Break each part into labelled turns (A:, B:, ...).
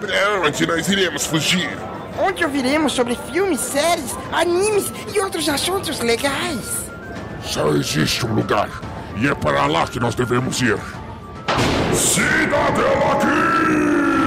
A: Para onde nós iremos fugir?
B: Onde ouviremos sobre filmes, séries, animes e outros assuntos legais.
A: Só existe um lugar, e é para lá que nós devemos ir. Cidadela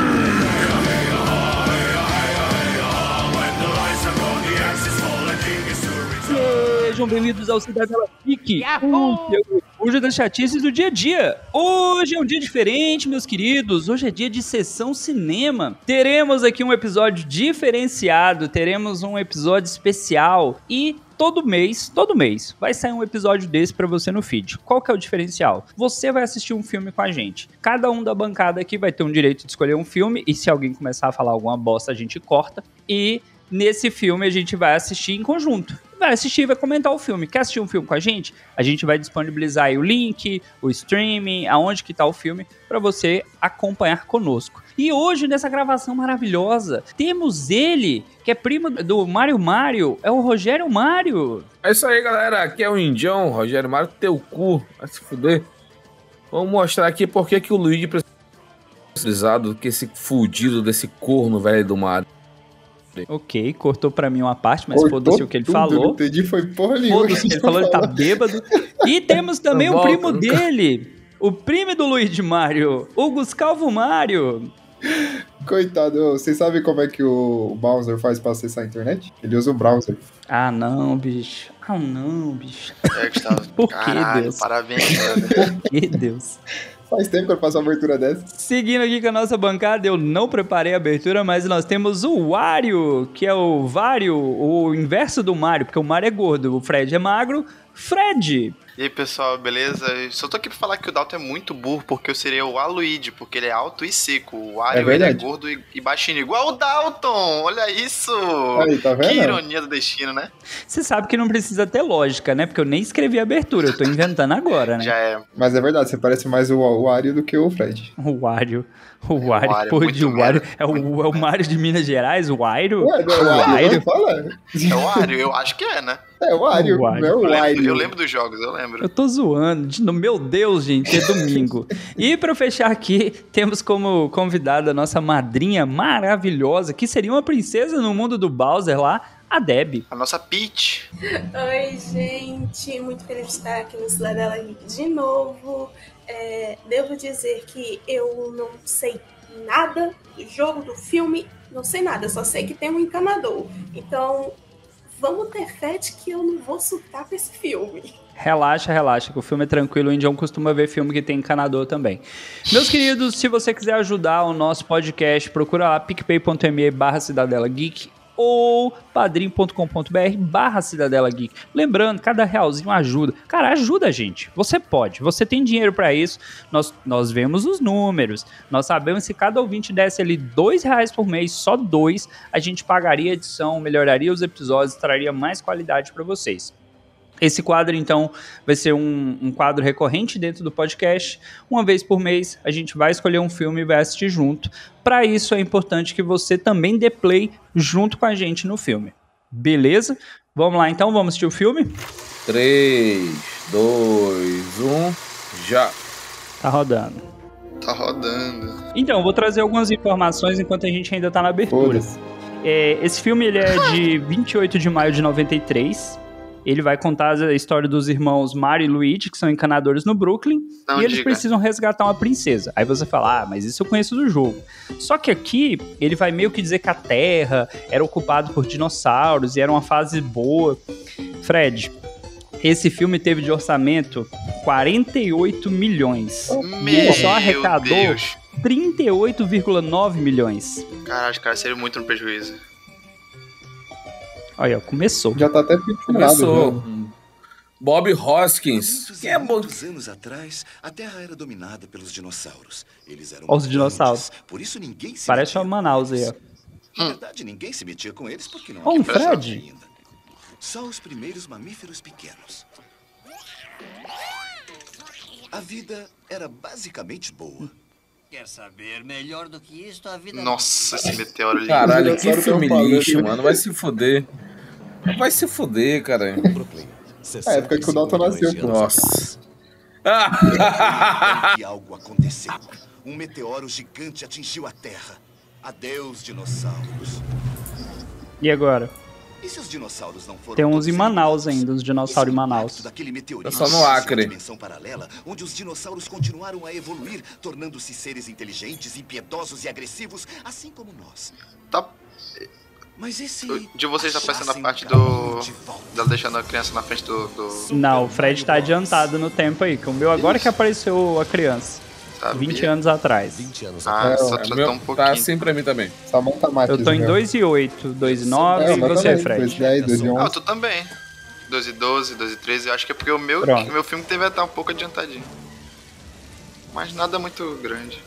C: Sejam bem-vindos ao Cidadela Geek, o seu refúgio das chatices do dia a dia. Hoje é um dia diferente, meus queridos. Hoje é dia de sessão cinema. Teremos aqui um episódio diferenciado, teremos um episódio especial e todo mês, todo mês, vai sair um episódio desse pra você no feed. Qual que é o diferencial? Você vai assistir um filme com a gente. Cada um da bancada aqui vai ter um direito de escolher um filme e se alguém começar a falar alguma bosta, a gente corta e nesse filme a gente vai assistir em conjunto. Vai assistir, vai comentar o filme. Quer assistir um filme com a gente? A gente vai disponibilizar aí o link, o streaming, aonde que tá o filme, para você acompanhar conosco. E hoje, nessa gravação maravilhosa, temos ele, que é primo do Mário Mário, é o Rogério Mário.
D: É isso aí, galera. Aqui é o Indião, Rogério Mário, teu cu. Vai se fuder. Vamos mostrar aqui por que que o Luigi precisa precisado que esse fudido desse corno velho do mar.
C: Ok, cortou pra mim uma parte, mas foda-se o que ele falou.
E: entendi, foi porra nenhuma.
C: Foda-se o que Tá ele falou, ele tá bêbado. E temos também o
D: Não volta,
C: primo
D: nunca.
C: dele, o primo do Luigi Mário, o Guscalvo Mário.
E: Coitado, ô, vocês sabem como é que o browser faz pra acessar a internet? Ele usa um browser.
C: Ah, não, bicho. Ah, não, bicho.
F: É, Gustavo.
C: Por que,
F: Caralho,
C: Deus?
F: parabéns, mano.
C: Meu Deus.
E: Faz tempo que eu faço uma abertura dessa.
C: Seguindo aqui com a nossa bancada, eu não preparei a abertura, mas nós temos o Wario, que é o Vário, o inverso do Mario, porque o Mario é gordo, o Fred é magro. Fred!
F: E aí, pessoal, beleza? Eu só tô aqui pra falar que o Dalton é muito burro, porque eu seria o Aluide, porque ele é alto e seco. O Wario, ele é
E: verdade.
F: gordo e e baixinho, igual o Dalton! Olha isso!
E: Aí, tá
F: Que
E: vendo?
F: ironia do destino, né?
C: Você sabe que não precisa ter lógica, né? Porque eu nem escrevi a abertura, eu tô inventando agora, né?
F: Já é.
E: Mas é verdade, você parece mais o, o Ario do que o Fred.
C: O Wario. O Wario,
F: É Wario,
C: pô,
F: muito
C: de Wario.
F: merda.
C: É o, é o Mario de Minas Gerais, o Wario?
E: Ué, não é o Ario, não fala?
F: É o Wario, eu acho que é, né?
E: É o Ario,
C: O Ario.
E: não é o
F: Eu lembro,
E: Ario.
F: eu lembro dos jogos, eu lembro.
C: Eu tô zoando. de- no- Meu Deus, gente, é domingo. e pra fechar aqui, temos como convidada a nossa madrinha maravilhosa, que seria uma princesa no mundo do Bowser lá, a Deb.
F: A nossa Peach.
G: Oi, gente, muito feliz de estar aqui no Cidadela Geek de novo. É, devo dizer que eu não sei nada do jogo, do filme, não sei nada, só sei que tem um encanador. Então, vamos ter fé de que eu não vou surtar com esse filme.
C: Relaxa, relaxa, que o filme é tranquilo. O Indião costuma ver filme que tem encanador também. Meus queridos, se você quiser ajudar o nosso podcast, procura lá picpay.me barra Cidadela Geek ou padrim.com.br barra Cidadela Geek. Lembrando, cada realzinho ajuda. Cara, ajuda a gente. Você pode. Você tem dinheiro pra isso. Nós, nós vemos os números. Nós sabemos se cada ouvinte desse ali dois reais por mês, só dois, a gente pagaria a edição, melhoraria os episódios, traria mais qualidade pra vocês. Esse quadro, então, vai ser um, um quadro recorrente dentro do podcast. Uma vez por mês, a gente vai escolher um filme e vai assistir junto. Para isso, é importante que você também dê play junto com a gente no filme. Beleza? Vamos lá, então, vamos assistir o filme?
D: 3, 2, 1, já.
C: Tá rodando.
F: Tá rodando.
C: Então, eu vou trazer algumas informações enquanto a gente ainda tá na abertura.
E: Foda-se.
C: É, esse filme ele é de 28 de maio de 93. Ele vai contar a história dos irmãos Mario e Luigi, que são encanadores no Brooklyn.
F: Não
C: e eles
F: diga.
C: precisam resgatar uma princesa. Aí você fala, ah, mas isso eu conheço do jogo. Só que aqui, ele vai meio que dizer que a Terra era ocupada por dinossauros e era uma fase boa. Fred, esse filme teve de orçamento 48 milhões.
E: Hum.
F: Meu
C: ele só arrecadou
F: Deus.
C: 38,9 milhões.
F: Caralho, cara, seria muito no prejuízo.
C: Olha, começou.
E: Já tá até pinturado.
D: Começou.
E: viu?
D: Bob Hoskins. Quem é Bob?
H: Muitos anos atrás, a Terra era dominada pelos dinossauros. Eles eram
C: Olha os dinossauros.
H: gigantes, Por isso ninguém se
C: Parece
H: metia
C: uma Manaus aí, ó.
H: com eles. Na verdade, ninguém se metia com eles porque não
C: Olha um
H: havia pessoas
C: Fred.
H: ainda. Só os primeiros mamíferos pequenos. A vida era basicamente boa.
I: Quer saber? Melhor do que isto, a vida.
F: Nossa, esse meteoro ali.
D: Caralho, que
E: Dinossauro
D: filme
E: tem um padrão.
D: lixo, mano. Vai se fuder. Vai se fuder, cara.
H: Brooklyn.
E: É a época que o
H: 65
E: Dalton nasceu,
H: milhões de anos
D: Nossa. Ah!
H: que algo aconteceu. Um meteoro gigante atingiu a Terra. Adeus, dinossauros.
C: E agora?
H: E se os dinossauros não foram
C: Tem uns
H: todos
C: em Manaus
H: eliminados?
C: ainda, uns dinossauros em
H: Esse é
C: Manaus.
H: impacto daquele meteorito
D: Eu só no
H: trouxe uma
D: Acre.
H: dimensão paralela, onde os dinossauros continuaram a evoluir, tornando-se seres inteligentes, impiedosos e agressivos, assim como nós.
F: Tá,
H: Mas esse...
F: O de vocês tá pensando na
H: achassem
F: parte
H: o
F: do-
H: caminho de volta.
F: dela deixando a criança na frente do. do
C: Não, o Fred tá adiantado no tempo aí, que o meu agora que apareceu a criança.
F: sabe?
C: 20 anos atrás.
A: 20 anos atrás.
F: Tá Ah, só
D: É,
F: tratar
D: meu-
F: um pouquinho.
D: tá assim pra mim também.
E: Samanta Matis.
C: Eu tô em
E: né?
C: 2 e 8, 2 e 9,
E: É,
C: e
E: mas
C: você,
E: também,
C: Fred?
E: 210, 211.
F: Ah, tu também. 12 e 12, 12 e 13, eu acho que é porque o meu,
C: Pronto.
F: o meu filme teve até um pouco adiantadinho. Mas nada muito grande.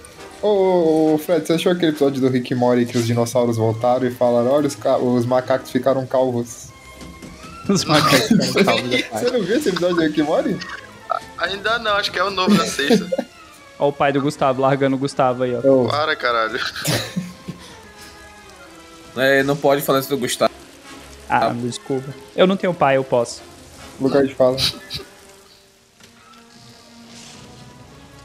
E: Ô, ô, ô, Fred, você achou aquele episódio do Rick e Morty que os dinossauros voltaram e falaram: olha, os, ca- os macacos ficaram calvos?
C: Os macacos ficaram calvos já faz.
E: Você não viu esse episódio do Rick e Morty?
F: Ainda não, acho que é o novo da sexta.
C: Ó, o pai do Gustavo, largando o Gustavo aí, ó.
E: Ô,
F: Para, caralho.
D: É, não pode falar isso do Gustavo.
C: Ah, me desculpa. Eu não tenho pai, eu posso.
E: lugar de fala.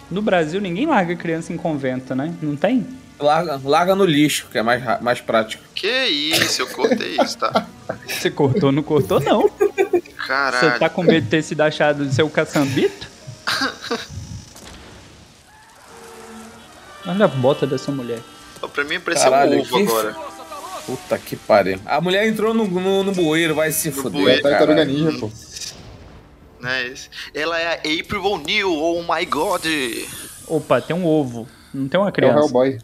C: No Brasil, ninguém larga criança em convento, né? Não tem?
D: Larga, larga no lixo, que é mais, ra- mais prático.
F: Que isso, eu cortei isso, tá?
C: Você cortou, não cortou, não. Você
F: Caralho.
C: tá com medo de ter sido achado de ser o caçambito? Olha a bota dessa mulher.
F: Ó, Pra mim pareceu um
D: Caralho,
F: ovo
D: que-
F: agora.
D: Puta que pariu. A mulher entrou no, no, no bueiro, vai se
E: É
D: fuder. tá,
E: a tartaruga
D: Cara.
E: ninja, pô.
F: Né, esse. Ela é a April O'Neil, oh my god!
C: Opa, tem um ovo. Não tem uma
E: É o
C: criança.
E: Hellboy.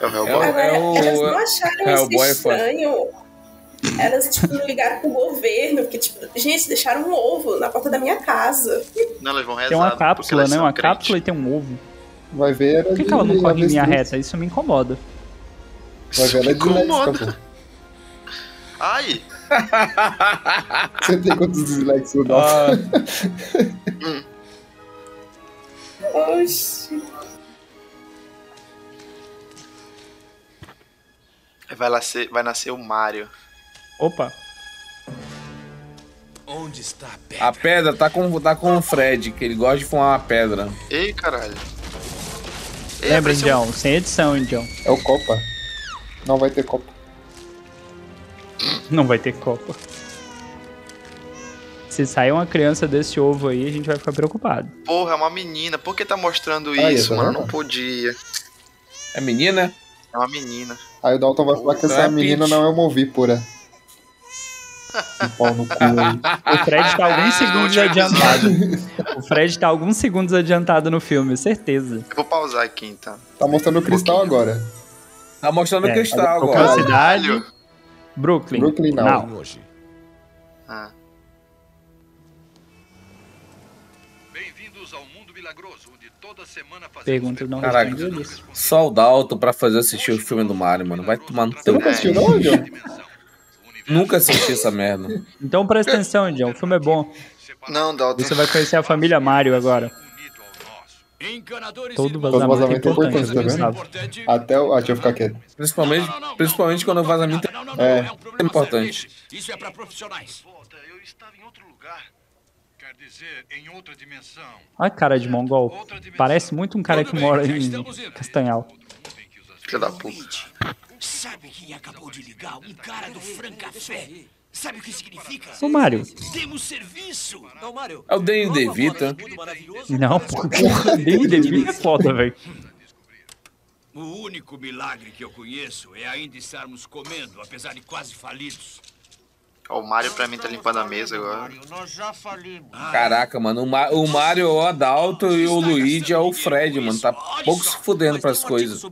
F: É o Hellboy.
D: É,
G: Agora,
D: é o-
G: elas não acharam
D: é o
G: isso
D: boy fã.
G: estranho. Elas, tipo, ligaram pro governo, porque, tipo, gente, deixaram um ovo na porta da minha casa.
F: Não, elas vão rezar.
C: tem uma
F: porque é
C: cápsula,
F: elas
C: né?
F: são
C: Uma
F: crentes.
C: cápsula e tem um ovo.
E: Vai ver. era
C: Por que,
E: de
C: que ela não corre em linha
E: avestruz.
C: reta? Isso me incomoda.
E: Vai
F: Isso
E: ver,
F: me
E: ela é de
F: incomoda.
E: Lexica, pô.
F: Ai!
E: Você tem quantos dislikes o
D: Ah,
G: Oxi.
F: Vai, nascer, vai nascer o Mario.
C: Opa,
A: Onde está a pedra?
D: a pedra tá com, tá com o Fred, que ele gosta de fumar uma pedra.
F: Ei, caralho. Ei,
C: lembra,
F: apareceu
E: um-
C: Indião? Sem edição, Indião.
E: É o Copa. Não vai ter Copa.
C: Não vai ter Copa. Se sair uma criança desse ovo aí, a gente vai ficar preocupado.
F: um- Porra, é uma menina. Por que tá mostrando
E: Aí,
F: isso,
E: tá
F: mano?
E: vendo?
F: Não podia.
D: É menina?
F: É uma menina.
E: Aí o Dalton vai falar que
D: Não
E: essa
D: é
E: menina
D: Peach.
E: não é uma ovípora. Que pau no cu aí.
C: O Fred tá alguns segundos
F: último
C: adiantado. O Fred tá alguns segundos adiantado no filme, certeza.
F: Eu vou pausar aqui então.
E: Tá mostrando o cristal agora.
D: Tá mostrando o
C: É,
D: cristal
C: Qual
D: agora.
C: cidade? Brooklyn.
E: Brooklyn, não.
C: não.
A: Hoje.
F: Ah.
A: Bem-vindos ao mundo milagroso, onde toda semana fazemos
C: Pergunta não
D: Caraca.
C: respondida.
D: Só o Dalton pra fazer assistir o filme do Mario, mano. Vai tomar no teu.
E: nunca
D: cu.
E: assistiu, não, John?
D: Nunca assisti essa merda.
C: Então presta atenção, John. O filme é bom.
F: Não, Dalton.
C: Você vai conhecer a família Mario agora.
A: Encanadores
C: Todo
A: irmãos.
C: vazamento,
E: vazamento é
C: é importante,
E: importante, tá vendo?
C: Gustavo.
A: Importante-
E: Até o. Ah, deixa eu ficar quieto.
D: Principalmente, principalmente quando o vazamento
A: Não, não, não,
E: É.
A: um problema
D: Importante.
A: sério, Rich. Isso é pra profissionais. Eu estava em outro lugar. Quer dizer, em outra dimensão.
C: Olha a cara de mongol. Parece muito um cara que mora em Castanhal.
F: Filho da puta.
A: Sabe quem acabou de ligar? Um cara do Francafé. Sabe o que significa?
C: Ô, Mario.
A: Temos serviço. Não, Mário.
D: É o Danny DeVito.
C: Não, porra. David Devine é foda, velho.
A: O único milagre que eu conheço é ainda estarmos comendo, apesar de quase falidos.
F: Ó, o Mario pra mim tá limpando a mesa agora.
J: Nós já falimos.
D: Caraca, mano, o, Ma- o Mario é o Adalto e o Luigi é o Fred, mano. Tá pouco se fudendo pras coisas.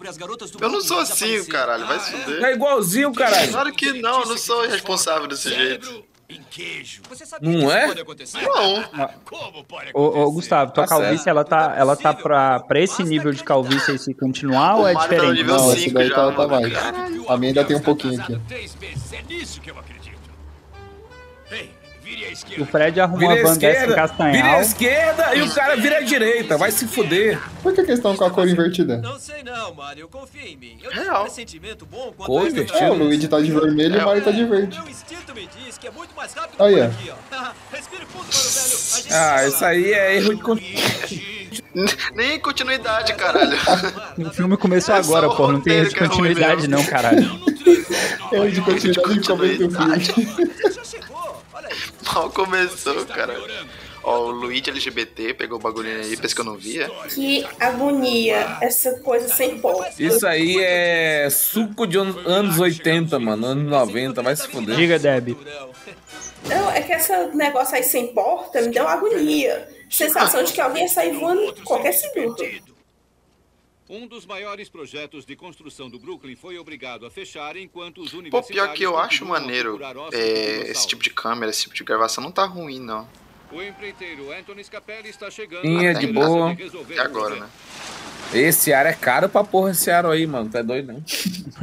F: Eu não sou assim, caralho. Vai se
D: É
F: fuder.
D: igualzinho, caralho.
F: Claro que não, eu não sou irresponsável desse jeito.
A: Em queijo.
D: Não é?
F: Não.
A: Como pode
C: Ô, ô, Gustavo, tua
D: Tá
C: calvície,
D: certo.
C: ela tá, ela tá pra, pra esse nível de calvície aí se continuar ou é
F: O Mario tá no
C: diferente?
F: nível
E: Não, esse
F: 5
E: daí
F: já.
E: tá- tá
F: mano.
E: mais.
F: Caralho.
E: A minha ainda tem um pouquinho aqui.
A: Três vezes, é nisso que eu acredito. Ei, vire à
C: O
A: esquerda.
C: Fred arrumou
D: Vira
C: uma
D: a
C: banda dessa em
D: esquerda, vira a
C: Castanhal.
D: esquerda e o cara vira a direita. Vai se fuder.
E: Por que a questão com a cor invertida?
J: Não sei não, Mário. Confia em mim. Eu
F: tenho Real. um
J: pressentimento bom quanto
D: Cor invertida?
E: É, o Luigi tá de vermelho e o Mario tá de verde.
J: Meu instinto me diz que é muito mais rápido
E: Aí,
J: por
E: ó.
J: aqui, ó. Respire fundo, mano velho. A gente
D: Ah,
J: se
D: isso
J: fala.
D: aí é erro de con-
A: Luigi.
F: Nem continuidade, caralho.
C: O filme começou agora, pô. Não tem
F: roteiro
C: essa
F: que é ruim
C: continuidade,
F: mesmo.
C: não, caralho.
E: Eu de continuidade no começo do filme.
F: Mal começou, cara. Ó, o Luigi LGBT pegou o bagulhinho aí, pensa que eu não via.
G: Que agonia essa coisa sem pó.
D: Isso aí é suco de an- anos 80, mano. Anos 90, vai se fuder.
C: Diga, Deb.
G: Não, é que esse negócio aí sem porta me deu agonia. Sensação de que alguém ia
F: um
G: sair voando qualquer segundo.
K: Um dos maiores projetos de construção do Brooklyn foi obrigado a fechar enquanto os
F: Pô,
K: universitários...
F: pior que eu acho
K: continuam a
F: maneiro
K: procurar ossos
F: é,
K: de
F: esse tipo de câmera, esse tipo de gravação não tá ruim, não.
K: dinossauro. O empreiteiro Anthony Scapelli está chegando...
D: Sim, é
K: Até
D: de
K: ele
D: boa.
K: resolver resolver
F: Até
K: o
F: agora,
K: problema.
F: né?
D: Esse ar é caro pra porra esse aro aí, mano. Tá doido, não?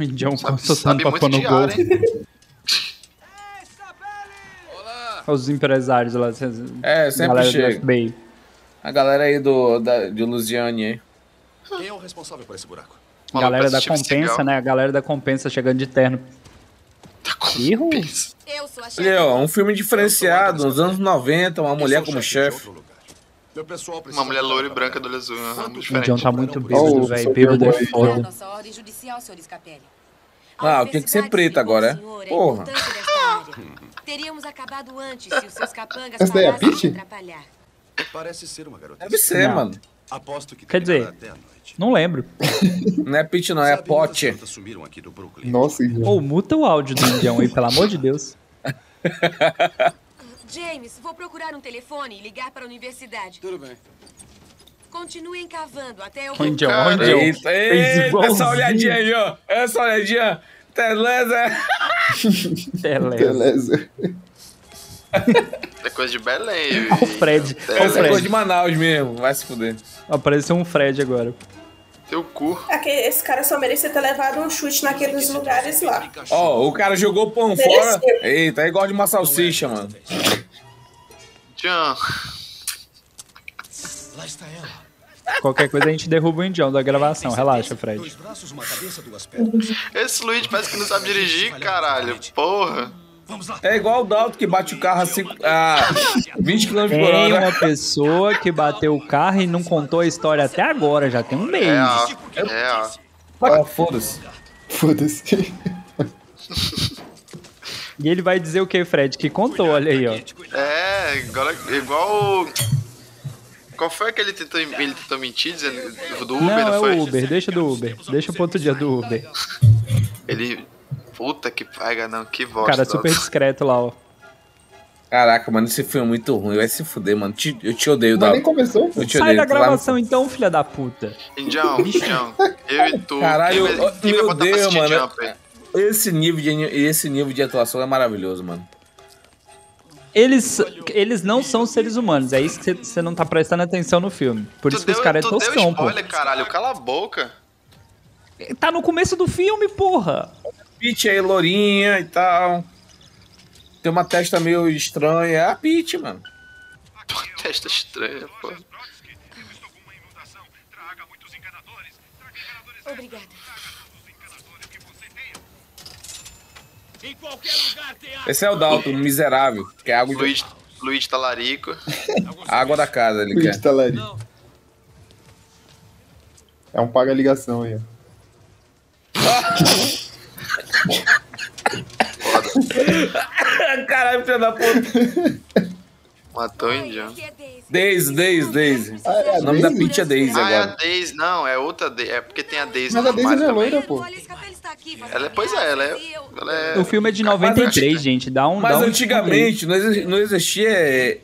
C: O Indião
F: Sabe,
C: soltando
F: sabe
C: papo
F: muito
C: tá no
F: de
C: gol.
F: ar, hein?
C: Os empresários lá. Cês,
D: É, sempre
C: galera do
D: chega.
C: FBI.
D: A galera aí do, da, de Lusiane aí.
H: Quem é o responsável por esse buraco?
F: Maluco,
C: Galera da
F: assistir esse
C: compensa,
F: Seagal.
C: né? A galera da compensa chegando de terno.
F: Tá
C: Ih, Ru.
F: compensa.
L: Eu sou a chefe.
D: Olha, ó, um filme diferenciado, nos anos 90, uma
H: é
D: mulher
H: um
D: como chefe.
F: Uma mulher loira e branca do olho azul, é muito
C: O Indião
F: diferente.
C: tá muito
E: Oh,
C: bêbado, velho.
E: sou
C: Bêbado é
E: cowboy.
L: Qual a
C: foda.
L: nossa ordem judicial, senhor Scapelli?
D: Ah, o que que você é preta agora, é?
L: Porra.
D: Porra.
L: Teríamos acabado antes se os seus capangas
E: Essa daí é a
L: parassem de
E: Pitty?
L: atrapalhar.
H: Parece ser uma garota.
D: Deve ser,
C: Não.
D: mano.
H: Aposto que
C: Quer dizer,
H: terminará até a noite.
C: Não lembro.
D: Não é Pit, não, é
H: Sabe, muitas
D: Pote.
H: plantas sumiram aqui do Brooklyn.
E: Nossa, Indião.
C: Ou muta o áudio do Indião aí, pelo amor de Deus.
L: James, vou procurar um telefone e ligar para a universidade.
M: Tudo bem.
L: Continuem cavando até eu
C: O Indião, o
F: Cara,
C: Indião.
D: Eita,
C: Fez
D: eita, essa
C: igualzinho.
D: olhadinha aí, ó. Essa olhadinha. tá, Beleza?
C: Beleza.
E: Beleza.
F: É coisa de Belém.
C: O Tá Fred.
F: É,
C: Ó, o
D: Essa é coisa de
C: Fred.
D: Manaus mesmo, vai se fuder.
C: Apareceu um Fred agora.
F: Teu cu.
G: Aquele- É Esse cara só merecia ter levado um chute naqueles lugares lá.
D: Ó, o cara jogou o pão fora. Eita, é igual de uma salsicha, mano.
F: Tchan.
H: Lá está ela.
C: Qualquer coisa a gente derruba o Indião da gravação. Relaxa, Fred.
H: Dois braços, uma cabeça, duas pernas.
F: Esse Luigi parece que não sabe dirigir, caralho. Porra.
H: Vamos lá.
D: É igual o Dalton que bate o carro a, cinco, a 20 km por
C: Tem
D: hora.
C: uma pessoa que bateu o carro e não contou a história até agora, já tem um mês.
F: É, ó. É, ó.
D: Ó, foda-se.
E: Foda-se.
C: E ele vai dizer o que, Fred? Que contou, olha aí, ó.
F: É, igual, igual. o- Qual foi aquele que tentou, ele tentou mentir dizendo do Uber, não,
C: Não, é
F: foi?
C: o Uber, deixa do Uber. Deixa pro outro dia do Uber.
F: Ele. Puta que paga, não, que
C: O
F: bosta.
C: cara é super discreto lá, ó.
D: Caraca, mano, esse filme é muito ruim. Vai se fuder, mano. Te- eu te odeio,
E: Mas nem
D: Dalton.
E: começou. pô.
D: Eu te
C: Sai
D: odeio.
C: da
D: tu vai no-
C: gravação então, filha da puta.
F: Indião, Indião, eu e tu.
D: Caralho,
F: quem vai, quem vai
D: meu
F: botar pra assistir
D: Deus, mano.
F: Jumper?
D: Esse nível, de, ani- esse nível de atuação é maravilhoso, mano.
C: Eles, eles não são seres humanos, é isso que você- você não tá prestando atenção no filme. Por
F: Tu
C: isso que os
F: deu-
C: caras é
F: tu deu
C: toscão, pô.
F: spoiler, caralho, cala a boca.
C: Tá no começo do filme, porra.
D: Pete aí, lourinha e tal. Tem uma testa meio estranha. É a Pete, mano.
F: Tua testa estranha, pô.
L: Obrigada.
K: Em qualquer lugar tem água.
D: Esse é o Dalton, o miserável. Que é água, de-
F: Luiz, Luiz Talarico.
D: água da casa, ele quer.
E: Luigi Talari. É um paga-ligação aí, ó.
D: Caralho, filho da puta.
F: Matou o
L: Ai,
F: Indião.
L: que é Daisy.
D: Daisy, Daisy, Daisy.
E: Ah, é a
D: O nome da
E: Daisy?
D: Pete é Daisy
F: Ah, é a
D: agora.
F: Daisy, não, é outra Daisy. É porque tem a Daisy
E: Mas
F: no
E: a Daisy
F: armário
E: é
F: também.
E: loira, pô.
L: Olha, Scapelli está aqui fazendo
F: Ela é, pois é, ela é.
L: graças, e eu-
F: Ela é
C: O filme é de 93, gente. Dá um. dá
D: Mas
C: um
D: antigamente não exi- não existia é,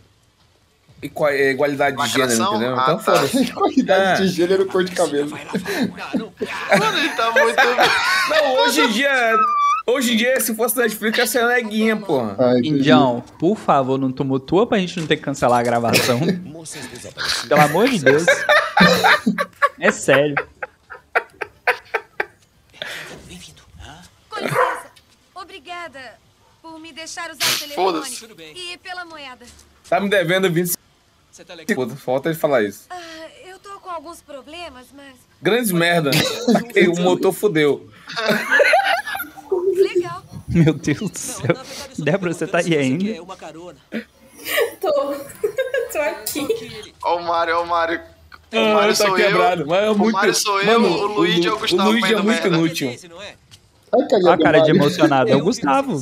D: igua- é, igualdade de gênero,
F: Lacração?
D: entendeu?
F: Ah,
D: Então
F: tá.
D: foda-se.
E: Qualidade
D: É.
E: de gênero, cor de cabelo.
F: Mano, ele tá muito.
D: Não, hoje em dia. Hoje em dia, se fosse Netflix, ia ser neguinha, porra.
E: Ah, entendi.
C: Indião, por favor, não tumultua pra gente não ter que cancelar a gravação. Pelo amor de Deus. É sério.
L: Com licença. Obrigada por me deixar usar o telefone.
F: Foda-se.
M: Tudo bem.
L: E pela moeda.
D: Tá me devendo 25
M: Você tá legal.
D: segundos. Falta ele falar isso.
L: Ah, eu tô com alguns problemas, mas.
D: Grandes merda. Aí o motor fudeu.
L: Legal.
C: Meu Deus do
M: Não,
C: céu.
M: na verdade, eu só tô
C: Débora, você tá
M: perguntando
C: aí
M: se você
C: ainda?
M: quer uma carona.
G: Tô, tô aqui.
F: Ó o Mario, ó o Mario.
D: Ah,
F: Mario
D: tá
F: sou eu,
D: quebrado. mas é
F: o
D: muito...
F: Mario sou eu, o Luigi é o
D: Lu-
F: Gustavo
D: O Luigi é
F: vendo
D: muito
F: merda.
D: inútil.
C: Olha a cara de emocionado, é o Gustavo.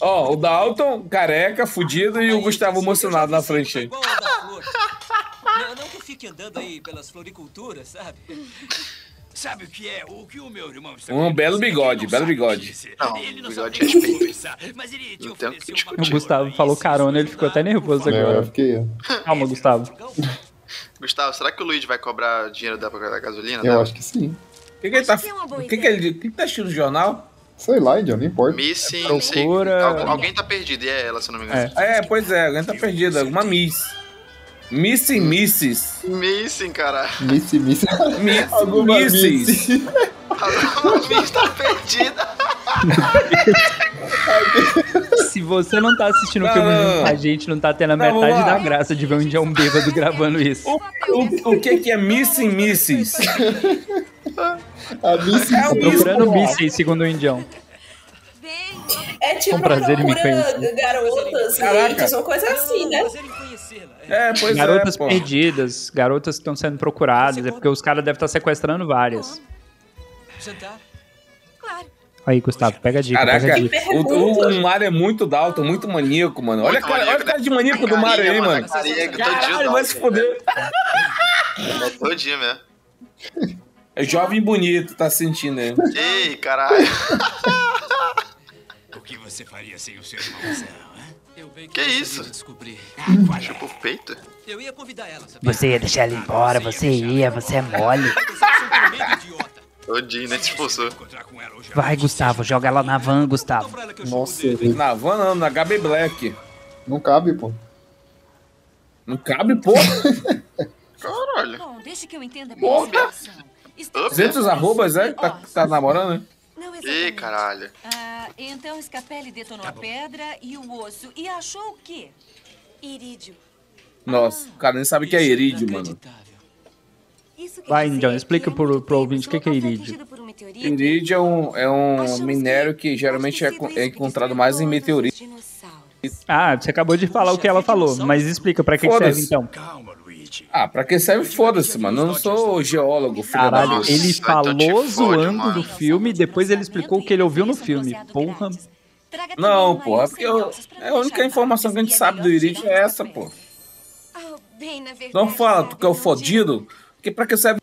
D: Ó, o Dalton, careca, fudido, e o Gustavo emocionado na frente aí.
N: Não, não que fique andando aí pelas floriculturas, sabe?
H: Sabe o que é? O que o meu irmão está
D: Um belo bigode, belo bigode.
H: Não,
F: ele
H: não
F: bigode
O: é
H: sabe
F: respeito.
H: conversar, mas ele te ofereceu uma
C: O Gustavo falou carona, ele ficou até nervoso
E: É. né?
C: agora. Calma, Gustavo.
F: Gustavo, será que o Luigi vai cobrar dinheiro da da gasolina?
E: Eu acho que sim.
D: O que, que ele tá. O que, que ele. O que, que tá assistindo no jornal?
E: Sei lá, Indião, não importa.
F: Missing,
D: Procura-
F: sei- Algu- alguém tá perdido, e é ela, se eu não me engano.
D: É, pois é, alguém tá perdido. Alguma Miss. Miss e Misses.
F: Missing, cara.
E: Miss, miss.
D: Miss,
E: Alguma
D: misses.
F: A Miss tá perdida.
C: Se você não tá assistindo o
D: Não,
C: filme
D: não,
C: junto
D: não.
C: com a gente, não tá tendo a
D: Ah. Não, vamos
C: metade
D: lá.
C: da graça de ver um indião bêbado gravando isso.
D: O, o que que é Miss e Misses? É um
E: A Miss
C: Tô tá procurando mísseis, segundo o indião.
P: É tipo
C: Foi um prazer em me
P: procura
C: conhecer.
P: garotas,
C: Caraca.
P: leites, uma coisa assim, né?
D: É, pois
C: garotas
D: é, pô.
C: perdidas, garotas que estão sendo procuradas, é porque os caras devem estar sequestrando várias.
N: Jantar?
C: Aí, Gustavo, pega a dica, pega
D: Caraca,
C: a dica.
D: o, o, o Mario é muito Dalton, muito maníaco, mano. Olha, a cara, olha a cara de maníaco do Mario aí, mano.
F: Maníaco,
D: Caralho,
F: todinho
D: vai se foder.
F: Todinho mesmo.
D: É jovem bonito, tá sentindo aí.
F: Ei, caralho.
H: O que você faria sem o seu irmãozão, hein? Ah, é?
N: Eu bem
F: Que isso?
N: descobri.
F: Chupa o peito?
N: Eu ia convidar ela, sabe?
Q: Você ia deixar ele embora, você ia, você é mole.
F: Todinho, né? Te expulsou.
Q: Vai, Gustavo, joga ela na van, Gustavo.
E: Nossa,
D: Na van não, na HB Black.
E: Não cabe, pô.
D: Não cabe, pô.
F: Caralho.
G: Bom, deixe que eu entenda a
D: Porra.
G: situação. Está-
D: 200 arrobas, é? Tá, tá namorando, né?
G: Não exatamente.
F: Ih, caralho.
G: Ah, então Scapelli detonou a pedra e o osso. E achou o quê? Irídio.
D: Nossa, o cara nem sabe o que é irídio, mano.
G: Isso quer
C: Vai,
G: dizer
C: Indião, explica
G: que
C: pro, pro ouvinte o que que é irídio.
G: atingido por um meteorito,
D: Irídio é um, é um minério que geralmente é, co- é encontrado mais em meteoritos.
C: Ah, você acabou de falar o que ela falou, mas explica pra que, que serve
D: Foda-se.
C: então.
D: Ah, pra que serve? Foda-se, mano. Eu não sou geólogo, filho da
C: Caralho,
D: puta.
C: ele
F: um
C: falou zoando do filme, depois ele explicou o que ele ouviu no filme. Porra.
D: Não, pô, é porque eu, é a única informação que a gente sabe do Irid é essa, pô. Não fala tu que é o fodido, que pra que serve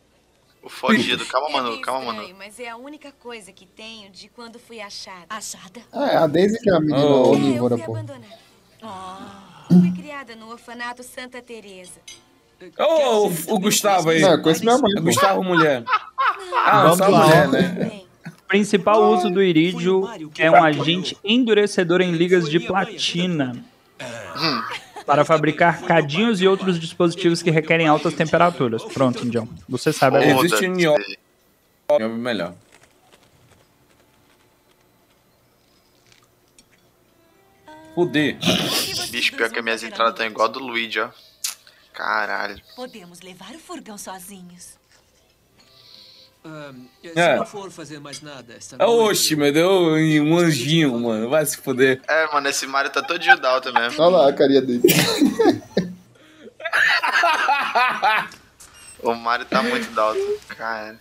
F: O fodido. Calma, mano. Calma, mano.
G: Mas é a única coisa que tenho de quando fui achada. Achada?
E: Ah, é a Daisy que é a menina
D: Oh.
E: onívora, pô.
G: Fui criada no orfanato Santa Teresa.
D: Ô, o, o Gustavo aí.
E: Não, eu conheço minha mãe,
D: É
E: pô.
D: Gustavo mulher. Ah,
C: Vamos
D: só
C: lá.
D: mulher, né?
C: O principal uso do irídio é um agente endurecedor em ligas de platina
F: Hum.
C: para fabricar cadinhos e outros dispositivos que requerem altas temperaturas. Pronto, John. Você sabe a resposta.
D: Existe um nióbio. Nióbio melhor. Fuder.
F: Bicho, pior que as minhas entradas estão igual a do Luigi, ó. Caralho.
G: Podemos levar o furgão sozinhos.
N: Ah, se
D: É.
N: não for fazer mais nada essa noite,
D: Oxi, meu Deus, e um anjinho, mano. Vai se fuder.
F: É, mano, esse Mario tá todo de Dalton mesmo.
E: Olha lá a carinha dele.
F: O Mario tá muito Dalton. Cara.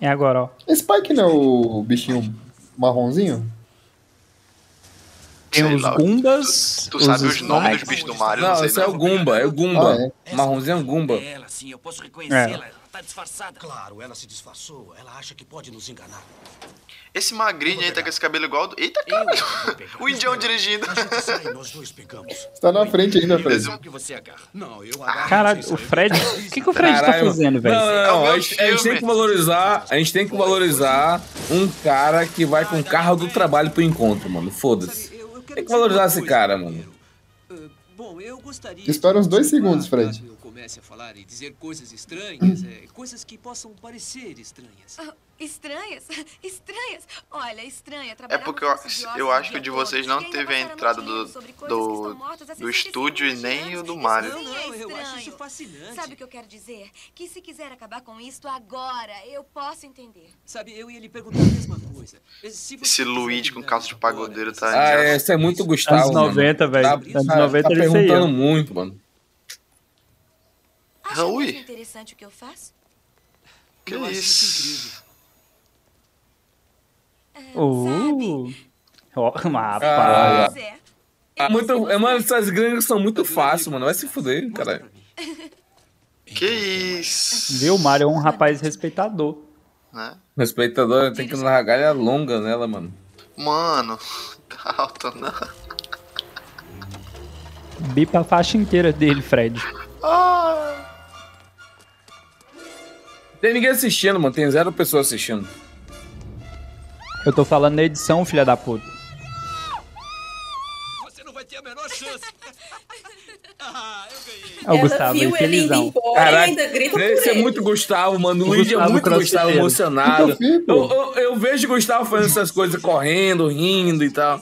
C: É agora, ó.
E: Esse Spike não é o bichinho marronzinho?
C: Tem os Gumbas.
F: Tu sabe os
C: Snipes.
F: nomes dos bichos do Mario, não,
D: Não,
F: sei
D: esse é o
F: não.
D: Gumba, é o Gumba.
E: Ah,
D: Marronzinho é um Gumba.
H: Ela sim, assim, eu posso
C: É.
D: reconhecê-la,
H: Ela tá disfarçada.
O: Claro, ela se disfarçou. Ela acha que pode nos enganar.
F: Esse magrinho aí tá com esse cabelo igual do... Eita, cara. O Indião dirigindo.
O: Sai, nós dois pegamos.
E: Você tá na frente ainda, Fred.
O: que você agarra. Não, eu agarro.
C: Caralho, o Fred. O que, que o Fred tá
D: Caralho,
C: fazendo, velho?
D: Não,
N: É
D: não, não. A gente, a gente tem que valorizar. A gente tem que valorizar um cara que vai com o carro do trabalho pro encontro, mano. Foda-se. Tem que valorizar esse cara, mano.
I: Ah,
N: Bom, eu gostaria.
E: Espera uns dois segundos, Fred.
I: comece a falar e dizer coisas estranhas, é, coisas que possam parecer estranhas.
R: Oh, estranhas? Estranhas? Olha, estranha.
F: É
R: Trabalhar
F: porque
R: no
F: eu,
R: curso de ócio
F: eu
R: o
F: acho que
R: dia
F: o de
R: todo.
F: vocês não teve a entrada do, do, do estúdio e nem o do Mario.
R: Sim, é estranho.
I: eu acho isso fascinante.
R: Sabe o que eu quero dizer? Que se quiser acabar com isto agora, eu posso entender.
I: Sabe, eu ia lhe perguntar a mesma coisa. Se você
F: Esse Luigi com calça de pagodeiro tá.
D: Ah, é, isso é muito Gustavo.
C: Anos 90, velho.
D: Tá,
C: Anos
D: tá,
C: 90
D: tá
C: ele feia.
D: perguntando muito, mano.
R: Acha muito interessante o que eu faço?
F: Que é
I: eu acho isso incrível.
C: Uh. Ó,
D: Ah,
C: rapaz.
D: é muito, é, mano, essas gringas são muito fáceis, mano. Vai se fuder, caralho.
F: Que isso?
C: Viu? O Mario é um rapaz respeitador.
F: Né?
D: Respeitador tem que dar a galha longa nela, mano.
F: Mano, tá alto não.
C: Bipa a faixa inteira dele, Fred.
D: Tem ninguém assistindo, mano. Tem zero pessoas assistindo.
C: Eu tô falando na edição, filha da puta. Você não vai ter a menor chance. ah, eu ganhei. Ó, o Gustavo, aí, felizão.
G: ainda grita por
D: esse é
G: ele.
D: muito Gustavo, mano. O Luigi é
C: Gustavo
D: muito Gustavo
C: Crossfiteiro.
E: Tá
D: emocionado.
C: Eu fico.
D: Eu, eu- eu vejo o Gustavo fazendo essas coisas, correndo, rindo e tal.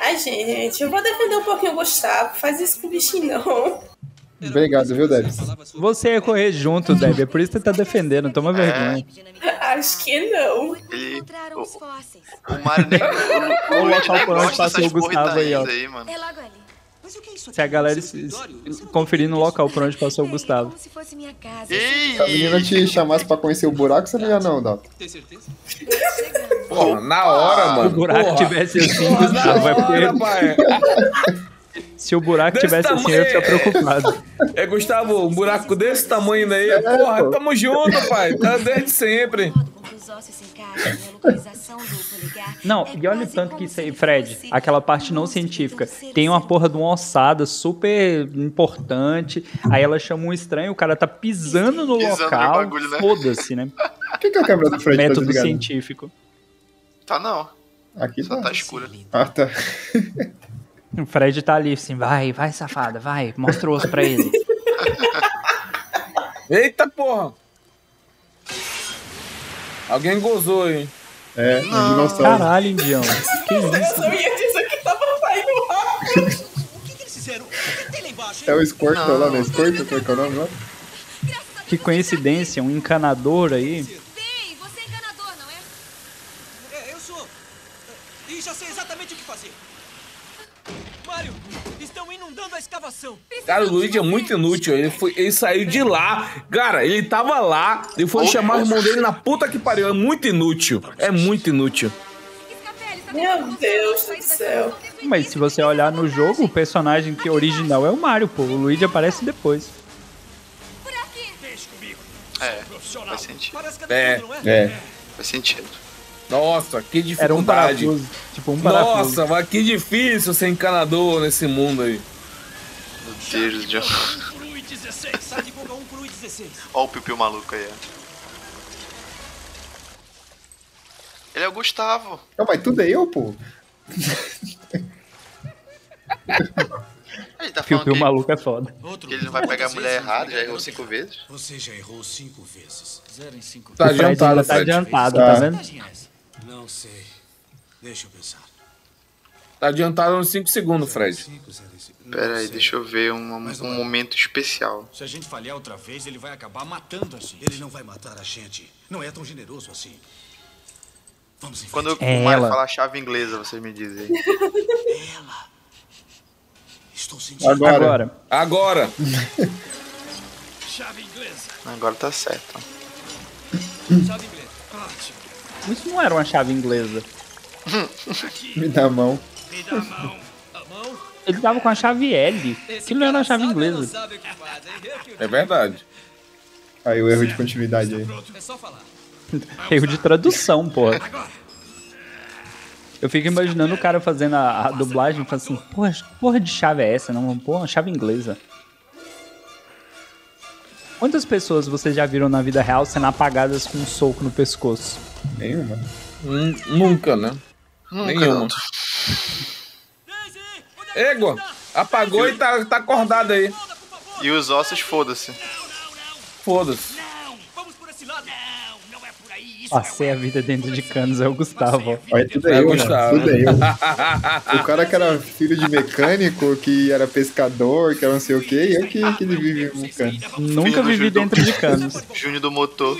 G: Ai, gente, eu vou defender um pouquinho o Gustavo. Faz isso com o bichinho, não.
E: Obrigado, viu, Debs?
C: Você ia correr junto, Deb. É por isso que você tá defendendo. Toma vergonha.
G: Acho que não.
R: Encontraram os fósseis.
F: O Mario nem.
C: Olha
F: O
C: o
F: Luigi
C: local
F: nem
C: por onde
F: gosta
C: passou
F: dessas
C: o Gustavo
F: corridas
C: aí, ó.
F: aí, mano.
R: É logo ali. Mas o que é isso?
C: Se a galera se- se- conferindo o local por onde passou o Gustavo.
R: Se fosse minha casa.
E: Se a menina te chamasse pra conhecer o buraco, você não ia não, Dalton.
I: Tem certeza?
D: Porra, na hora, mano.
C: Se o buraco
D: Porra.
C: tivesse assim,
D: Porra,
C: Gustavo,
D: na
C: é porque-
D: hora, pai.
C: Se o buraco
D: Desse
C: tivesse assim, eu ia ficar
D: tamanho.
C: preocupado.
D: É, Gustavo, um buraco desse tamanho daí.
C: É,
D: porra, tamo junto, pai. Tá desde sempre.
R: Com os ossos se encaixam na localização do polegar.
C: Não, e olha o tanto que isso aí, Fred, aquela parte não científica. Tem uma porra de uma ossada super importante. Aí ela chama um estranho, o cara tá pisando no
F: Pisando no
C: local.
F: bagulho, né?
C: Foda-se, né?
E: Por que, que a câmera do Fred tá
C: Método
E: desligada?
C: científico.
F: Tá não.
E: Aqui
F: Só
E: tá.
F: tá escura.
E: Ah, tá.
C: O Fred tá ali assim, vai, vai, safada, vai, mostra o osso pra ele.
D: Eita porra! Alguém gozou, hein?
E: É,
D: um dinossauro.
C: Caralho, Indião. Que isso?
G: Eu ia dizer que tava saindo rápido.
E: É o Squirtle lá, né? Squirtle, como é que é o nome lá?
C: Que coincidência, um encanador aí.
R: Ei, você é encanador, não é?
I: É, eu sou. eh, E já sei exatamente o que fazer. Mario, estão inundando a escavação.
D: Cara, o Luigi é muito inútil. Ele, foi, ele saiu de lá. Cara, ele tava lá e foi chamar o irmão dele na puta que pariu. É muito inútil. É muito inútil.
G: Meu Deus do céu.
C: Mas se você olhar no jogo, o personagem que é original é o Mario, pô. O Luigi aparece depois.
S: Deixa comigo.
F: É, faz sentido.
D: É,
E: é.
F: Faz sentido.
D: Nossa, que dificuldade.
C: Era um parafuso. Tipo, um parafuso.
D: Nossa, mas que difícil ser encanador nesse mundo aí.
F: Meu Deus, John.
I: Crui 16, sai de boca 1, Crui 16.
F: Ó o piu-piu maluco aí, ó. Ele é o Gustavo.
E: Não, mas tudo é eu, pô.
F: Ele tá
C: Fio
F: falando
C: Pio
F: que,
C: maluco é foda.
F: que ele não vai pegar a mulher errada, já errou cinco vezes.
S: Você já errou cinco vezes. Zero em cinco
C: Tá O Fred adiantado, ainda tá Fred. adiantado, tá Tá. vendo?
S: Não sei. Deixa eu pensar.
D: Tá adiantado uns 5 segundos, Fred.
F: Pera aí, deixa eu ver um, um momento especial.
S: Se a gente falhar outra vez, ele vai acabar matando a gente. Ele não vai matar a gente. Não é tão generoso assim. Vamos em
F: Quando
S: frente.
F: o Mario
S: Ela.
F: falar chave inglesa, vocês me dizem.
S: Estou
D: Agora.
C: Agora.
D: Agora.
S: Chave inglesa.
F: Agora tá certo.
S: Chave inglesa. Ótimo.
C: Isso não era uma chave inglesa.
E: Me dá a mão.
S: Me dá a mão. A mão?
C: Ele tava com a chave L. Aquilo não era uma chave inglesa.
I: Sabe o que faz, hein? Eu que-
D: É verdade.
E: Aí o erro de continuidade aí.
I: É só falar.
C: Erro de tradução, porra. Eu fico imaginando o cara fazendo a, a dublagem e falando assim, porra, que porra de chave é essa? Não, porra, uma chave inglesa. Quantas pessoas vocês já viram na vida real sendo apagadas com um soco no pescoço?
E: Nenhuma.
D: nunca, né?
F: Nunca,
D: Nenhuma.
F: não.
D: Égua, apagou e tá, tá acordado aí.
F: E os ossos, foda-se.
D: Foda-se.
C: Passei a vida dentro de canos, é o Gustavo.
E: Olha, tudo eu, né? Tudo eu. O cara que era filho de mecânico, que era pescador, que era não sei o quê, e eu que, que ele vive em um cano.
C: Nunca vivi dentro de canos.
F: Júnior do motor.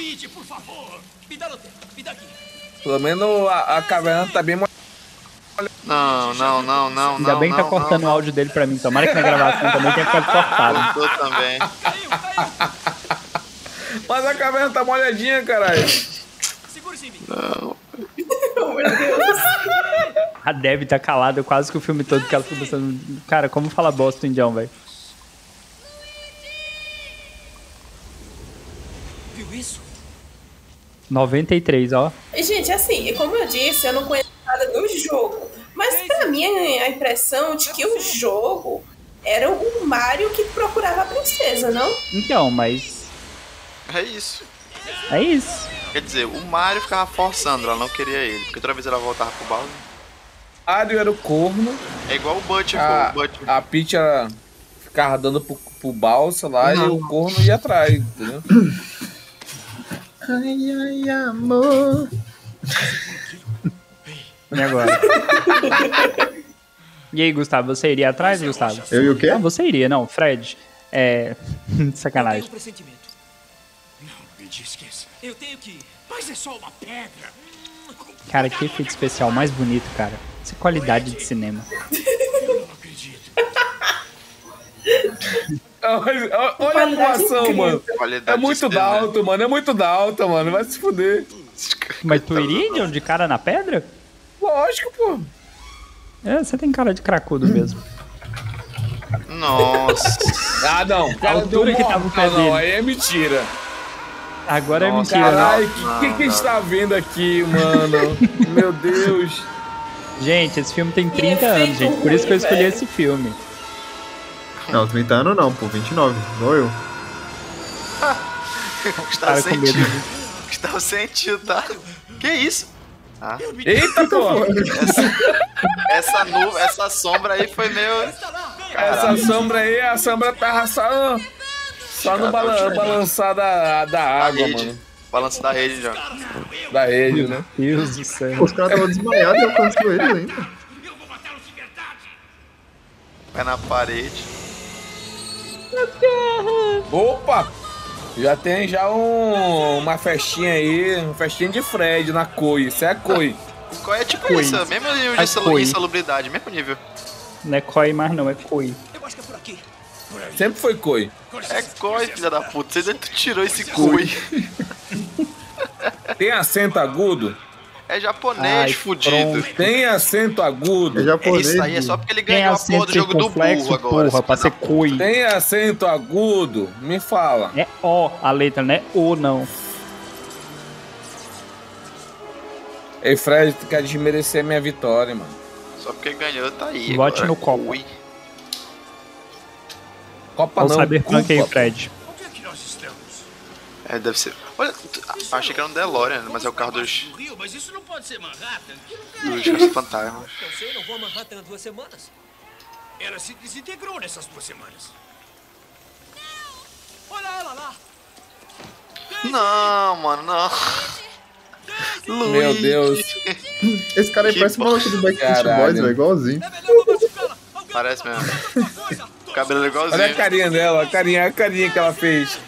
D: Pelo menos a, a caverna tá bem molhada.
F: Não, não, não, não.
C: Ainda
F: não,
C: bem que tá
F: não,
C: cortando
F: não.
C: o áudio dele pra mim. Tomara que na gravação também tenha ficado cortado.
F: Cortou também.
D: Mas a caverna tá molhadinha, caralho.
F: Não.
C: A Deb tá calada quase que o filme todo que ela fica pensando. Cara, como fala bosta o indião, velho?
I: Viu isso?
C: 93, ó.
G: E, gente, assim, como eu disse, eu não conheço nada do jogo. Mas pra mim a impressão de que o jogo era o Mario que procurava a princesa, não?
C: Então, mas
F: É isso.
C: é isso.
F: Quer dizer, o Mario ficava forçando, ela não queria ele. Porque toda vez ela voltava pro Bowser.
D: Mario era o corno.
F: É igual o Butcher,
D: A,
C: Ah,
F: pô. O Butcher.
D: a Peach era- ficava dando pro, pro balsa lá e
F: Não.
D: o corno ia atrás, entendeu?
E: Ai, ai, amor.
C: E agora? e aí, Gustavo, você iria
I: é
C: atrás, Gustavo?
E: Eu e o quê?
C: Não, você iria, não. Fred, é.
I: Tenho um
C: Sacanagem.
I: pressentimento.
S: Me diz que esse-
I: Eu tenho que.
S: Mas é só uma pedra.
C: Cara, que efeito especial mais bonito, cara. Essa qualidade de cinema.
D: Olha, olha a atuação, mano. É muito da
F: né?
D: alta, mano. É muito da alta, mano. Vai se fuder.
C: Mas tu iria, Indião, de cara na pedra?
D: Lógico, pô.
C: É, você tem cara de cracudo mesmo.
F: Nossa.
D: Ah, não.
C: A altura que tava o pé
D: Ah,
C: dele.
D: não. Aí é mentira.
C: Agora
D: Nossa,
C: é mentira.
D: Caralho, o que, que, que a gente tá vendo aqui, mano? Meu Deus.
C: Gente, esse filme
F: é
C: tem 30 anos, gente. Por isso que eu escolhi esse filme.
E: Não, 30 anos não, pô, 29. Igual eu.
F: Gustavo
C: Cara, com medo.
F: sentiu. Gustavo sentiu, tá? Que isso? Ah.
D: Eita, pô.
F: Essa nuvem, essa sombra aí foi meio.
D: Essa sombra aí, a sombra tava só, só no balan balançar da, da água, mano.
F: Balanço da rede já.
D: Da rede, né?
C: Deus do céu.
E: Os caras estavam desmaiados e eu alcanço eles ainda.
F: Pé na parede.
D: Opa! Já tem já um- uma festinha aí, uma festinha de Fred na Coi. Isso é Coi.
F: Qual é tipo
C: Coisa.
F: isso? Mesmo nível de
C: A
F: insalu-
C: coisa.
F: insalubridade, mesmo nível.
C: Não é Koi mais, não, é Koi.
D: Sempre foi Coi.
F: É coi, filha da puta. Você tu tirou esse coi.
D: Tem acento agudo?
F: É japonês, fudido.
D: pronto. Tem acento agudo?
E: É japonês.
F: Isso aí é só porque ele ganhou a porra do jogo do burro agora.
C: porra, pra ser Koi.
D: Tem acento agudo? Me fala.
C: É O a letra, não é O, não.
D: Ei, Fred, tu quer desmerecer minha vitória, mano.
F: Só porque ganhou, tá aí.
C: Bote
F: agora.
C: no copo.
F: Coi.
D: Copa
C: Olha o
D: não,
C: Cyberpunk aí,
D: culpa.
C: Fred.
S: Onde é que nós estamos?
F: É, deve ser. Olha, tu- ah, achei que era um DeLorean, mas é o carro dos,
S: Um rio, mas isso não pode ser Manhattan. Que lugar é esse?
F: dos fantasmas.
I: Eu sei, não vou a Manhattan há duas semanas.
S: Ela se desintegrou nessas duas semanas.
I: Olha ela lá.
F: Não, mano, não. Luigi.
D: Meu Deus.
E: Esse cara aí
F: Que
E: parece um maluco do Backstreet
D: Caralho.
E: Boys, velho, igualzinho.
F: Parece mesmo. O cabelo
D: Olha a
F: é igualzinho.
D: carinha dela, a carinha, a carinha que ela fez.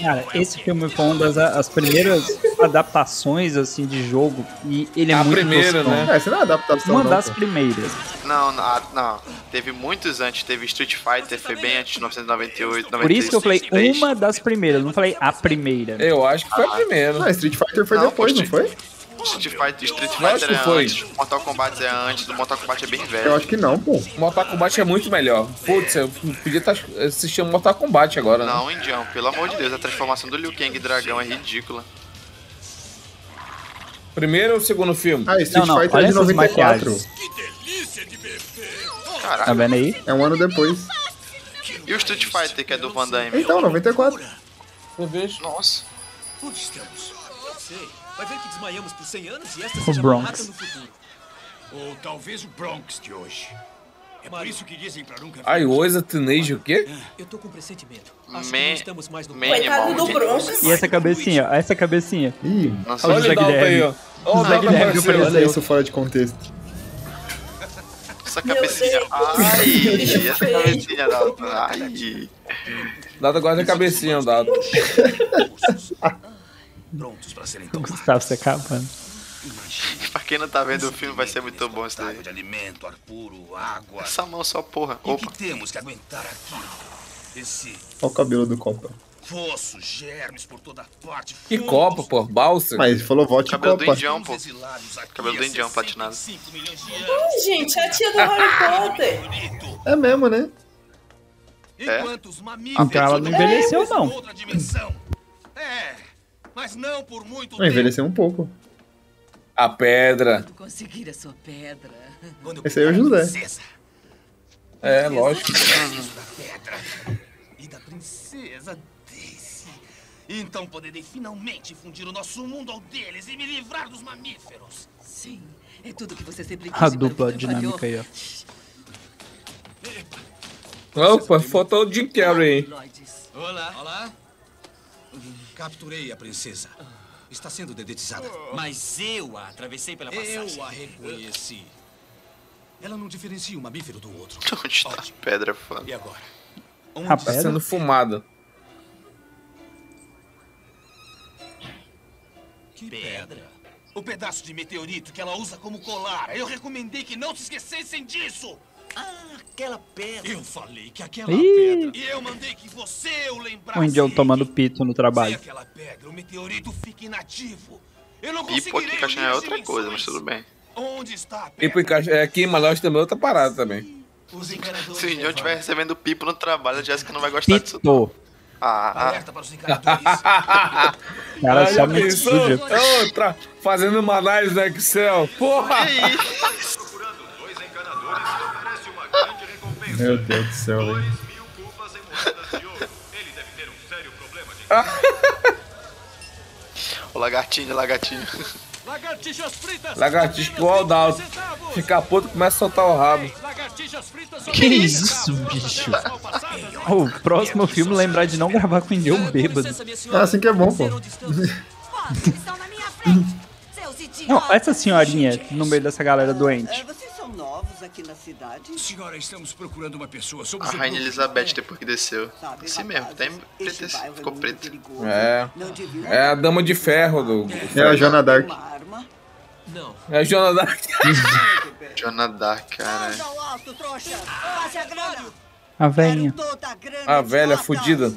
C: Cara, esse filme foi uma das as primeiras adaptações, assim, de jogo. E ele é
D: A
C: muito
D: primeira,
C: toscão.
D: né?
E: É, você não é adaptação
C: Uma
E: não,
C: das
E: pô.
C: primeiras.
F: Não, não, ah, não. Teve muitos antes. Teve Street Fighter, foi bem antes de 1998, 96.
C: Por isso que eu falei uma das primeiras, não falei a primeira.
D: Eu acho que foi a primeira.
E: Não, Street Fighter foi
F: Não,
E: depois,
F: pô,
E: não foi?
F: Street Fighter, é Street
D: Eu acho
F: Fighter
D: que
F: é
D: foi.
F: antes, Mortal Kombat é antes, do Mortal Kombat é bem
E: Eu
F: velho.
E: acho que não, pô.
D: Mortal Kombat é muito melhor. Putz, eu podia estar assistindo Mortal Kombat agora, né?
F: Não, Indião, pelo amor de Deus, a transformação do Liu Kang em dragão é ridícula.
D: Primeiro ou segundo filme?
E: Ah, Street
C: Não, não,
E: Fighter
C: olha
E: é de
C: essas
E: 94.
C: maquiagens. Tá
F: Caralho.
C: vendo aí?
E: É um ano depois.
F: E o Street Fighter, que é do Van Damme?
E: Então, 94.
D: Eu vejo.
F: Nossa.
S: Onde estamos?
I: Eu sei. Vai ver que desmaiamos por 100 anos e esta
C: O
I: seja
C: Bronx.
I: Manhattan no futuro.
S: Ou talvez o Bronx de hoje. É por isso que dizem pra nunca
D: I was a teenage o quê?
I: Eu tô com pressentimento.
F: Acho que não estamos
I: mais no
H: É,
F: Coitado
I: do Bronx.
C: E essa cabecinha, ó, essa cabecinha. Ih,
D: Nossa, olha o Dalton aí, ó. Olha o
C: José
D: Dalton
F: É,
C: Guilherme,
D: apareceu.
C: olha
E: Olha
C: aí.
E: isso fora de contexto.
F: Essa cabecinha. Ai, essa cabecinha da. Ai.
D: Dado agora a cabecinha, dado.
H: Prontos pra serem
C: O Gustavo se acabando.
F: Pra quem não tá vendo o filme, vai ser muito bom isso daí.
H: alimento, ar puro, água.
F: Essa mão só, porra.
H: E o
F: Opa.
H: que tipo temos que aguentar aqui? Esse
E: Olha o cabelo do Copa.
H: fosso, germes por toda parte.
D: Que copa, pô, balsa.
E: Mas ele falou vote
F: Cabelo do
E: Copa.
F: indião, pô. Cabelo do
H: assim,
F: indião platinado.
G: Ai, gente, a tia do Harry Potter.
E: É mesmo, né?
F: É?
C: Então ela não envelheceu, não.
H: Outra dimensão. É, mas não por muito
E: Ah, envelheceu um pouco.
D: A pedra.
T: Conseguir a sua pedra.
E: Esse aí é o José.
D: É, lógico.
H: E da princesa Daisy. Então poderei finalmente fundir o nosso mundo ao deles e me livrar dos mamíferos.
T: Sim, é tudo que você sempre quis.
C: A
T: e
C: dupla
T: para o que não
C: dinâmica aí, ó.
D: Opa, faltou o Jim Carrey, hein?
I: Olá. Ah, Olá. Capturei a princesa. Está sendo dedetizada.
T: Oh.
U: Mas eu a atravessei pela passagem.
I: Eu a reconheci. Ela não diferencia um mamífero do outro.
F: Onde tá a pedra, fã?
I: E agora?
D: Rapaz, tá sendo fumado.
H: Que pedra? O pedaço de meteorito que ela usa como colar. Eu recomendei que não se esquecessem disso. Ah, aquela pedra. Eu falei que aquela
C: Ih.
H: pedra. E eu mandei que você o lembrasse.
C: O indião tomando pito no trabalho.
H: Aquela pedra, o meteorito fica inativo. Eu não
F: Pipo
H: conseguirei
F: aqui caixinha é
H: unir as
F: outra coisa, mas tudo bem.
H: Onde está a
D: E por caixa, é aqui em Manaus também é outra parada também.
H: Os encanadores.
F: Se o John estiver recebendo pipo no trabalho, a Jéssica não vai gostar disso.
C: Pito.
F: Ah, ah.
C: Cara,
D: Aí
C: só
D: já
C: me
D: pensou?
C: suja.
D: Ô, tra- É Fazendo uma análise no Excel. Porra!
E: Meu Deus do céu, velho.
F: O lagartinho, lagartinho.
I: Lagartixas fritas!
D: Lagartixa igual o Dalton. Fica puto, começa a soltar o rabo.
I: Lagartixas fritas são
C: Que isso, bicho? O próximo filme lembrar de não gravar com ninguém um bêbado.
E: Ah, assim que é bom, pô.
C: Não, essa senhorinha no meio dessa galera doente.
T: Ah, Vocês são novos aqui na cidade?
S: Senhora, estamos procurando uma pessoa.
F: A
S: Somos um
F: Rainha
S: grupo.
F: Elizabeth depois que desceu. Assim mesmo, até emprete- ficou preta.
D: É. É a dama de ferro do.
E: É a Joana Dark.
D: É a Joana Dark.
F: Jonadar, cara.
T: Alto, trouxa! Faça a grana!
C: A velhinha.
D: A velha fudida.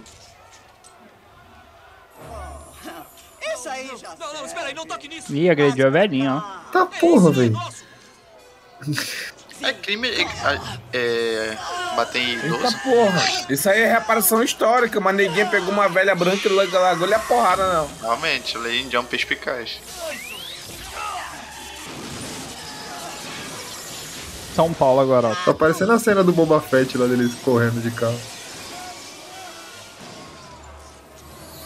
T: Isso aí já
I: Não, não, espera aí, não toque nisso!
C: Ih, agrediu a velhinha, ó.
E: Tá porra, velho.
F: É crime. É, é, bater em
D: Eita
F: idoso?
D: porra. Isso aí é reparação histórica, mas ninguém pegou uma velha branca e largou- largou ele a porrada, não.
F: Realmente, o Lady John perspicaz.
C: São Paulo agora, ó.
E: Tá parecendo a cena do Boba Fett lá deles correndo de carro.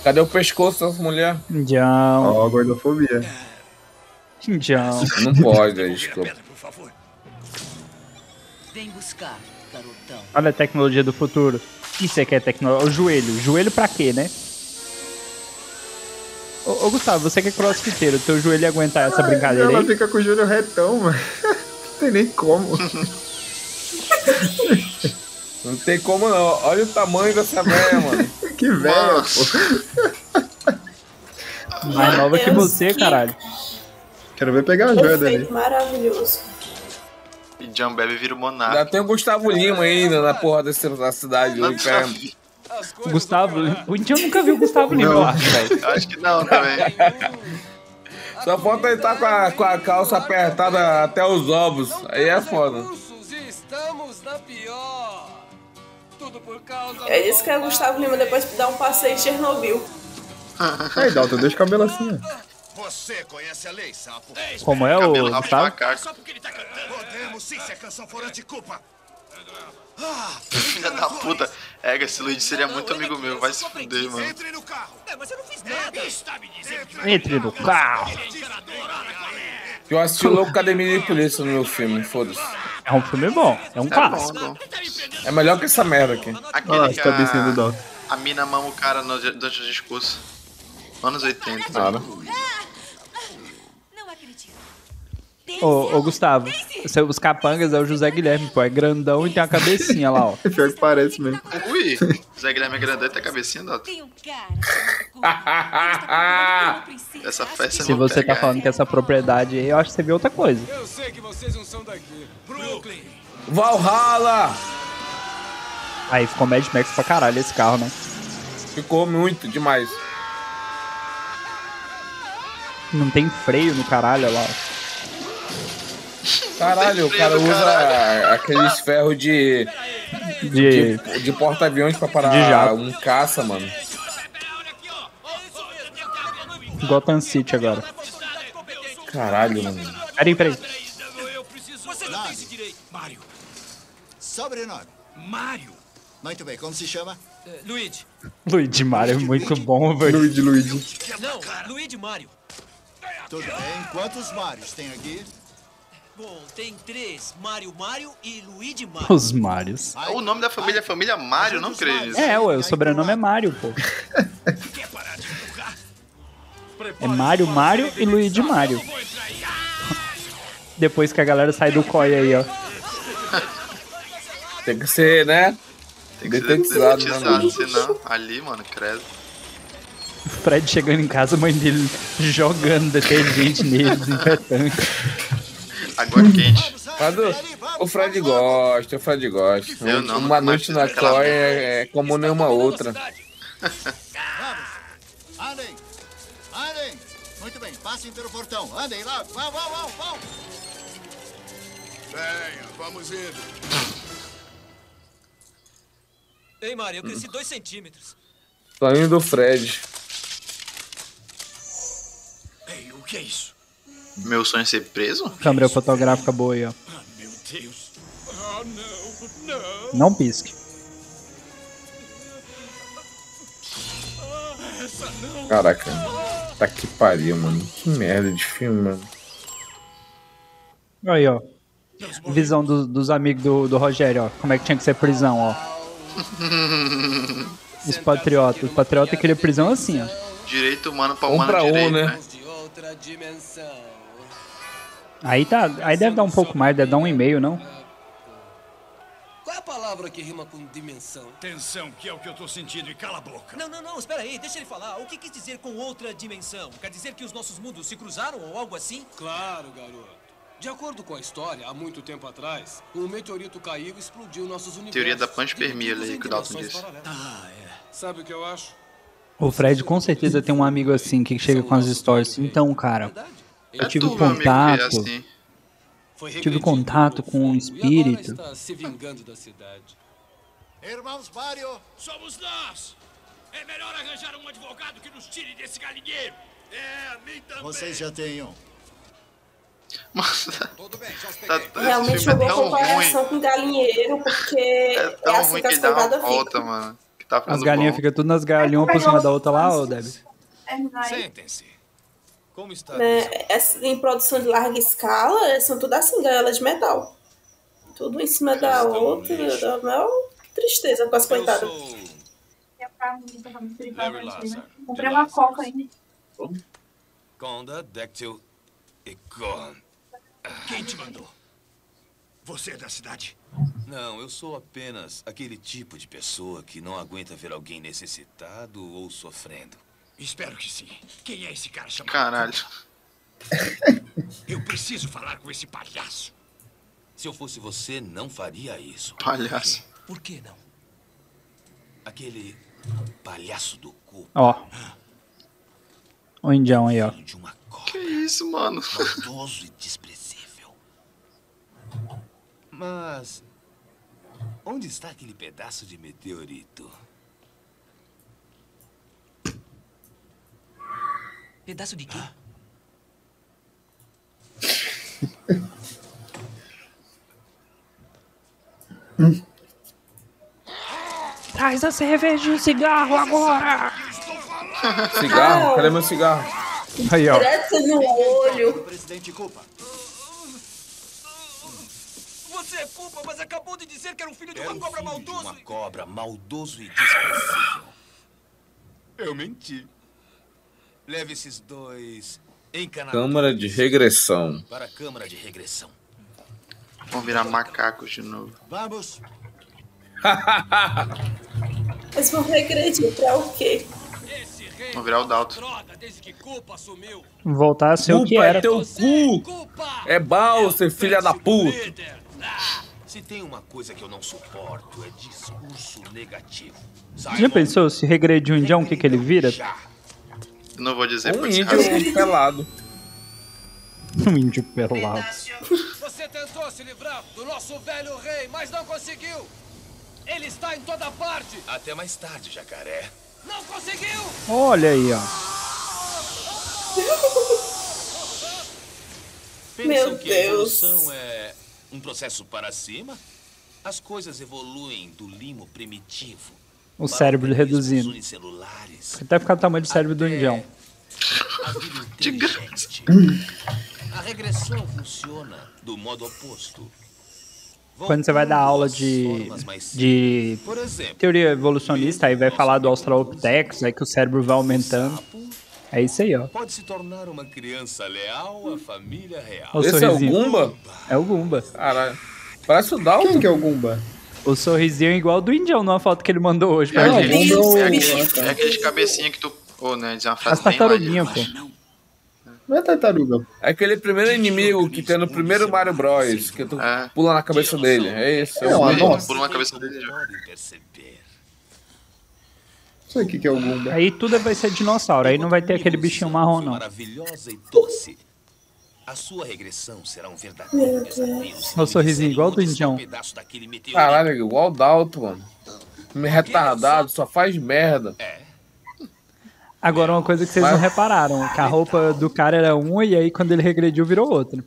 D: Cadê o pescoço dessa mulher?
C: Indião.
E: Ó, a gordofobia.
C: Indião.
D: Não pode, aí, desculpa.
T: Vem buscar, garotão.
C: Olha a tecnologia do futuro. Isso é que é tecnologia. O joelho. Joelho pra quê, né? Ô, ô, Gustavo, você que é crossfiteiro, teu joelho ia aguentar essa brincadeira
E: Ela
C: aí?
E: fica com o joelho retão, mano. Não tem nem como.
D: Não tem como não. Olha o tamanho dessa velha, mano.
E: que velha, pô.
C: Mais nova que você, caralho.
E: Quero ver
C: É
E: pegar a joia dali.
G: Perfeito, maravilhoso.
F: E John bebe e vira o
D: Já
F: monarca.
D: tem o Gustavo Lima ainda na porra desse, da cidade é- lá em Pernambuco.
C: Gustavo. O Indião nunca viu o Gustavo Lima, eu acho, velho.
F: Acho que não também.
D: Só falta ele tá com a, com a calça apertada até os ovos. Aí é foda.
I: Estamos na pior! Tudo por causa
G: É isso que é o Gustavo Lima depois de dar um passeio em Chernobyl.
E: Aí, Dalton, deixa o cabelo assim, ó.
H: Você conhece a lei, sapo.
C: Como é o
F: tá
C: Gustavo?
H: Só porque ele tá cantando. Podemos sim, se a canção for anticupa. Ah,
F: Filha da puta. É, esse Luigi seria muito amigo meu. Vai se fuder, mano.
H: entre no carro.
I: É, mas eu não fiz nada!
C: Entre no carro.
D: Eu assisti Louco Academia de Polícia no meu filme, foda-se.
C: É um filme bom, é um clássico.
D: É melhor que essa merda aqui.
F: Aquele que
C: tá
F: a, a mina mama o cara no, durante o discurso. Anos 80.
D: Cara.
C: Ô, ô, Gustavo, você- os capangas é o José Guilherme, pô. É grandão e tem a cabecinha lá, ó.
E: É Pior que parece mesmo.
F: Ui, Zé Guilherme é grandão e tá cabecinha, Dota. Essa festa é
C: Se você tá falando que essa propriedade aí, eu acho que você vê outra coisa.
H: Eu sei que vocês não são daqui. Brooklyn!
D: Valhalla!
C: Aí ficou Mad Max pra caralho esse carro, né?
D: Ficou muito demais.
C: Não tem freio no caralho, olha lá. ó.
D: Caralho, o cara usa aqueles ferros de.
C: De-
D: de, de porta-aviões pra parar
C: De jato.
D: um caça, mano.
C: Gotham City agora.
D: Caralho, mano.
C: Peraí, peraí.
H: Mário. Sobrenome. Mário.
S: Muito bem, como se chama?
H: Luigi.
C: Luigi Mario é muito bom, velho.
E: Luigi, Luigi.
H: Não, Luigi Mário.
S: Tudo bem. Quantos Marios tem aqui?
I: Bom, tem três: Mário Mário e Luigi Mário.
C: Os Marios.
F: O nome da família é família Mario, não creio nisso.
C: É, ué, o sobrenome é Mario, pô. É Mario, Mario e Luigi Mario. Depois que a galera sai do COI aí, ó.
D: Tem que ser, né? Tem que ser
F: Detetizado,
D: detetizado, né, mano?
F: senão. Ali, mano, credo.
C: O Fred chegando em casa, a mãe dele jogando detergente nele, desinfetante.
F: Água quente.
D: Mas o, o Fred gosta, o Fred gosta.
F: Eu não,
D: uma
F: mas
D: noite na
F: aquela-
D: Coy é, é como nenhuma outra.
S: Andem! Andem! Muito bem, passem pelo portão. Andem lá, vão, vão, vão, vão!
H: Venha, vamos indo.
I: Ei, Mário, eu cresci dois centímetros.
D: Sonho do Fred.
H: Ei, o que é isso?
F: Meu sonho é ser preso?
C: Câmera fotográfica boa aí, ó.
H: Meu Deus. Oh, não, não.
C: Não pisque.
D: Caraca. Tá que pariu, mano. Que merda de filme, mano.
C: Aí, ó. Visão do- dos amigos do, do Rogério, ó. Como é que tinha que ser prisão, ó. Os patriotas. Os patriotas queriam prisão assim, ó.
F: Direito humano pra
C: Um
F: humano
C: pra um,
F: direito,
C: né?
F: né?
C: Aí tá. Aí deve dar um pouco mais, deve dar um e-mail, não?
I: Qual é a palavra que rima com dimensão?
S: Tensão, que é o que eu tô sentindo, e cala a boca.
I: Não, não, não, espera aí, deixa ele falar. O que quis dizer com outra dimensão? Quer dizer que os nossos mundos se cruzaram ou algo assim?
V: Claro, garoto. De acordo com a história, há muito tempo atrás, um meteorito caiu e explodiu nossos universos.
F: Teoria da panspermia, ali, que o Dalton
V: dimensões
F: disse.
V: paralelas. Sabe o que eu acho?
C: O Fred com certeza tem um amigo assim que chega com as stories. Então, cara,
F: É
C: eu tive contato.
F: assim.
C: Tive contato com um espírito.
V: Está Tá se vingando da cidade.
S: Irmãos Mário!
H: Somos nós! É melhor arranjar um advogado que nos tire desse galinheiro! É, a mim também!
S: Vocês já têm um.
F: Tá, esse
G: Realmente
F: filme
G: não
F: é tão
G: vou
F: ruim.
G: comparação com galinheiro, porque é,
F: Tão
G: assim
F: ruim
G: que
F: que
G: as
F: ele dá uma
G: coitadas
F: volta, mano. Que tá
C: As
F: ficando
C: galinhas
F: bom.
C: ficam tudo nas galinhas, uma por cima da outra lá, ô Deb.
G: ficam.
H: Sentem-se. Como está?
G: Né, essa- em produção de larga escala, são tudo assim, gaiolas de metal. Tudo em cima da
F: um
G: outra, da maior tristeza com as coitadas.
W: É
H: Larry Lazar.
W: né? Comprei uma coca ainda.
H: Conda, Dectil e Gon. Quem te mandou? Você é da cidade?
V: Não, eu sou apenas aquele tipo de pessoa que não aguenta ver alguém necessitado ou sofrendo.
H: Espero que sim. Quem é esse cara chamado?
F: Caralho.
H: Eu preciso falar com esse palhaço.
V: Se eu fosse você, não faria isso.
F: Palhaço.
V: Por que não? Aquele palhaço do cu.
C: Ó. O indião aí, ó.
F: Que isso, mano?
V: Maldoso e desprezível. Mas. Onde está aquele pedaço de meteorito?
I: Pedaço de quê?
X: Traz a cerveja e um cigarro agora!
D: Cigarro? Cadê meu cigarro?
C: Aí, ó.
G: um Direto no olho.
S: Presidente Culpa.
I: Isso é culpa, mas acabou de dizer que era um filho de uma
V: um
I: cobra
V: filho de
I: maldoso.
V: uma cobra maldoso e desprezível. Eu menti. Leve esses dois encanadores
D: Câmara de regressão.
V: para a câmara de regressão.
F: Vão virar macacos de novo.
V: Vamos.
G: Eles vão regredir pra o quê?
F: Vão virar o Dalton.
C: Voltar a ser o que
D: Culpa é
C: era.
D: teu cu! É Bowser, filha da puta!
V: Se tem uma coisa que eu não suporto é discurso negativo.
C: Você Já pensou se regredir um indião, o que, que ele vira?
F: Não vou dizer
D: Um
F: por esse
D: índio
F: razão.
D: um pelado.
C: Um índio pelado.
I: Você tentou se livrar do nosso velho rei, mas não conseguiu. Ele está em toda parte.
V: Até mais tarde, jacaré.
I: Não conseguiu.
C: Olha aí, ó.
V: Pensam
G: Meu
V: que
G: Deus.
V: a evolução é um processo para cima? As coisas evoluem do limo primitivo.
C: O cérebro reduzindo. Até ficar o tamanho do cérebro do indião.
V: De graça. A regressão funciona do modo oposto. Vão
C: Quando você vai dar aula de, de teoria evolucionista, aí vai falar do Australopithecus, aí que o cérebro vai aumentando. É isso aí, ó.
V: Pode se tornar uma criança leal à família real.
C: Olha o
D: Esse é o
C: sorrisinho.
D: Gumba?
C: É o Gumba.
D: Caralho. Parece o Dalton.
E: Quem que é o Gumba?
C: O sorrisinho é igual ao do indião numa foto que ele mandou hoje
F: É
C: pra
F: aqueles,
C: gente.
E: um-
F: é aqueles, é aqueles cabecinha que tu. Ô, né? Diz uma
C: As
F: frase bem lá de-
C: tartaruguinhas, pô.
E: Não é tartaruga.
D: É aquele primeiro inimigo que tem no primeiro Mario Bros. Que tu pula na cabeça dele. É isso.
E: É uma
D: Gumba.
E: nossa.
F: Pula na cabeça dele já.
E: Não sei o que, que é o Gumba.
C: Aí tudo vai ser dinossauro, aí não vai ter aquele bichinho marrom, não.
V: Maravilhosa e doce. A sua regressão será um verdadeiro desafio. se
C: Olha o sorrisinho igual ao do indião.
V: pedaço daquele meteorito.
D: Caralho, igual o Dalton, mano. Me retardado, só faz merda.
C: Agora, uma coisa que vocês não repararam, que a roupa do cara era um e aí quando ele regrediu virou outro.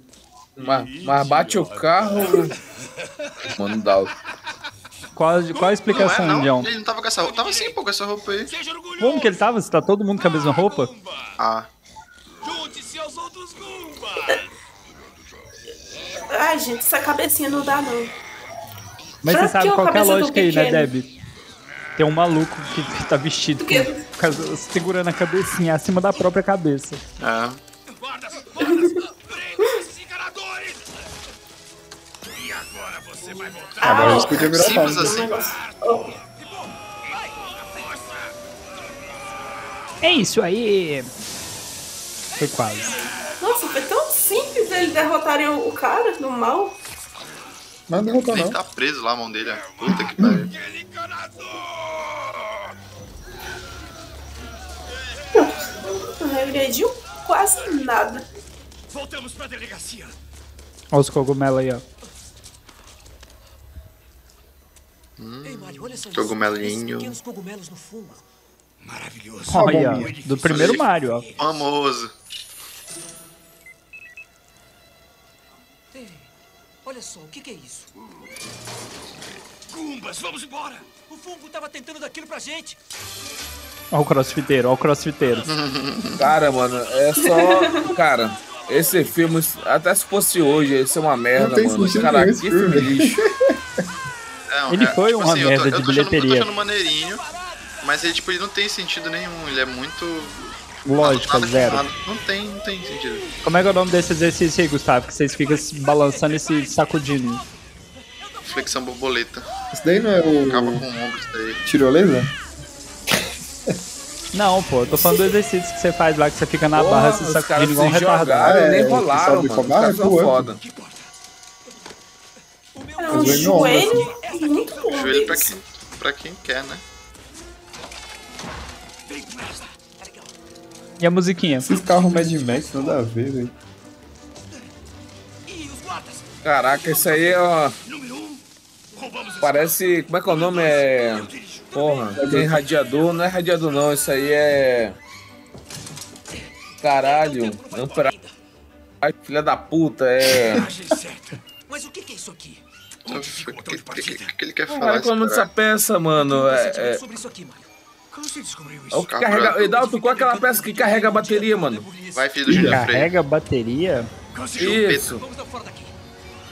D: Mas, mas bate o carro. Mano, Dalton.
C: Qual, qual a
F: Não é,
C: explicação,
F: não?
C: Indião?
F: Ele não tava com essa Tava sim, pô, com essa roupa aí.
C: Como que ele tava? Se tá todo mundo com a mesma roupa?
F: Ah.
I: Junte-se aos outros Gumba.
F: é
G: Ai, gente, essa cabecinha não dá, não.
C: Mas você
G: Pra que
C: sabe
G: a
C: qual que é a
G: cabeça do
C: lógica aí, né,
G: pequeno?
C: Deb? Tem um maluco que, que tá vestido com, com as- segurando a cabecinha acima da própria cabeça.
F: Ah.
G: Ah,
E: Agora eles podiam virar
F: Simples
E: Dalton.
F: assim.
C: É isso aí! Foi quase.
G: Nossa, foi tão simples eles derrotarem o o cara no mal.
E: Mas não derrotou,
F: Ele
E: não.
F: tá preso lá, a mão dele. ó. Puta que pariu.
G: Não regrediu quase nada.
H: Voltamos pra delegacia.
C: Olha os cogumelos aí, ó.
I: Ei, Mário, olha essa luz.
F: Cogumelinho.
I: Esses pequenos cogumelos no fundo.
F: Maravilhoso.
C: Olha, do primeiro Mario, ó.
F: Famoso.
I: Ei, olha só, o que, que é isso?
H: Gumbas, vamos embora.
I: O fungo tava tentando daquilo pra gente.
C: Olha o crossfiteiro, olha o crossfiteiro.
D: Cara, mano, é só. Cara, esse filme, até se fosse hoje, ia ser uma merda,
E: Não tem
D: mano.
E: sentido
D: Cara,
E: nenhum
D: que
E: esse
D: filme lixo.
F: Não, é, tipo assim,
C: Ele foi uma
F: eu tô-
C: merda
F: eu tô
C: de
F: achando-
C: bilheteria.
F: Eu tô achando maneirinho, mas ele, tipo, ele não tem sentido nenhum. Ele é muito.
C: Lógica,
F: nada
C: zero.
F: chamado. Não tem, não tem sentido.
C: Como é que é o nome desse exercício aí, Gustavo? Que vocês ficam se balançando e se sacudindo.
F: Flexão borboleta.
E: Isso daí não é
F: Acaba
E: o
F: com o ombro isso daí.
E: tirolesa?
C: Não, pô, eu tô falando do exercício que você faz lá, que você fica na
D: Porra,
C: barra se
D: os
C: sacudindo
D: caras
C: igual um
D: se
C: retardado.
D: jogaram,
E: É,
D: nem
E: o pessoal
D: rolaram,
E: de
D: mano. Os
E: Cobar
D: caras
E: é
D: são foda.
E: voando.
G: É um
E: Mas não é
G: joelho muito bom.
F: Joelho pra
G: deles.
F: quem, pra quem quer, né?
C: E a musiquinha?
E: Esses carros Mad Max nada a ver, velho.
D: Caraca, isso aí é uma. Parece. Como é que é o nome? É. Porra, tem radiador. Não é radiador, não. Isso aí é. Caralho. É um pra... Ai, filha da puta, é.
I: Mas o que, que é isso aqui?
F: O que, que- que ele quer
D: Não vai
F: falar? tipo, ah,
D: reclamando dessa
F: cara?
D: peça, mano. É. é...
I: Sobre isso aqui, Mário.
H: Como você descobriu
D: é o que carrega... E Dalton, qual é aquela peça que carrega a bateria, mano?
F: Vai, filho do Júnior Freire.
C: Carrega a bateria?
D: Isso.
I: Vamos dar fora daqui.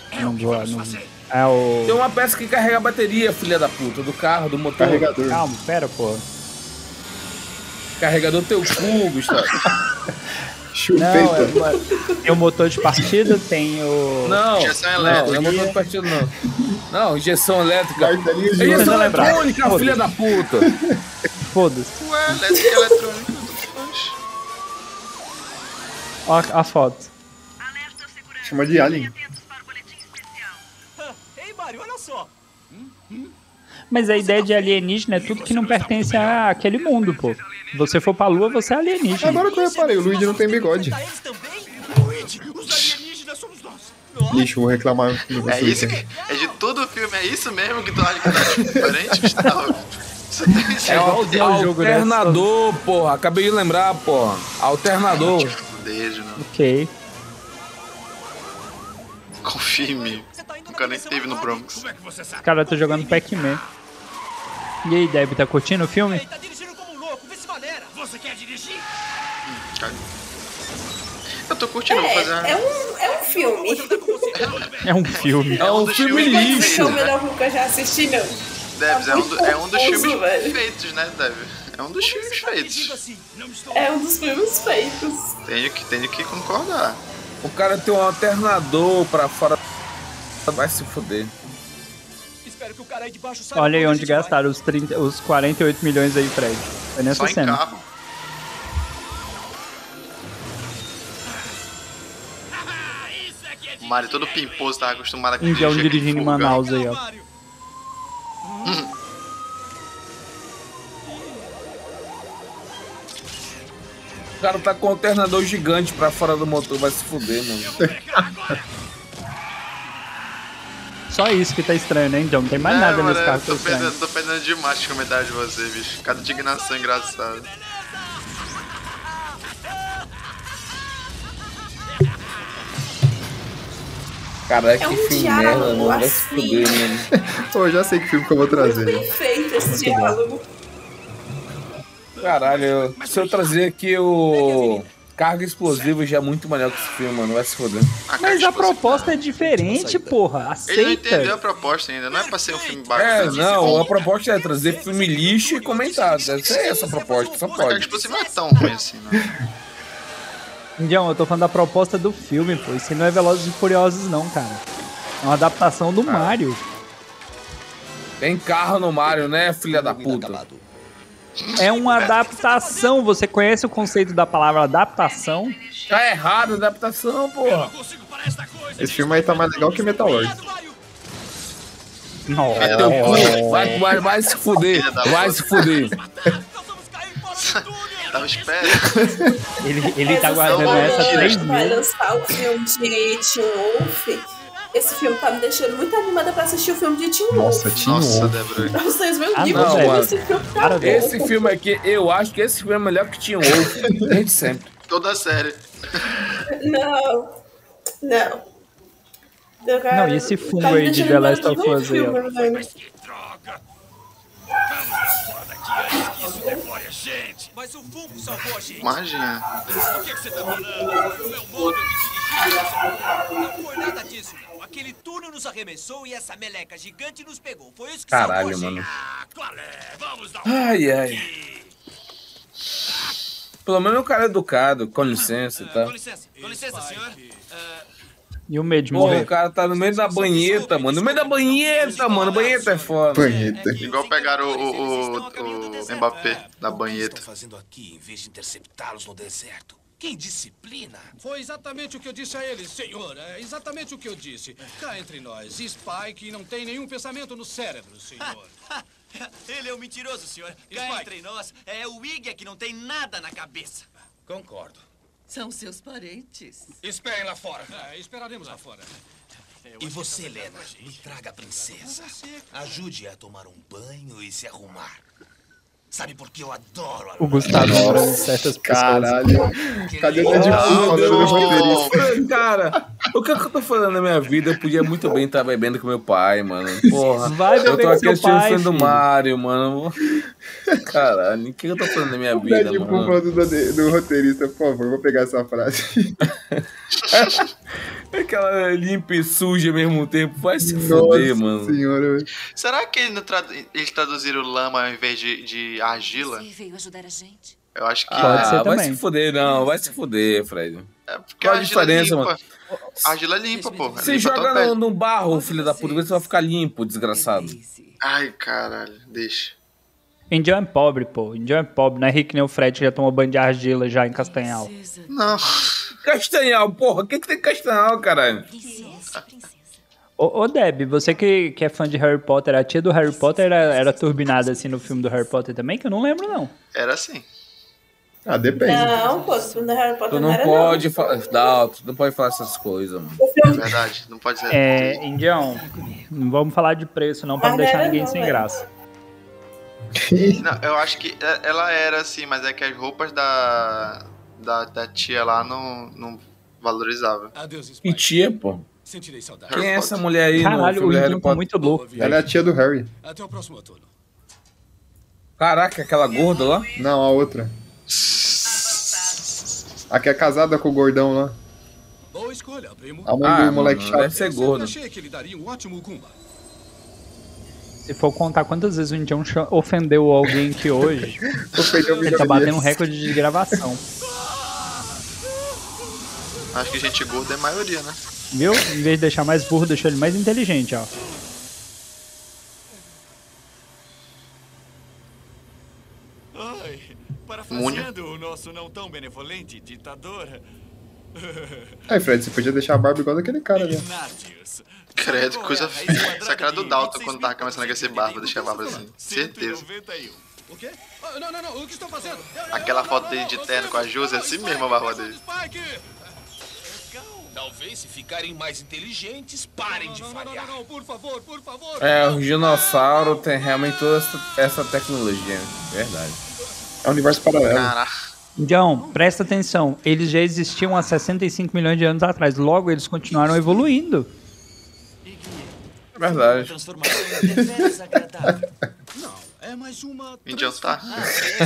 F: Chupeta.
C: não boa, não. É o.
D: Tem uma peça que carrega a bateria, filha da puta, do carro, do motor.
C: Carregador. Calma, pera, pô.
D: Carregador teu cu, Gustavo.
C: Não, é uma- tem o motor de partida, tem o.
D: Não, não, não é motor de partido, não. Não, injeção elétrica.
E: é
C: de
D: Injeção
C: luz.
D: É eletrônica,
C: Foda-se.
D: filha da puta.
C: Foda-se.
F: Ué, é elétrica e eletrônica.
C: Ó a- a foto.
E: Chama de Alien.
I: Ei, Mario, olha só.
C: Mas a ideia de alienígena é tudo que não pertence àquele mundo, pô. Você for pra lua, você é alienígena.
E: Agora que eu reparei, o Luigi não tem bigode. Lixo, vou reclamar no
F: É isso
E: Twitter.
F: que. É de todo o filme, é isso mesmo que tu acha que tá diferente,
C: É
F: Gustavo? Você tem esse-
D: É
C: um
D: alternador, porra. Acabei de lembrar, porra. Alternador.
F: Tipo,
C: Ok.
F: Confia em mim. Nunca nem teve no Bronx.
C: Cara, eu tô jogando Pac-Man. E aí, Deb, tá curtindo o filme?
I: um
H: Você quer dirigir?
F: Hum, Eu tô curtindo, vou fazer uma...
G: É um, é um filme.
C: É um filme.
D: É um filme lixo.
G: Não é o melhor filme que eu já assisti, não.
F: Debs, é um, do- é um dos
G: Confuso,
F: filmes
G: velho.
F: feitos, né, Debs? É um dos filmes feitos.
G: É um dos filmes feitos.
F: Tenho que, tenho que concordar.
D: O cara tem um alternador pra fora. Vai se fuder.
I: Espero que o cara aí de baixo saiba.
C: Olha aí onde gastaram os, 30, os 48 milhões aí, Fred. Foi nessa
F: Só em
C: cena.
F: carro. O Mário todo pimposo tava acostumado a
C: Indião
F: dirigir
C: Um dirigindo em
F: aquele Furgão.
C: Manaus aí, ó.
D: O cara tá com um alternador gigante pra fora do motor. Vai se fuder, mano.
C: Só isso que tá estranho, né, Indião? Não tem mais nada
F: Não,
C: nesse
F: É, mano,
C: carro
F: eu
C: que tá
F: tô
C: estranho.
F: perdendo, tô perdendo demais os comentários de você, bicho. Cada indignação engraçada. Ah,
D: Caraca,
G: É
D: que
G: um
D: filme
G: diálogo
D: merda, mano. Vai se
G: assim.
D: fuder, mano.
E: Pô, eu já sei que filme que eu vou trazer. né?
G: Bem feito esse diálogo.
D: Caralho, eu- se eu trazer aqui o. Carga explosivo já é muito melhor que esse filme, mano. Vai se fuder.
C: Mas
F: tipo assim,
C: a proposta é diferente, porra.
F: Ele não entendeu
C: Aceita.
F: a proposta ainda, não é pra ser um filme
D: É,
F: bacana.
D: não, a proposta é trazer filme lixo e comentado. Deve ser essa a proposta, só
F: Carga
D: pode.
F: explosiva não é tão ruim assim, né?
C: Indião, eu tô falando da proposta do filme, pô. Isso aí não é Velozes e Furiosos, não, cara. É uma adaptação
F: Ah.
C: do Mario.
D: Tem carro no Mario, né, filha da puta?
C: É uma adaptação. Você conhece o conceito da palavra adaptação?
D: Tá errado a adaptação, porra.
E: Esse filme aí tá mais legal que Metal Lord.
C: Não.
D: Vai
F: É,
D: teu cu, vai, vai, vai se fuder, vai se fuder.
F: Tava esperando.
C: Ele, ele tá
G: Essa
F: é
C: guardando
G: semana
C: essa há três
G: que Vai
C: meses.
G: lançar o filme de Tim Wolf. Esse filme tá me deixando muito animada pra assistir o filme de Tim Wolf.
E: Nossa, tinha um.
G: Pra vocês verem o
D: Ah,
G: nível
D: não,
G: de filme
D: mano.
G: esse filme tá bom.
D: Esse filme aqui, eu acho que esse filme é melhor que Teen Wolf, desde sempre.
F: Toda série.
G: Não. Não. Eu quero-
C: Não, e esse fungo
G: tá me
C: aí de
G: deixando
C: The Last of
G: muito
C: Us aí, ó.
G: filme, velho.
I: Mas o Funko salvou a gente.
F: Imagina.
I: O que, é que você tá falando? Não é o modo que te dirigiu. Não foi nada disso, não. Aquele túnel nos arremessou e essa meleca gigante nos pegou. Foi isso que
D: Caralho,
I: salvou a gente.
D: mano. Ai, ai. Pelo menos o cara é educado, com licença, tá?
I: Com licença, senhora.
C: E o medo de
D: Porra, o
C: morrer.
D: cara tá no meio da banheta, mano. No meio da banheta, mano. Banheta é foda.
E: Banheta.
F: Igual pegaram o, o, o, o Mbappé da banheta.
S: fazendo aqui em vez de interceptá-los no deserto? Quem disciplina?
H: Foi exatamente o que eu disse a eles, senhor. É exatamente o que eu disse. Cá entre nós, Spike não tem nenhum pensamento no cérebro, senhor.
U: Ele é um mentiroso, senhor. Cá entre nós, é o Iggy que não tem nada na cabeça.
H: Concordo.
T: São seus parentes.
H: Esperem lá fora. É, esperaremos lá fora.
U: E você, Lena, me traga a princesa. Ajude a tomar um banho e se arrumar. Sabe por que eu adoro a
C: O Gustavo
U: Nossa,
C: lembrando certas pessoas.
E: Caralho. Cadê o
D: Ah,
E: Deadpool falando do roteirista?
D: Cara, o que, é que eu tô falando na minha vida? Eu podia muito bem estar bebendo com meu pai, mano. Porra.
C: Vai beber
D: eu tô
C: com
D: aqui
C: é seu
D: assistindo o
C: pai,
D: filme do
C: filho.
D: Mario, mano. Caralho, o que, é que eu tô falando na minha
E: O
D: vida,
E: Deadpool
D: mano?
E: falando do, do roteirista, por favor, vou pegar essa frase.
D: Aquela limpa e suja ao mesmo tempo. Vai se foder, mano.
E: Senhora.
F: Será que ele não tradu- eles traduziram lama ao invés de, de argila?
R: Você veio ajudar a gente?
F: Eu acho que. é,
D: Ah, vai se foder, não. Vai se foder, Fred.
F: Tá Porque a argila
D: diferença,
F: limpa.
D: mano?
F: Argila é limpa, pô.
D: Você
F: Limpa
D: joga
F: tua pele.
D: no, num barro, filho da puta, você vai ficar limpo, desgraçado.
F: Ai, caralho, deixa.
C: Indião é pobre, pô. Indião é pobre. Não é rico nem o Fred que já tomou banho de argila já em Castanhal.
F: Não.
D: Castanhal, porra. O que, que tem castanhal, caralho?
C: Ô, ô Deb, você que, que é fã de Harry Potter, a tia do Harry Potter era, era turbinada assim no filme do Harry Potter também, que eu não lembro, não.
F: Era assim.
E: Ah, depende.
G: Não, pô, o filme da Harry Potter
D: Tu
G: não,
D: não
G: era
D: pode falar. Não, tu não pode falar essas coisas, mano.
F: É verdade, não pode ser.
C: É, Indião, não vamos falar de preço não pra não
F: Mas
C: deixar
F: era
C: ninguém
F: não,
C: sem
F: velho.
C: graça.
F: Não, eu acho que é- ela era assim, mas é que as roupas da. da, da tia lá não, não valorizava.
D: Que tia, pô.
H: Sentirei saudade.
D: Quem é essa mulher aí no filme do
C: tá
D: Harry Potter?
E: Ela é a tia do Harry.
H: Até o próximo outono.
D: Caraca, aquela gorda lá?
E: Não, a outra. A que é casada com o gordão lá.
H: Boa escolha,
D: Ah,
H: primo.
E: A mãe
F: Ah,
E: do Ah, moleque chato.
D: é
H: Eu sempre achei que ele daria um ótimo Goomba.
C: Se for contar quantas vezes o Indião cha- ofendeu alguém aqui hoje,
F: é.
E: Ofendeu
C: ele tá
E: milhões.
C: batendo um recorde de gravação.
F: Acho que gente gorda é a maioria, né?
C: Viu? Em vez de deixar mais burro, deixou ele mais inteligente, ó.
H: Ai, parafraseando o nosso não tão benevolente ditador.
E: Aí, Fred, você podia deixar a barba igual daquele cara ali.
H: Ignatius.
F: Credo, que coisa feia. Isso é a cara do Dalton quando tava começando a crescer barba, deixar a barba assim. Certeza.
H: um. O quê? Ah, não, não, não, o que estou fazendo? Eu- eu-
F: Aquela foto dele de terno com a Josi é assim mesmo a barba dele.
H: Spike!
U: Talvez se ficarem mais inteligentes, parem de falhar.
H: Não, por favor, por favor.
D: É, o dinossauro tem realmente toda essa, essa tecnologia. Verdade.
E: É um universo paralelo.
C: Indião, presta atenção. Eles já existiam há 65 milhões de anos atrás. Logo, eles continuaram evoluindo.
D: Verdade.
H: Não, é mais uma.
F: Idiota.
U: Ah,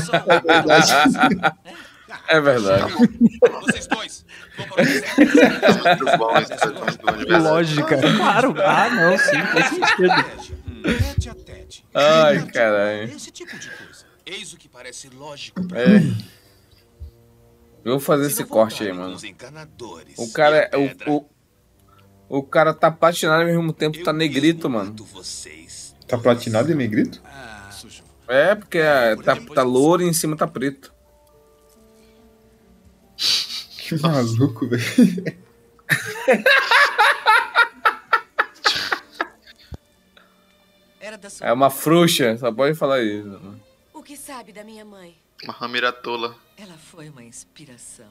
H: É verdade.
D: É verdade.
H: Vocês dois.
F: Muito bom, isso é muito bom de verdade.
C: Lógica. Claro, ah, não, sim, faz sentido.
H: Hum.
D: Ai, caralho.
U: Esse tipo de coisa. Eis o que parece lógico.
D: É. Eu vou fazer esse corte aí, mano. O cara é. O, o, o cara tá patinado e ao mesmo tempo tá negrito, mano.
E: Tá platinado e negrito?
D: É, porque é, tá, tá louro e em cima tá preto.
E: Que maluco, velho.
D: É uma frouxa, só pode falar isso. mano.
R: O que sabe da minha mãe?
F: Uma ramira tola.
T: Ela foi uma inspiração.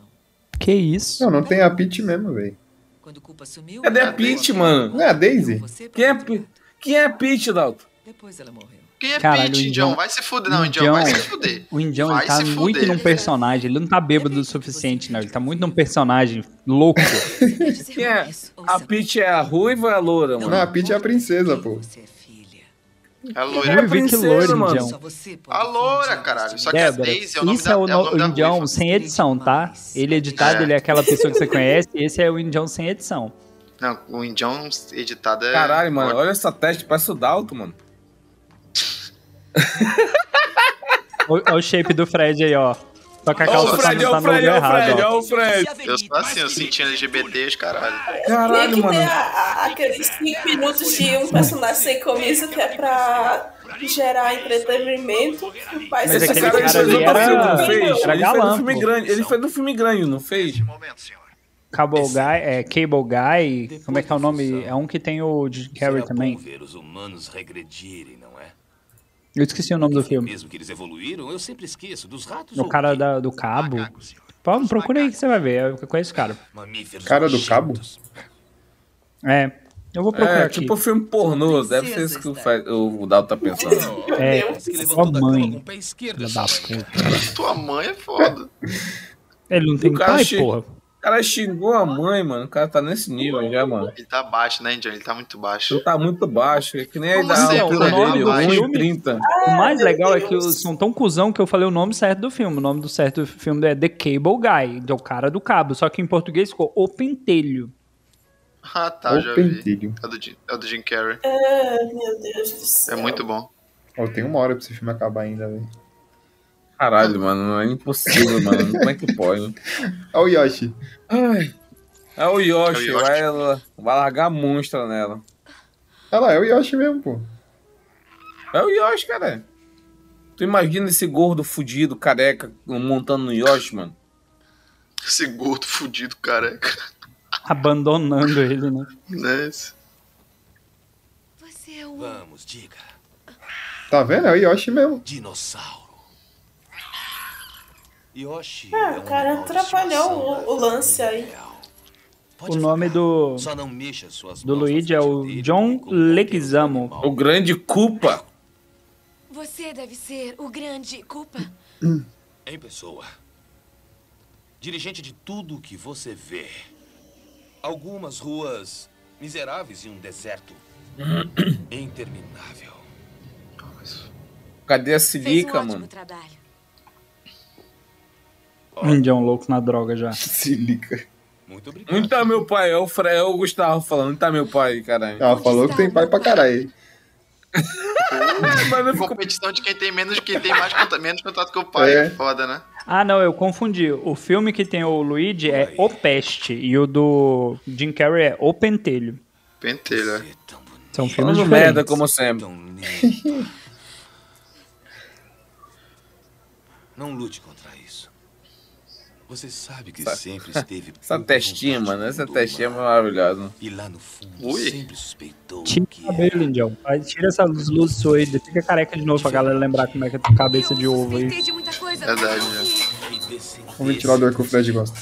C: Que isso?
E: Não, não tem a Peach mesmo, velho.
T: Quando o culpa sumiu.
D: Cadê a Peach, mano?
E: Não é a Daisy?
D: Quem é, Pe- quem é a Peach, Dalton?
T: Depois ela morreu.
F: Quem é
C: Caralho,
F: Pete,
C: o
F: Indião?
C: Indião-
F: Vai se fuder. Não, Indião, vai se fuder.
C: o Indião
F: Vai
C: ele tá
F: se fuder.
C: muito num personagem. Ele não tá bêbado o suficiente, não. Ele tá muito num personagem louco.
D: Quem é? A Peach é a ruiva ou a loura, mano?
E: Não, a Peach é a princesa, pô.
T: é,
F: A
C: Ruiva
F: loira.
C: e que loira, Indião.
F: A loira, caralho. Só que a
C: Débora,
F: Daisy é o nome
C: isso
F: da,
C: é o, no-
F: nome
C: o
F: da
C: Indião sem edição, tá? Ele editado,
F: É.
C: ele é aquela pessoa que você conhece. Esse é o Indião sem edição.
F: Não, o Indião editado é.
D: Caralho, mano, olha essa teste, parece o Dalton, mano.
C: Olha o shape do Fred aí, ó. Só que a
D: Ó o
C: calça
D: Fred,
C: tá,
D: ó
C: tá
D: o
C: no lugar
D: Fred, ó o
C: errado,
D: Fred,
C: ó.
D: ó o Fred.
F: Eu sou assim, eu senti LGBT e os caralho.
G: Tem que
D: Caralho,
G: ter
D: mano.
G: a- a- aqueles 5 minutos de um personagem sem camisa que é pra gerar entretenimento. Mas,
C: Mas
G: esse
C: aquele
G: cara-
C: cara ali
D: Ele
C: era,
D: um
G: Ah,
D: não fez?
C: era
D: Ele fez um
C: galã.
D: filme
C: pô.
D: grande, ele fez um filme grande, não fez?
C: Cable Guy, é, Cable Guy, como é que é o nome? É um que tem o Jim
H: é
C: Carrey também.
V: ver os humanos regredirem, não é?
C: Eu esqueci o nome do filme.
V: Mesmo que eles evoluíram, eu sempre esqueço dos ratos
C: O
V: ou
C: cara da- do cabo. Pô, procura aí que você vai ver, eu conheço o cara.
V: mamíferos.
E: Cara do cabo?
C: É, eu vou procurar
D: É,
C: aqui.
D: tipo filme pornô, deve ser isso que o, Fred- o o Dalton tá pensando.
C: É, sua mãe. Filha
V: assim.
C: da puta.
F: Tua mãe é foda.
C: Ele não tem
D: O cara
C: pai,
D: che-
C: porra.
D: O cara xingou a mãe, mano. O cara tá nesse nível já, mano.
F: Ele tá baixo, né, Indião? Ele tá muito baixo.
D: Ele tá muito baixo. É que nem a
F: Como
D: idade
F: sempre,
D: altura
F: né?
D: dele,
F: Tá baixo.
D: 1,30.
C: O mais legal é que eles são tão cuzão que eu falei o nome certo do filme. O nome do certo do filme é The Cable Guy, que é o cara do cabo. Só que em português ficou O Pentelho.
F: Ah, tá,
E: Open
F: já vi.
E: Video.
F: É do, Jim, é do Jim Carrey.
G: Ah, meu Deus do
F: É
G: céu.
F: muito bom.
E: Ó, tem uma hora pra esse filme acabar ainda, velho.
D: Caralho, mano, é impossível, mano. Como é que pode?
E: Olha o Yoshi.
D: É o Yoshi,
E: É o Yoshi.
D: Vai, vai largar a monstra nela.
E: Olha lá, é o Yoshi mesmo, pô.
D: É o Yoshi, cara. Tu imagina esse gordo fudido, careca, montando no Yoshi, mano?
F: Esse gordo fudido, careca.
C: Abandonando ele, né?
F: Né?
U: Vamos, diga.
E: Tá vendo? É o Yoshi mesmo.
U: Dinossauro. Yoshi é um
G: Ah, o cara atrapalhou o, o lance aí.
C: O nome do, do Luigi é o John Leguizamo.
D: O grande culpa.
R: Você deve ser o grande culpa.
U: Em pessoa. Dirigente de tudo o que você vê. Algumas ruas miseráveis e um deserto interminável.
D: Cadê a
R: Fez um
D: silica,
R: ótimo
D: mano?
R: trabalho.
C: Um Indião louco na droga já.
E: Silica.
U: Muito obrigado.
D: Muito tá meu pai, é o, Fre é o Gustavo falando. Muito tá meu pai, caralho.
E: Ela falou que tem pai pra caralho.
F: Competição de quem tem menos, quem tem mais conta- menos contato com o pai.
C: É.
F: É foda, né?
C: Ah, não, eu confundi. O filme que tem o Luigi é O Peste e o do Jim Carrey é O Pentelho.
F: Pentelho, é.
C: São
D: Falando
C: filmes diferentes.
D: merda, como
U: é
D: sempre.
U: Não lute contra isso. Você sabe que
D: Essa-
U: sempre esteve
D: Essa testinha, mano.
E: né?
D: Essa testinha é maravilhosa.
U: E lá no fundo sempre suspeitou
C: Tira o cabelo, Indião. Faz- Tira essas luzes suas, fica careca de novo pra galera lembrar como é que é tua cabeça de ovo aí.
R: de muita coisa.
F: Verdade, né?
E: Um ventilador que o Fred gosta.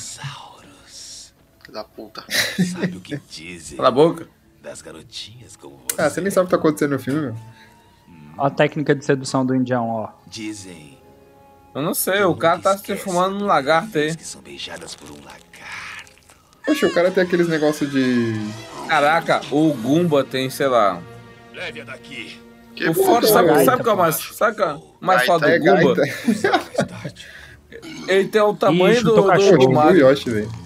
F: Da puta.
U: Sabe o que dizem?
E: Cala a boca.
U: Das garotinhas como você.
E: Ah, você nem sabe o que tá acontecendo no filme, meu.
C: Ó a técnica de sedução do Indião, ó.
U: Dizem.
D: Eu não sei, o cara tá se fumando no lagarto aí.
U: Que são beijadas por um lagarto.
E: Poxa, o cara tem aqueles negócios de.
D: Caraca, o Gumba tem, sei lá.
U: Leve-a daqui.
D: o foda, sabe, sabe qual é o mais, sabe qual é o mais
E: Gaita,
D: foda
E: é
D: do Gumba? Ele tem o tamanho
E: então
D: do, do, do
E: do
D: Mario.
E: um Yoshi, velho.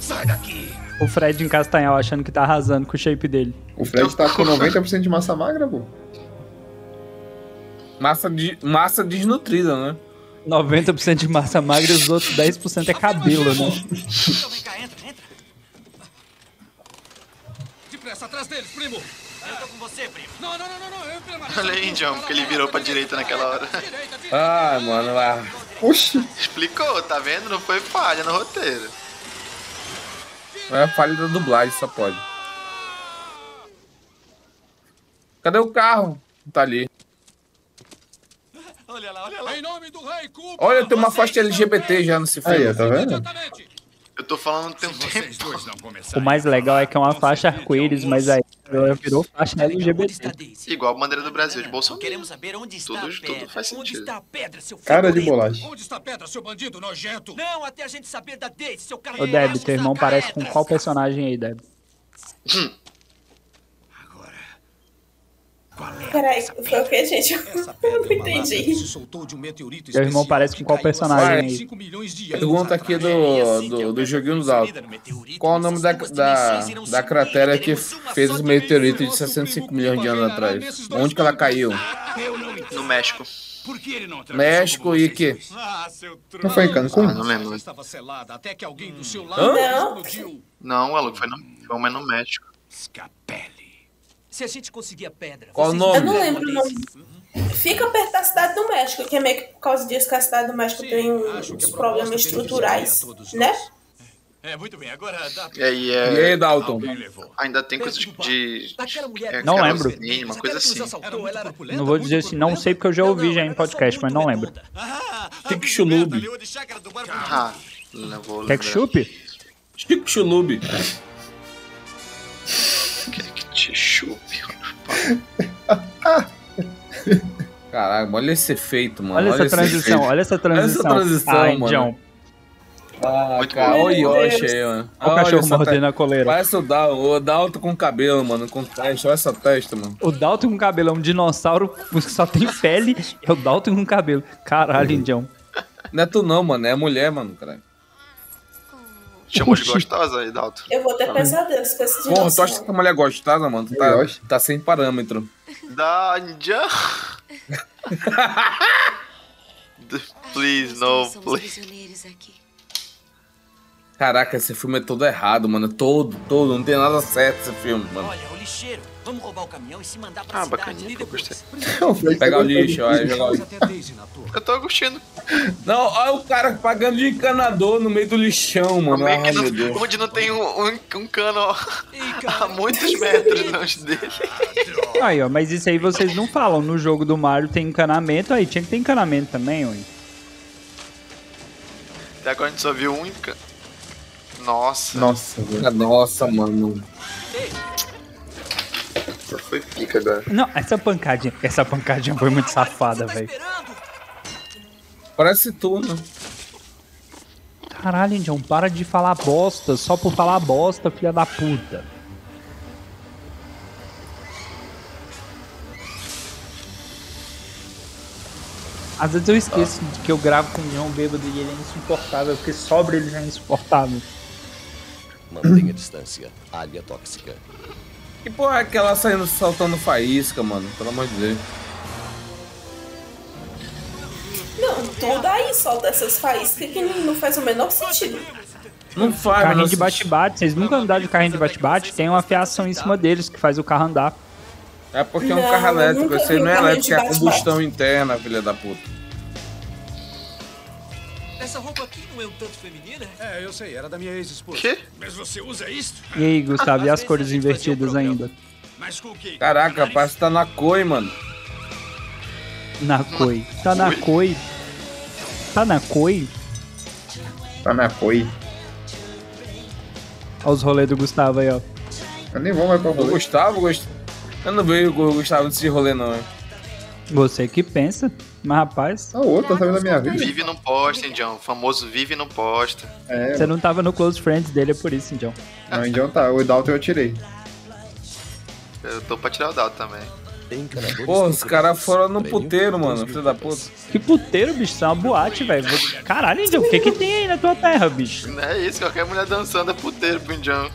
U: Sai daqui.
C: O Fred em Castanhal achando que tá arrasando com o shape dele.
E: O
D: Então-
E: Fred tá com 90% de massa magra, pô.
D: Massa, de, massa desnutrida, né?
C: 90% de massa magra e os outros 10% é cabelo, né?
H: Depressa, atrás deles, primo! Eu tô com você, primo. Não, não, não, não, não, eu permaneço.
F: Olha aí, John, porque ele virou pra direita naquela hora.
D: Ah, mano, lá.
E: Oxi.
F: Explicou, tá vendo? Não foi falha no roteiro.
D: É falha da dublagem, só pode. Cadê o carro? Tá ali.
H: Olha lá, olha lá. Em nome do rei, culpa!
D: Olha, tem uma faixa
H: é
D: LGBT já
H: assim.
D: nesse filme.
E: Aí, ó, tá vendo?
F: Eu tô falando tem um tempo.
C: O mais legal é que é uma faixa arco-íris, mas aí ela virou faixa LGBT.
F: Igual a bandeira do Brasil, de Bolsonaro.
I: É, Queremos saber onde está
F: tudo,
I: a pedra.
F: Tudo faz
I: Onde
F: sentido.
I: está a pedra, seu
C: Cara de
I: fedorento?
C: bolacha.
I: Onde está a pedra, seu bandido nojento? Não, até a gente saber da Daisy, seu cara
C: Ô, Deb, teu irmão parece com um. qual personagem aí, Deb?
G: Peraí, foi o que, gente? Eu não entendi.
H: um
C: Teu irmão parece com qual personagem aí?
D: Pergunta aqui
I: É
H: É assim
D: do, do, do joguinho dos altos. Qual o nome da, da, da cratera que fez os meteoritos de 65 milhões de anos atrás? Onde que ela caiu?
F: No México.
D: México e que?
E: Não foi em Cancún?
F: Ah, não lembro.
I: Não.
F: Não, maluco, foi, no, foi uma no México.
I: Se a gente conseguir a pedra...
F: Qual o
I: vocês-
F: nome?
G: Eu não lembro o nome. Fica perto da Cidade do México, que é meio que por causa disso que a Cidade do México tem um uns problemas estruturais, né?
H: É, muito bem, agora dá
F: E aí, é...
D: E aí, Dalton?
F: Ainda tem coisas de... é,
C: Não
F: aquela
C: lembro.
F: cozinha, Uma coisa assim.
C: Não vou dizer assim, não sei porque eu já ouvi já em podcast, mas não lembro.
D: Tic Chulube.
F: Ah, não vou
C: Quer que
F: lembrar.
C: chupe?
D: Tic Chulube.
F: Quer que te chupe.
D: Caralho, olha esse efeito, mano.
C: Olha essa
D: esse
C: transição,
D: efeito.
C: olha essa transição.
D: Olha essa transição,
C: Ai,
D: mano.
C: John.
D: Ah, cara,
C: bom.
D: olha o Yoshi aí,
C: Meu
D: mano.
C: Olha o cachorro
D: essa
C: mordendo
D: te-
C: a coleira.
D: Parece o Dalton, o Dalton com cabelo, mano, com testa. Olha essa testa, mano.
C: O Dalton com cabelo é um dinossauro que só tem pele. É o Dalton com cabelo. Caralho, Indião.
D: Não é tu não, mano, é mulher, mano, caralho.
F: Chamou de gostosa aí, Dalton.
G: Eu vou ter pesadelos com esse
D: Porra, tu
G: dinossauro.
D: acha que essa mulher é gostosa, mano? Tu tá, tá sem parâmetro.
F: Da Anja. please, no, please.
D: Caraca, esse filme é todo errado, mano. Todo, todo. Não tem nada certo esse filme, mano.
I: Olha, o lixeiro. Vamos roubar o caminhão e se mandar pra cidade. Líder,
F: Ah, Gostei.
D: Pegar o lixo, ó. Jogar o lixo.
F: Eu tô curtindo.
D: Não, olha o cara pagando de encanador no meio do lixão, mano.
F: Meio é que
D: Ai,
F: não-
D: meu Deus.
F: onde não tem um, um- um cano ó, a muitos metros longe dele.
C: Aí, ó, mas isso aí vocês não falam. No jogo do Mario tem encanamento, aí tinha que ter encanamento também, ué.
F: Até agora a gente só viu um cano. Nossa.
D: Nossa, velho. Ah, Nossa, mano.
F: Foi pica agora.
C: Não, essa pancadinha, essa pancadinha foi muito safada, velho.
D: Parece tu, né?
C: Caralho, Indião, para de falar bosta, só por falar bosta, filha da puta. Às vezes eu esqueço de que eu gravo com o Indião bêbado e ele é insuportável, porque sobra ele já é insuportável.
W: Mantenha a distância. Área tóxica.
D: Que porra é aquela saindo saltando faísca, mano? Pelo amor de Deus.
G: Não, tudo aí solta essas faíscas que não não faz o menor sentido.
D: Não faz,
C: Carrinho
D: mano.
C: de bate-bate, vocês nunca andaram de carrinho de bate-bate? Tem uma fiação em cima deles que faz o carro andar.
D: É porque é um
C: Não,
D: carro elétrico.
C: nunca
D: Esse aí
C: vi
D: não é
C: um carro de
D: elétrico, é
C: bate-bate.
D: combustão interna, filha da puta.
I: Essa roupa aqui não é um tanto feminina? É, eu sei, era da minha ex-esposa.
F: Quê?
I: Mas você usa isso?
C: E aí, Gustavo, e as cores invertidas ainda?
I: Mas com o quê?
D: Caraca, parece que tá na coi, mano.
C: Na coi. Tá na coi? Tá na coi?
E: Tá na coi.
C: Olha os rolês do Gustavo aí, ó.
E: Eu nem vou mais pra
D: O
E: rolê.
D: Gustavo, Gust- eu não vejo o Gustavo desse rolê, não. hein?
C: Você que pensa, mas rapaz.
E: Ah, outro, tá da minha
F: Vive não posta, hein, John? O famoso vive não posta.
C: Você não tava no Close Friends dele, é por isso, então.
E: É, Não, então tá. O Dalton eu tirei.
F: Eu tô pra tirar o dado também.
D: Porra, os caras foram no puteiro, mano. Filho da puta.
C: Que puteiro, bicho, isso é uma boate, velho. Vou- Caralho, Indião, o que que tem aí na tua terra, bicho?
F: Não é isso, qualquer mulher dançando é puteiro pro John.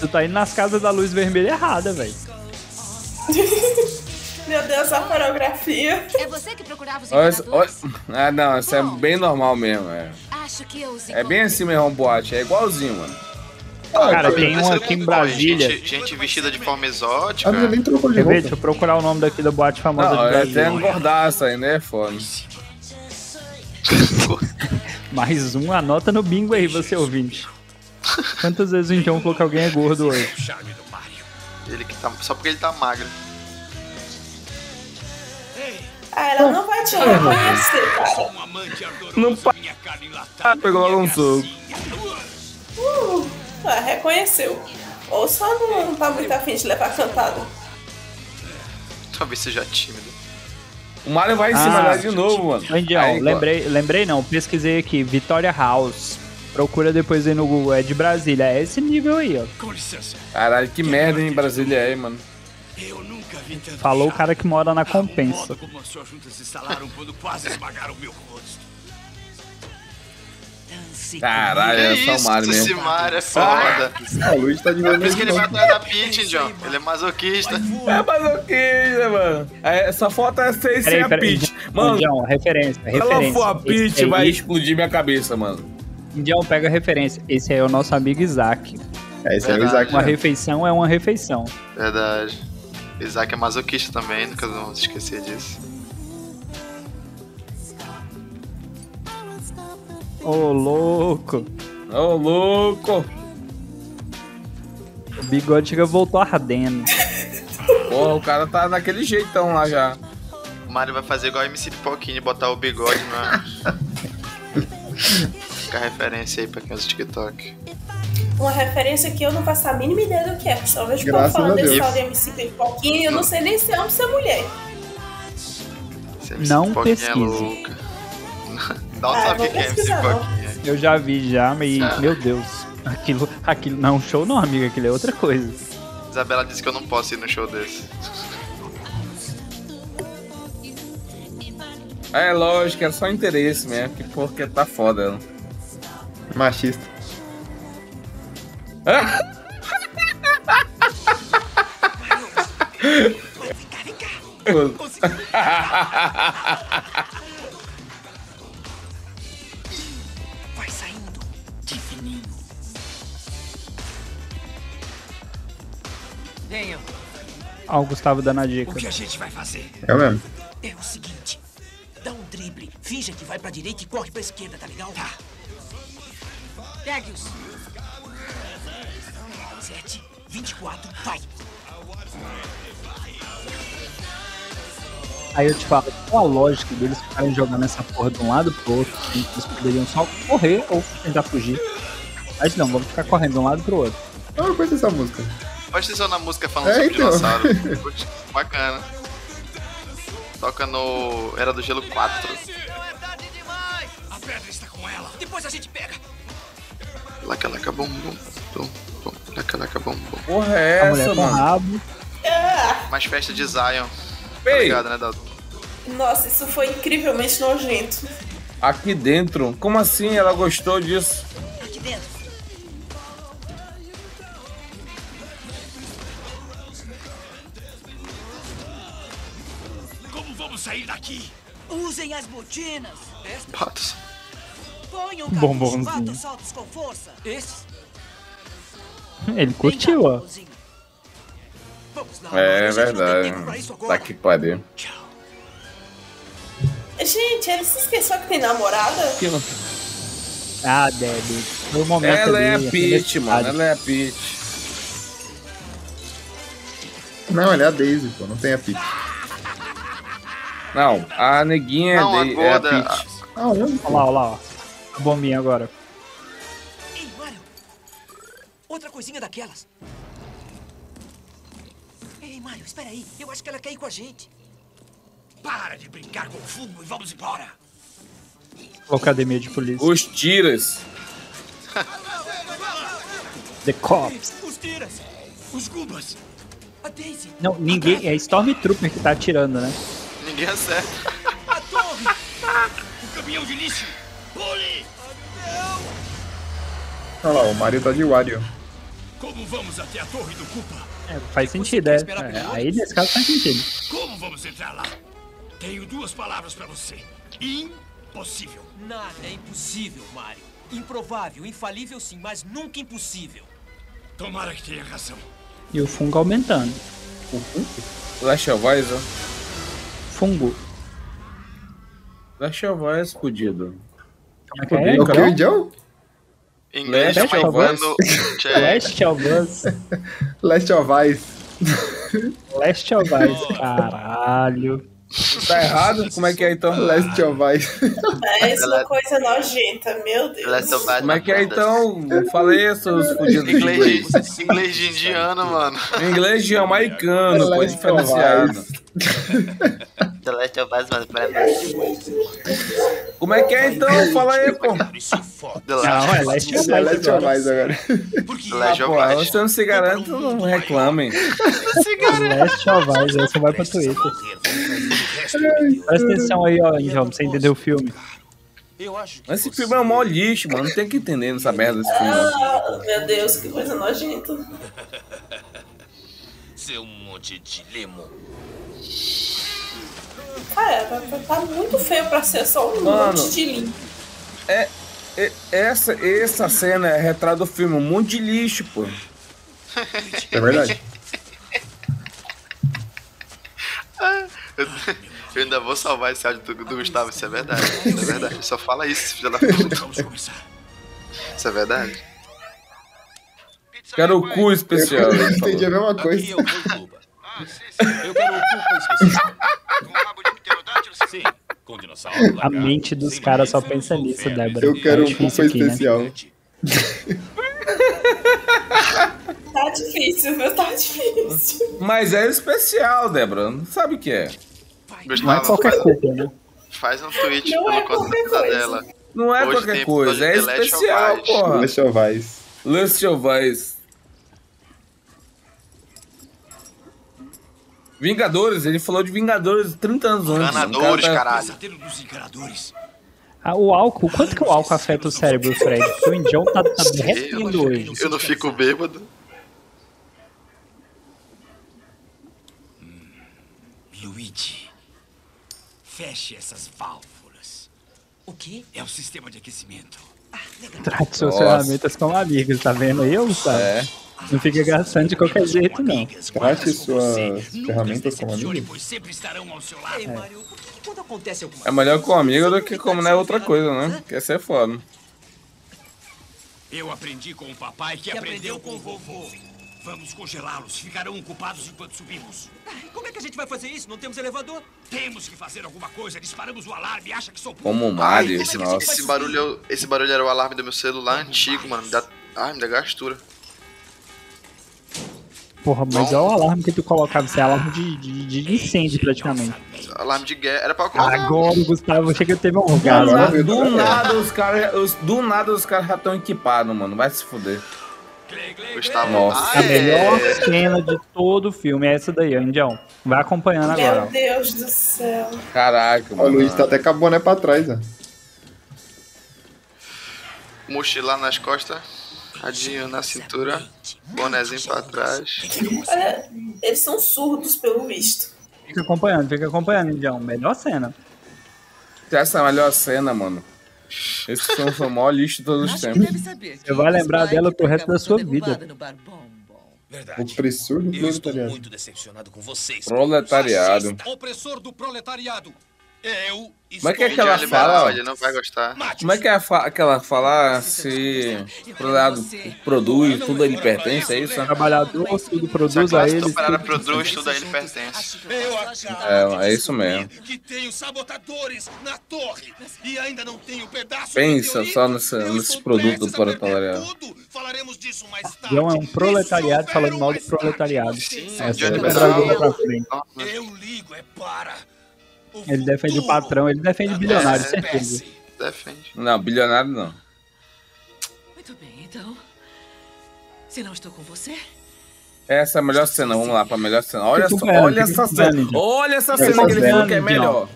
C: Tu tá indo nas casas da luz vermelha errada, velho.
G: Meu Deus, a coreografia.
R: É você que procurava os
D: Olha,
R: encanadores?
D: essa- olha- Ah, não, isso é bem normal mesmo, é.
R: Acho que eu os
D: É bem assim mesmo, um boate. É igualzinho, mano. Ah, então
C: Cara, tem um aqui em Brasília. Ah,
F: Gente, gente vestida de forma exótica.
C: Quer ver? Deixa eu procurar o nome daqui da boate famosa
D: Não,
C: de
D: é até
C: Brasília.
D: engordaça aí, né? Foda.
C: Mais um, anota no bingo aí, você ouvinte. Quantas vezes o Indião falou que alguém é gordo hoje?
F: Ele que tá, só porque ele tá magro.
G: Ah, ela não vai te reconhecer, cara.
D: Não pa... Ah, pegou logo um soco.
G: Uh, ah, reconheceu. Ou só não, não tá muito afim de levar cantada.
F: Talvez seja tímido.
D: O Mario vai se
C: Ah.
D: malhar de novo, mano.
C: Indião,
D: Aí,
C: lembrei, lembrei não, pesquisei aqui, Vitória House. Procura depois aí no Google, é de Brasília, é esse nível aí, ó.
I: Com licença.
D: Caralho, que merda, hein, Brasília aí, mano.
I: Eu nunca vi tanto
C: Falou o cara que mora na compensa.
I: modo como as suas juntas se instalaram quando quase esmagaram meu rosto.
D: Caralho, é
F: Que
D: só o
F: isso,
D: Mario
F: esse
D: mesmo.
F: Mario é foda.
E: Ah, o Luigi tá de
F: Por isso que ele vai
E: novo.
F: atrás da Peach, John. Ele é masoquista.
D: É masoquista, mano. É, Essa foto é sem sem
C: Peraí,
D: a
C: peraí,
D: Peach.
C: Indião,
D: Mano,
C: Indião, referência,
D: se ela
C: referência.
D: for a
C: Esse é
D: Peach,
C: aí-
D: vai explodir minha cabeça, mano.
C: Indião, pega a referência. Esse aí é o nosso amigo Isaac.
E: É,
F: esse é o Isaac,
C: Uma
F: né?
C: refeição é uma refeição.
F: Verdade. Isaac é masoquista também, nunca vamos esquecer disso.
C: Ô, louco.
D: Ô, louco.
C: O bigode já voltou ardendo.
D: Porra, o cara tá naquele jeitão lá já.
F: O Mario vai fazer igual a MC Pipoquinha e botar o bigode na. Fica a referência aí pra quem usa o TikTok.
G: Uma referência que eu não faço a mínima ideia do que é. Só vejo o povo
F: Graças a
G: falando desse
F: Deus.
G: tal de MC Pipoquinha e eu não sei nem se é homem ou se é mulher.
F: Essa
C: Não
F: Pipoquinha
C: pesquise.
F: É louca. Dá um
G: Ah,
F: sabe
G: vou
F: o que é MC
G: pesquisar, não.
F: Pipoquinha.
C: Eu já vi já, mas meu Deus. Aquilo, aquilo não é um show não, amigo, aquilo é outra coisa.
F: Isabela disse que eu não posso ir no show desse.
D: É né? lógico, é só interesse mesmo, que porque tá foda.
E: Machista.
H: Vem cá, vem
D: cá.
H: Vai saindo de fininho. Venham.
C: Ó, o Gustavo dando a dica.
H: O que a gente vai fazer?
E: É mesmo?
H: É o seguinte. Dá um drible, finja que vai pra direita e corre pra esquerda, tá legal? Tá. Pegue-os. 7, 24, vai.
C: Aí eu te falo, qual a lógica deles ficarem jogando essa porra de um lado pro outro? assim, Eles poderiam só correr ou tentar fugir. Mas não, vamos ficar correndo de um lado pro outro.
E: Ah, eu conheço essa música.
F: Presta atenção na música falando
E: É,
F: sobre
E: então.
F: dinossauro. Poxa, Bacana. Toca no Era do Gelo 4.
H: A pedra está com ela. Depois a gente pega.
F: Laca, laca, bum, bum, bum, bum. Laca, laca, bum, bum.
D: Porra, é
C: a mulher tá
D: essa,
C: com
D: mano?
C: rabo.
F: Mais festa de Zion. Tá ligado, né, Dalton?
G: Nossa, isso foi incrivelmente nojento.
D: Aqui dentro? Como assim ela gostou disso?
G: Aqui dentro.
H: Como vamos sair daqui? Usem as botinas.
F: Patos.
H: Ponham
C: Um Bombonzinho.
H: quatro saltos com força. Esses?
C: Ele curtiu, ó.
D: É
H: um
D: verdade. Tá que pariu.
G: Gente, ele se esqueceu que tem namorada?
C: Ah, Debbie. Foi o momento
D: Ela é
C: ali,
D: a Peach,
C: inesperado.
D: mano. Ela é a Peach.
E: Não, ele é a Daisy, pô. Não tem a Peach.
D: Não, a neguinha
E: Não,
D: é,
E: a
D: de, é a
E: gorda.
D: Peach.
E: Ah, olha.
C: Olha lá, olha lá, ó. A bombinha agora.
H: Ei, Mario. Outra coisinha daquelas. Ei, Mario, espera aí. Eu acho que ela quer ir com a gente. Para de brincar com o fumo e vamos embora.
C: Ou academia de polícia.
D: Os tiras.
C: The Cops.
H: Os tiras. Os gubas. A Daisy.
C: Não, ninguém. É Stormtrooper que tá atirando, né?
F: Ninguém acerta.
H: A torre. o caminhão de lixo. Pule.
E: Olha lá, o Mario tá de Wario.
H: Como vamos até a torre do Cupa?
C: É, faz sentido, é. É, Aí nesse caso faz sentido.
H: Como vamos entrar lá? Tenho duas palavras pra você. Impossível.
I: Nada é impossível, Mario. Improvável, infalível sim, mas nunca impossível.
H: Tomara que tenha razão.
C: E o fungo aumentando.
D: Last of Us, ó.
C: Fungo.
D: Last of Us, fudido.
C: Como é
E: que é? O que, Joe?
F: Inglês
D: Last
F: chamando
D: of
F: Us.
C: É, Last of Us.
E: Last of Us.
C: Last of Us. Caralho.
D: Tá errado? Como é que é então?
E: Last of Us.
G: É isso é uma coisa nojenta, meu Deus.
D: Como é que é então? Fala aí, seus fudidos. de
F: Inglês
D: inglês.
F: de, inglês de indiano, mano.
D: Inglês jamaicano, pô,
F: Last of
D: diferenciado.
F: The Last of Us, mano, pra
D: Como é que é então? Fala aí, pô.
F: The Last
C: Não, é Last of Us.
E: É Last of Us agora.
D: Ah, pô, você não se garante, não reclamem.
C: Last of Us. Aí você vai pra Twitter. Presta atenção aí, ó, João, pra você entender o filme.
D: Esse filme é um mó lixo, mano. Não tem que entender nessa merda desse filme. não.
G: Ah, meu Deus, que coisa nojenta.
I: é um
S: Seu monte de limo.
G: Cara, tá- tá- tá muito feio pra ser só um
D: Mano.
G: monte de limpo.
D: É, é- essa, essa cena é retrato do filme, um monte de lixo, pô.
E: É verdade.
F: Eu, eu ainda vou salvar esse áudio do, do Gustavo, isso é verdade. Isso é verdade. Ele Só fala isso, filho da puta. Isso é verdade?
D: Quero o cu especial.
E: Eu
D: ele
E: entendi a
D: falou.
E: mesma coisa.
S: Eu quero o culpa especial. Com rabo de pterodátil? Sim, com dinossauro.
C: A mente dos caras só pensa nisso, Débora.
E: Eu quero
C: Tá
E: um
C: difícil
E: culpa
C: aqui, né?
E: especial.
H: Então,
G: Tá difícil, viu? Tá difícil.
D: Mas é especial, Débora. Não sabe o que é.
C: Não é
F: Gustavo,
C: qualquer culpa, né?
F: faz um tweet
G: Não
F: pelo
G: é
F: conta
G: qualquer
F: da
G: coisa.
F: dela.
D: Não é
F: Hoje
D: qualquer
F: tem
D: coisa, é
F: episódio de The Last of
D: especial,
F: Us.
D: porra.
E: Last of Us.
D: Last of Us. Vingadores, ele falou de Vingadores 30 anos antes. O
F: Enganadores,
D: cara tá-
F: caralho.
H: Pesadelo dos encaradores.
C: Ah, o álcool, quanto que o álcool afeta o cérebro, Fred? Porque o Indião tá, tá derretendo hoje.
F: Eu não fico bêbado.
S: Luigi, feche essas válvulas. O quê? É o sistema de aquecimento.
C: Trate suas ferramentas como amigas, tá vendo eu, sabe?
E: É.
C: Não fica gastando de qualquer jeito, não.
E: Trate suas ferramentas como amigas.
S: Pois sempre estarão ao seu lado.
I: Quando acontece alguma
D: É melhor com amigo do que como não é outra coisa, né? Porque essa é foda.
S: Eu aprendi com o papai que, aprendeu, com o vovô. Vamos congelá-los, ficarão ocupados enquanto subimos.
I: Como é que a gente vai fazer isso? Não temos elevador?
S: Temos que fazer alguma coisa, disparamos o alarme, acha que sou
D: Como o Mario,
F: esse,
D: nossa.
F: esse barulho, é o- esse barulho era o alarme do meu celular antigo, mano. Me dá, ai, me dá gastura.
C: Porra, mas olha o alarme que tu colocava, isso é alarme de, de, de incêndio praticamente.
F: Alarme de guerra. Era pra colocar.
C: Agora o Gustavo chega e teve um
D: Cara,
C: orgasmo.
D: do, nada os caras. os- Do nada os caras já estão equipados, mano. Vai se fuder.
F: Gustavo.
C: Nossa, a melhor cena de todo o filme é essa daí, ó, Indião. Vai acompanhando agora.
G: Meu Deus do céu.
D: Caraca,
E: mano. O Luiz tá até com a boné pra trás, ó.
F: Mochilar nas costas. Radinho na cintura. Bonezinho pra trás.
G: Olha, eles são surdos, pelo visto.
C: ó. Fica acompanhando, fica acompanhando, Indião. Melhor cena.
D: Essa é a melhor cena, mano. Esses são o maior lixo de todos os tempos.
C: Você é vai lembrar dela pro resto da sua vida.
E: Opressor do
U: Eu estou
E: proletariado.
U: muito decepcionado com vocês.
D: Proletariado.
S: Opressor do proletariado. Eu
D: Como é que é
F: Estou
D: aquela
F: de liberal,
D: fala?
F: Ele não vai gostar.
D: Como é que é a fa- aquela fala "Ah, se o proletariado produz, tudo a ele pertence, é isso?
C: Trabalhador, tudo produz a ele.
F: Para produz, tudo a ele pertence.
D: É, é isso mesmo.
S: que tenho sabotadores na torre e ainda não tenho pedaço.
D: Pensa só nessa- nesses produtos do proletariado.
C: Indião é um proletariado falando mal do proletariado. Essa é
D: Johnny
C: a
D: Bravo.
C: pra frente.
S: é
C: Ele defende o patrão, ele defende o bilionário, certeza.
F: Defende.
D: Não, bilionário não.
T: Muito bem, então. Se não estou com você,
D: Essa é a melhor cena, vamos lá pra melhor cena. Olha,
C: Fica
D: só,
C: acompanhando,
D: olha
C: fica
D: essa cena.
C: acompanhando,
D: Olha essa
C: Fica
D: cena que ele falou que é
C: acompanhando,
D: melhor.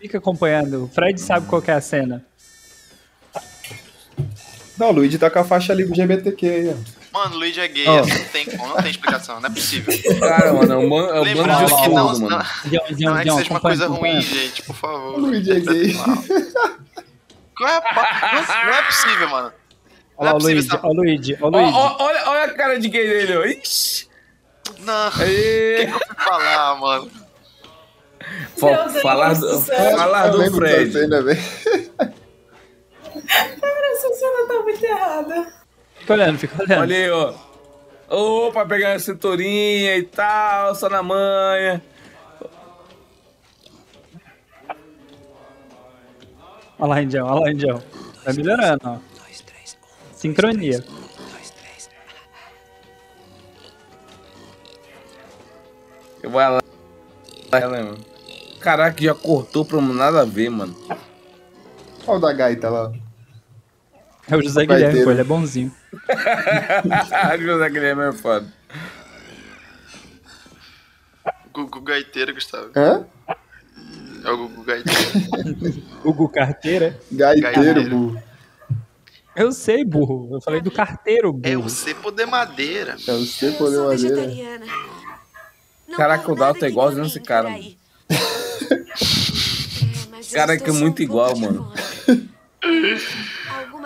C: Fica acompanhando. O Fred sabe qual que é a cena.
E: Não, o Luigi tá com a faixa LGBTQ aí, ó.
F: Mano, o Luigi é gay,
E: Ó.
F: assim, não tem como, não tem explicação, não é possível.
D: Cara, mano, é um ban- é um
F: Lembrando
D: bando de
F: que não,
D: surdo,
F: não,
D: mano.
C: Não,
F: não é que
D: Dião,
F: seja uma
D: acompanha,
F: coisa ruim,
D: acompanha.
F: gente, por favor.
E: O Luigi é gay.
F: Qual é a pa- não, não é possível, mano. é
C: Olha lá o Luigi, olha o Luigi, olha o Luigi.
D: Ó, ó, olha, olha a cara de gay dele, ó. Ixi.
F: Não.
D: Aê.
F: Falar, mano.
D: Fa- falar do,
E: Tá
D: falar Tá do Fred.
G: Cara, essa cena tá muito errada.
C: Fica olhando, fica olhando.
D: Olha aí, ó. Opa, pegando a cinturinha e tal, só na manha.
C: Olha lá, Indião, olha lá, Indião. Vai melhorando, ó. um. Sincronia.
D: Eu vou lá. Ela, mano. Caraca, já cortou pra nada a ver, mano.
E: Olha o da gaita lá.
C: É o José
E: Vai
C: Guilherme,
E: ter.
C: pô, ele é bonzinho.
D: José Guilherme é foda.
F: Gugu Gaiteiro, Gustavo.
E: Hã?
F: É o Gugu Gaiteiro.
C: Hugo Carteira.
E: Gaiteiro, burro.
C: Eu sei, burro. Eu falei do carteiro, burro.
F: Eu sei poder madeira.
E: É o C poder madeira.
D: né? Caraca, o Dalton é igualzinho esse cara, mano. Caraca,
R: um
D: é muito igual, mano.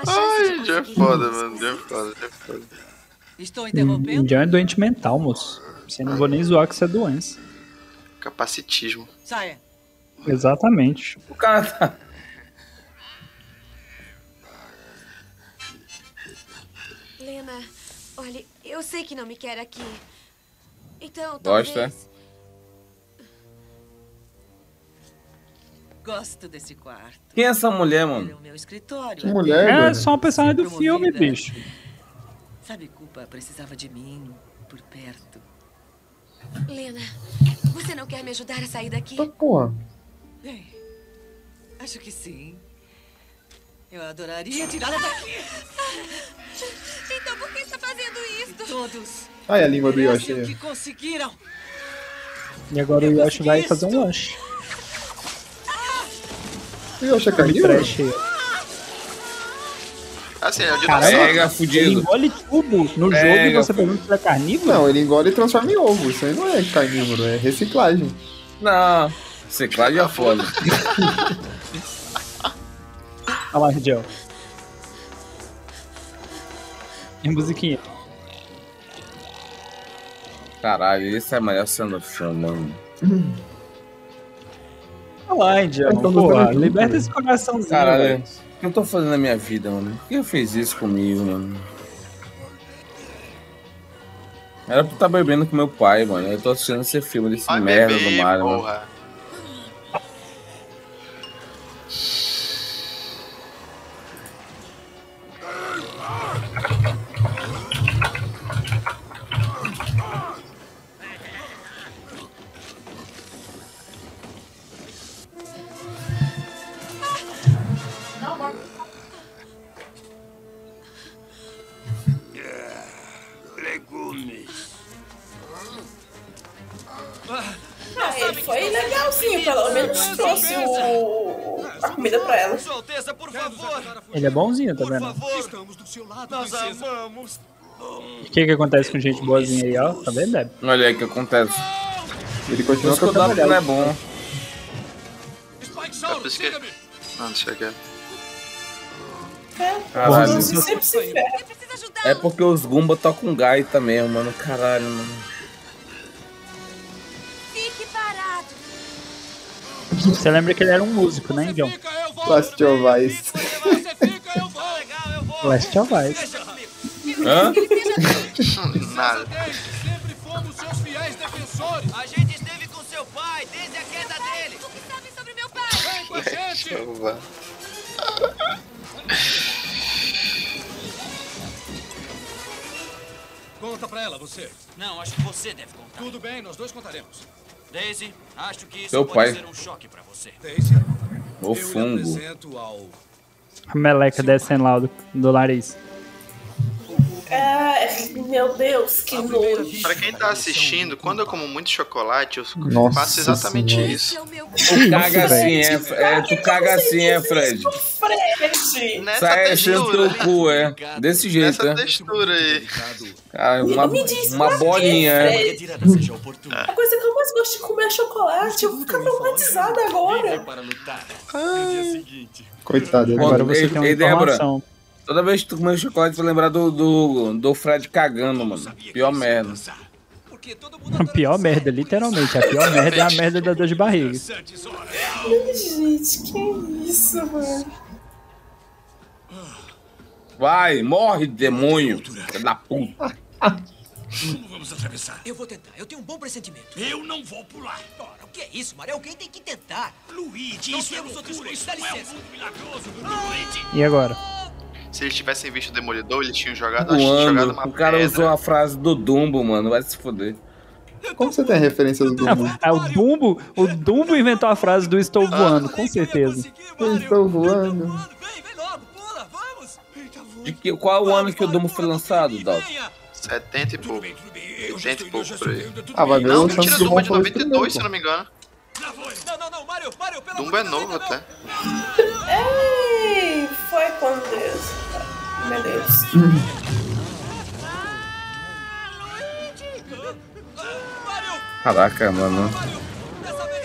F: Ai, já é foda, mano, já é foda, já é foda.
T: estou interrompendo?
C: Indião é doente mental, moço. Você não vou nem zoar com essa doença.
F: Capacitismo.
T: Saia.
C: Exatamente.
D: O cara tá.
R: Lena, olha, eu sei que não me quer aqui. Então, talvez...
D: Gosta?
T: Gosto desse quarto.
D: Quem é essa mulher, mano?
T: Meu escritório.
D: Que mulher,
C: É
D: velho?
C: só um personagem do filme,
T: Promovida.
C: bicho.
T: Sabe, Cuba precisava de mim por perto.
R: Lena, você não quer me ajudar a sair daqui?
E: Tá, Porra.
T: Bem, acho que sim. Eu adoraria tirá-la daqui.
R: Então por que está fazendo isso?
T: Todos
E: Ai, a língua do
T: merecem
E: Yoshi.
T: o que
E: aí,
T: conseguiram.
C: E agora o Yoshi vai fazer um lanche.
E: E o é Chacarril?
F: Assim, é o
D: Caralho,
F: dinossauro.
D: é fudido.
C: Ele engole tubo no jogo e
E: É,
C: você
E: gafanhoto.
C: pergunta se ele é carnívoro?
E: Não, ele engole e transforma em ovo. Isso aí não é carnívoro, é reciclagem.
D: Não. Reciclagem é foda.
C: Olha lá, Rigel. É musiquinha.
D: Caralho, isso é a melhor cena do filme, mano.
C: Olha lá, Rigel.
D: Eu tô
C: Porra,
D: lutando.
C: Então, liberta esse coraçãozinho.
D: Caralho,
C: velho.
D: o que eu tô fazendo na minha vida, mano? Por que eu fiz isso comigo, mano? Era pra eu estar bebendo com meu pai, mano. Eu tô assistindo esse filme desse
F: Vai
D: merda
F: beber,
D: do Mario, mano.
F: porra.
S: Legumes.
G: Ah, ele foi legalzinho, pelo menos trouxe o... a comida pra ela.
S: Sua Alteza, por favor.
C: Ele é bonzinho, tá vendo?
S: Estamos do seu lado, Nós amamos.
C: O que que acontece com gente boazinha aí, ó? Tá vendo, Deb?
D: Olha aí o que acontece.
E: Ele
D: continua com a
E: trabalhada.
D: não é bom.
F: É por isso que... Não, deixa quieto.
D: Caralho.
G: Você sempre se ferra.
D: É porque os Goomba tocam gaita mesmo, mano. Caralho, mano.
R: Fique parado.
C: Você lembra que ele era um músico, né, John?
E: Last of Us.
C: Last of Us.
D: Hã?
F: Nada.
I: A gente esteve com seu pai desde a queda dele. O que sabe sobre meu pai? Vem com a gente.
F: Chuva.
H: Conta pra ela, você.
I: Não, acho que você deve contar.
H: Tudo bem, nós dois contaremos.
I: Daisy, acho que isso
D: Seu
I: pode
D: pai.
I: ser um choque pra você.
D: O fungo.
H: Apresento ao
C: A meleca descendo lá do, do nariz.
G: Ai, É, meu Deus, que nojo.
F: Pra quem tá assistindo, quando eu como muito chocolate, eu
E: Nossa
F: faço exatamente
E: Senhora.
F: isso.
D: Tu caga assim, é, é.
F: então
D: Tu caga assim, é, Fred.
G: Fred!
F: Nessa
D: Sai achando
F: textura,
D: teu cu, é. Desse jeito,
F: nessa
D: né?
F: textura aí.
D: Cara, uma,
G: Me diz,
D: uma
G: pra quê,
D: bolinha, é.
G: Fred?
D: Ah.
G: É A coisa que eu mais gosto de comer é chocolate. Eu vou ficar traumatizada
S: É
G: agora.
E: Coitado, ele
C: Agora
E: agora
C: você
D: ei,
C: tem uma
D: ei, Débora.
C: informação.
D: Toda vez que tu comer chocolate, tu vai lembrar do, do, do Fred cagando, mano. Pior merda.
C: A pior merda, literalmente. A pior merda é a merda da dor de barriga.
G: Ai, gente, que isso, mano.
D: Vai, morre, demônio. Filha da puta.
S: Como vamos atravessar?
I: Eu vou tentar, eu tenho um bom pressentimento.
S: Eu não vou pular.
I: Ora, o que é isso, Maria? Alguém tem que tentar.
S: Luigi,
I: Não
S: isso é
I: temos outras
S: loucura.
I: coisas,
S: Isso
I: dá
S: não é um
I: licença.
S: mundo milagroso. Luigi.
C: E agora?
F: Se eles tivessem visto o Demolidor, eles tinham jogado, acho que tinham jogado
D: Voando.
F: uma
D: Um O cara
F: pedra.
D: usou a frase do Dumbo, mano. Vai se foder.
E: Como você tem a referência do Dumbo?
C: Ah, o Dumbo, o Dumbo inventou a frase do estou voando, com certeza.
E: Eu estou voando.
D: De que, qual o ano que o Dumbo foi lançado, Dalton?
F: 70 e pouco. 80 e pouco por aí.
E: Ah, vai ver
F: Não,
E: o
F: mentira,
E: Santos
F: Dumbo
E: Dumont
F: é de
E: falou isso primeiro,
F: 92, se
E: pô.
F: não me engano. Dumbo é novo até.
G: Ei, foi com Deus. Meu Deus.
D: Caraca, mano.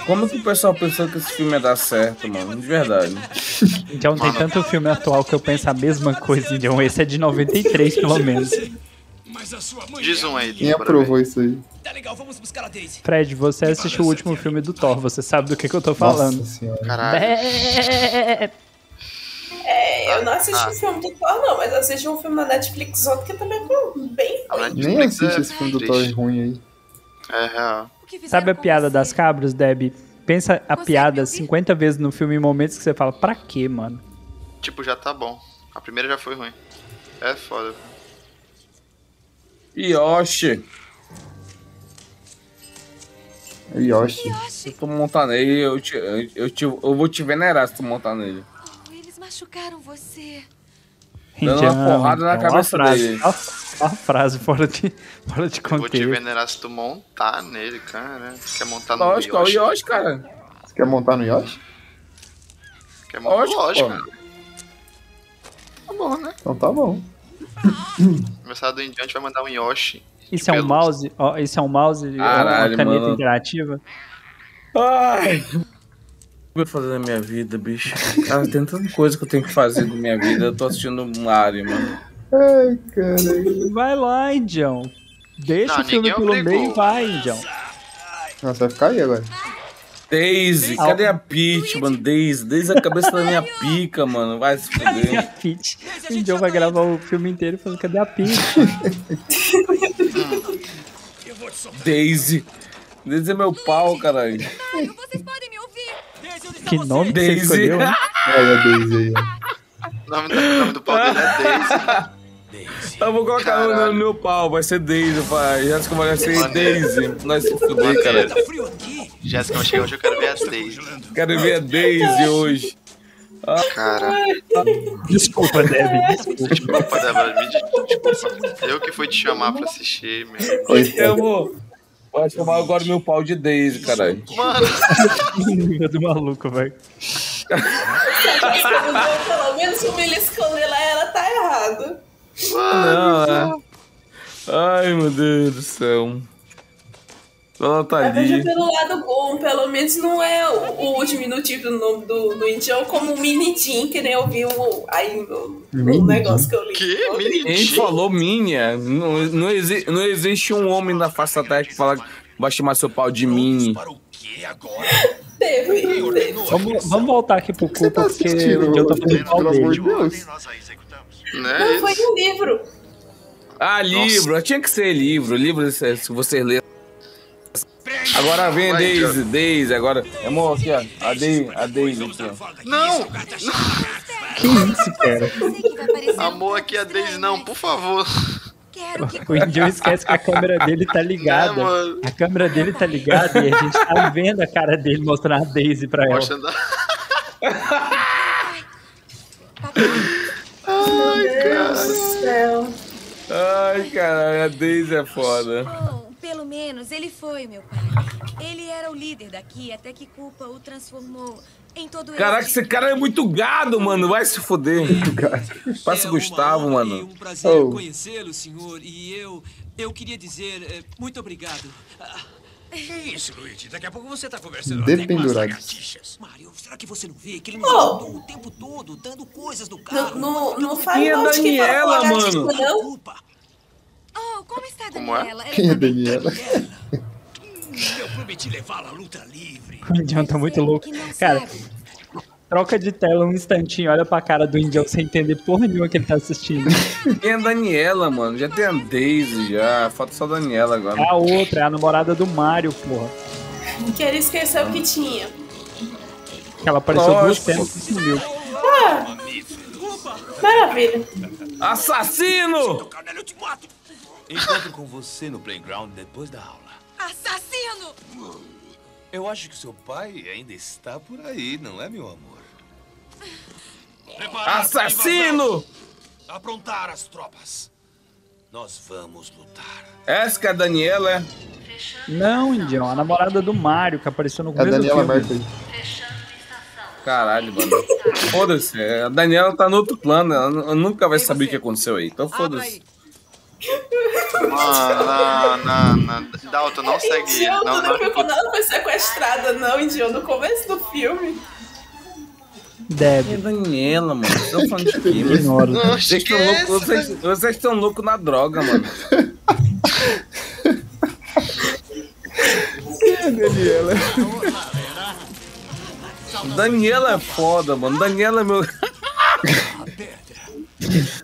D: Como que o pessoal pensou que esse filme ia dar certo, mano? De verdade.
C: John, tem tanto filme atual que eu penso a mesma coisa, John. Esse é de 93, pelo menos.
S: Mas a sua mãe.
F: Diz um aí,
E: Quem
F: Dumbo, pra ver.
E: aprovou isso aí?
I: Tá legal, vamos buscar a Daisy.
C: Fred, você assistiu o último filme do Thor, você sabe do que, que eu tô falando.
E: Nossa senhora.
F: Caralho.
G: É, eu não assisti um filme do Thor, não, mas eu assisti um filme na Netflix ontem que também foi bem
F: A Netflix
E: Nem assiste
F: é
E: esse filme do Thor
F: triste.
E: ruim aí.
F: É real.
C: Sabe a piada das cabras, Deb? Pensa a
R: Consegue
C: piada
R: ouvir?
C: 50 vezes no filme em momentos que você fala, pra quê, mano?
F: Tipo, já tá bom. A primeira já foi ruim. É foda.
D: Yoshi.
E: Yoshi.
D: Se tu montar nele, eu, te, eu, eu te- eu vou te venerar se tu montar nele.
R: Oh, eles machucaram você.
D: Dando uma
C: Indiana,
D: porrada na
C: então, ó a
D: cabeça
C: frase,
D: dele.
C: ó a- ó a frase fora de, fora de
F: Vou te
C: contexto.
F: venerar se tu montar nele, cara. Quer montar no
D: Lógico, é o
F: Yoshi?
D: Yoshi, cara.
E: Você quer montar no Yoshi?
F: Que é muito
E: Lógico,
F: lógico,
E: pô.
F: cara. Tá bom, né?
E: Então tá bom.
F: Começado em diante vai mandar um Yoshi.
C: Isso é um mouse? Ó, isso é um mouse?
D: Caralho,
C: uma caneta
D: mano.
C: interativa?
D: Ai. O que eu vou fazer da minha vida, bicho? Cara, tem tanta coisa que eu tenho que fazer da minha vida. Eu tô assistindo Mario, mano.
E: Ai, cara.
C: Vai lá, Indião. Deixa
D: Não,
C: o filme
D: ninguém
C: pelo meio
D: obrigou.
C: e vai, Indião.
E: Nossa, vai ficar aí agora.
D: Daisy, cadê a Peach, mano? Daisy, Daisy é a cabeça da minha pica, mano. Vai se
C: A
D: fuder.
C: Peach. O Indião vai gravar o filme inteiro falando, cadê a Peach?
D: Daisy. Daisy é meu pau, caralho.
C: Que nome que você
D: Daisy.
C: escolheu, né? hein?
E: Olha a Daisy aí, ó.
F: O nome, do- o nome do pau dele é Daisy.
D: Eu vou colocar o nome no meu pau, vai ser Daisy, pai. Jéssica vai ser Daisy. Nós se fuder, cara.
G: Tá
F: Jéssica vai chegar hoje, eu quero ver a Daisy.
D: Quero ver a Daisy hoje. Ah.
F: Cara.
C: Desculpa, Debbie.
F: Desculpa, Débora, me desculpa. Eu que fui te chamar pra assistir, meu.
D: Eu vou. Vai chamar agora meu pau de Daisy, caralho.
F: Mano,
C: Língua do maluco, velho.
G: Pelo menos o beliscão dela, ela tá errado.
D: Não, é. Ai, meu Deus do céu. Ela tá
G: Veja
D: ali.
G: pelo lado bom, pelo menos não é o, o diminutivo do nome do, do indião como minitim, que nem eu vi o, aí o, o negócio que eu li. Que?
D: Quem falou minha? Não, não, exi- não existe um homem na face da terra que fala que vai chamar seu pau de mini.
G: Teve, teve.
C: Vamos, vamos voltar aqui
D: tá
C: pro cu, porque o Indião tá falando mal dele.
E: Deus.
F: é
G: Não,
F: né,
G: foi um livro.
D: Ah, livro. Tinha que ser livro. Livro, se se você ler. Agora vem,
F: Vai,
D: Daisy, Daisy, agora. É, Amor, aqui, ó. A Daisy, a Daisy aqui, ó.
F: não!
C: Que isso, cara?
G: é
R: um
G: um
F: Amor, aqui a Daisy, não, por favor.
C: O Indião esquece que a câmera dele tá ligada.
F: Né, mano?
C: a câmera dele tá ligada e a gente tá vendo a cara dele mostrando a Daisy pra ela.
F: Mostra da... Ai,
R: um
G: Céu.
D: Ai, caralho, a Daisy é foda.
R: Bom, pelo menos ele foi, meu pai. Ele era o líder daqui até que culpa o transformou em todo
D: Caraca,
R: esse...
D: esse cara é muito gado, mano. Vai se foder. Passa o Gustavo, mano.
I: Prazer é
D: Oh.
I: conhecê-lo, senhor. E eu. Eu queria dizer eh, muito obrigado. Ah,
H: Que isso, Luigi? Daqui a pouco você tá conversando até com as
E: Dependurado.
H: lagartixas.
I: Mario, será que você não vê que ele me
G: Oh.
I: ajudou o tempo todo, dando coisas do
G: Não,
I: carro?
G: não, não
D: E
G: fale
D: a
G: mal de quem fala com a
D: Daniela,
G: gatinha,
D: mano?
G: não.
R: Oh, como está a
F: Como é?
R: Daniela? Ela
E: Quem é
R: está bem?
E: Daniela?
H: Eu prometi levá-la à luta livre.
C: O Indião tá muito louco. Cara, troca de tela um instantinho, olha pra cara do Indião sem entender porra nenhuma que ele tá assistindo.
D: Tem a é Daniela, mano. Já tem a Daisy, já. Falta só a Daniela agora.
C: É a outra, é a namorada do Mario, porra.
G: Que ele esqueceu o que tinha.
C: Que ela apareceu duas
D: Nossa.
C: telas e sumiu.
G: Ah, maravilha.
D: Assassino!
V: Encontro com você no playground depois da aula.
R: Assassino!
V: Eu acho que seu pai ainda está por aí, não é, meu amor?
D: Assassino!
H: Aprontar as tropas.
V: Nós vamos lutar.
D: Essa que é a Daniela, é?
C: Não, Indião, a namorada do Mario, que apareceu no
E: É a
C: começo do
E: Daniela
C: filme.
E: Mercury.
D: Caralho, mano. Foda-se. A Daniela tá no outro plano. Ela nu- nunca vai saber o que aconteceu aí. Então foda-se.
F: Mano, não, não, não. Dalton, não segue ele.
G: Indiana
F: Não,
G: não, foi,
F: não.
G: não foi sequestrada, não, Indiana. No começo do filme.
D: Quem
C: Deb.
D: é a Daniela, mano. Vocês estão falando de quê? mano?
C: Ignoro.
F: Não,
D: Vocês estão
F: esquece.
D: loucos- vocês- Vocês estão loucos na droga, mano.
E: Daniela.
D: Daniela é foda, mano. Daniela é meu.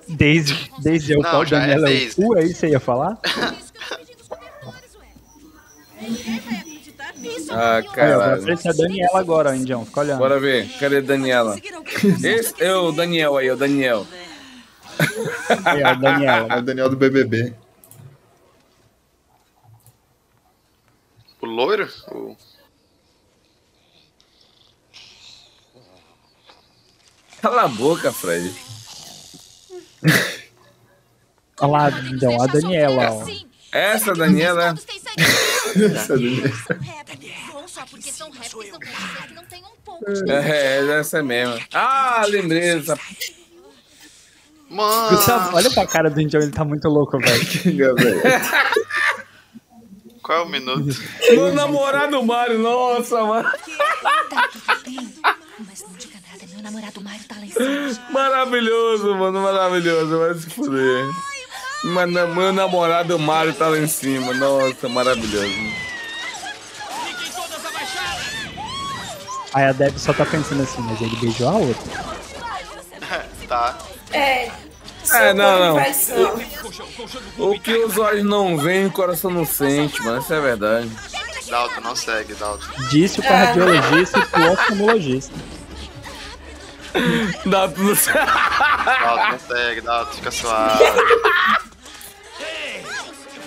C: Daisy, Daisy é o
F: Não,
C: pau,
F: já é
C: Daniela é o
F: Daisy.
C: cu, é isso que você ia falar?
D: Ah,
C: Olha, vai
D: caralho.
C: aparecer a Daniela agora, ó, Indião, fica olhando.
D: Bora ver. Cadê a Daniela? Esse é o Daniel aí, o Daniel.
C: Aí, ó, a Daniela.
E: É a Daniela do BBB.
F: O loiro? O...
D: Cala a boca, Fred.
C: Olha lá, Indião, a Daniela, ó.
D: Essa Daniela.
E: Essa Daniela.
Y: Não só porque são répteis, não quer dizer que não tem um pouco.
D: É, essa mesmo. Ah, lembrei dessa.
F: Mano.
C: Gustavo, tá- olha pra cara do Indião, ele tá muito louco, velho.
F: Qual é o minuto?
D: Meu namorado Mário, nossa, mano.
Y: Tá tudo bem, mas não diga nada, meu namorado Mário tá lá em cima.
D: Maravilhoso, mano, maravilhoso. Vai se fuder. Mano, meu namorado Mário tá lá em cima. Nossa, maravilhoso.
C: Aí a Deb só tá pensando assim, mas ele beijou a outra.
F: Tá.
G: É.
D: É, não, não.
G: Traição.
D: O que os olhos não veem, o coração não sente, mano. Isso é verdade.
F: Dalton, não segue, Dalton.
C: Disse o cardiologista e o oftalmologista.
D: Dá tudo certo.
G: Ah!
F: Dalton, não segue, Dalton, fica suave.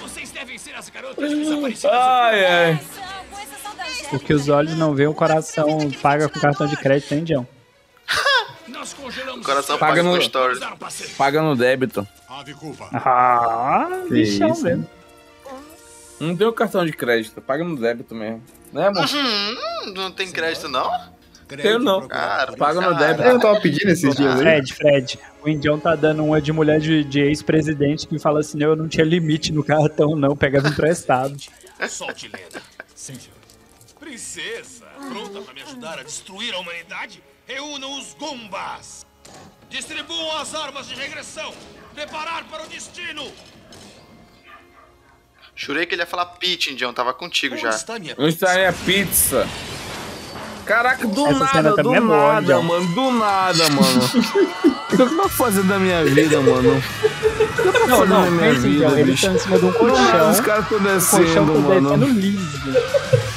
H: Vocês devem ser as garotas desaparecidas.
D: Ai, ai.
C: O que os olhos não veem, o coração paga com cartão de crédito, hein, Dião?
H: Nós congelamos.
F: O coração
D: Paga
F: paga
D: no-
F: com stories.
D: Paga no débito.
H: Ave culpa.
C: Ah,
D: Que
C: bichão
D: isso,
C: mesmo.
D: Não deu cartão de crédito, paga no débito mesmo. Né, amor?
F: Hum, não tem crédito, não?
D: Tenho não. Ah,
F: Cara,
D: Paga no débito.
E: Eu tava pedindo esses dias aí.
C: Fred, Fred, o Indião tá dando uma de mulher de, de ex-presidente que fala assim: eu não tinha limite no cartão, não, pegava emprestado.
H: Solte, Lena. Sim, Princesa, pronta pra me ajudar a destruir a humanidade? Reúnam os Gumbas! Distribuam as armas de regressão! Preparar para o destino!
F: Jurei que ele ia falar pitch, Indião. Tava contigo já.
D: Onde tá a minha pizza? Caraca, do
C: Essa cena
D: nada, do
C: também é boa,
D: nada,
C: John.
D: mano, do nada, mano. O que eu vou fazer da minha vida, mano? O que eu vou
C: Não,
D: fazer
C: não,
D: da minha
C: pensa, Indião,
D: vida,
C: ele tá
D: bicho?
C: em cima de um
D: Do nada, Os
C: colchão.
D: caras estão
C: O colchão
D: descendo,
C: tá descendo
D: mano.
C: liso.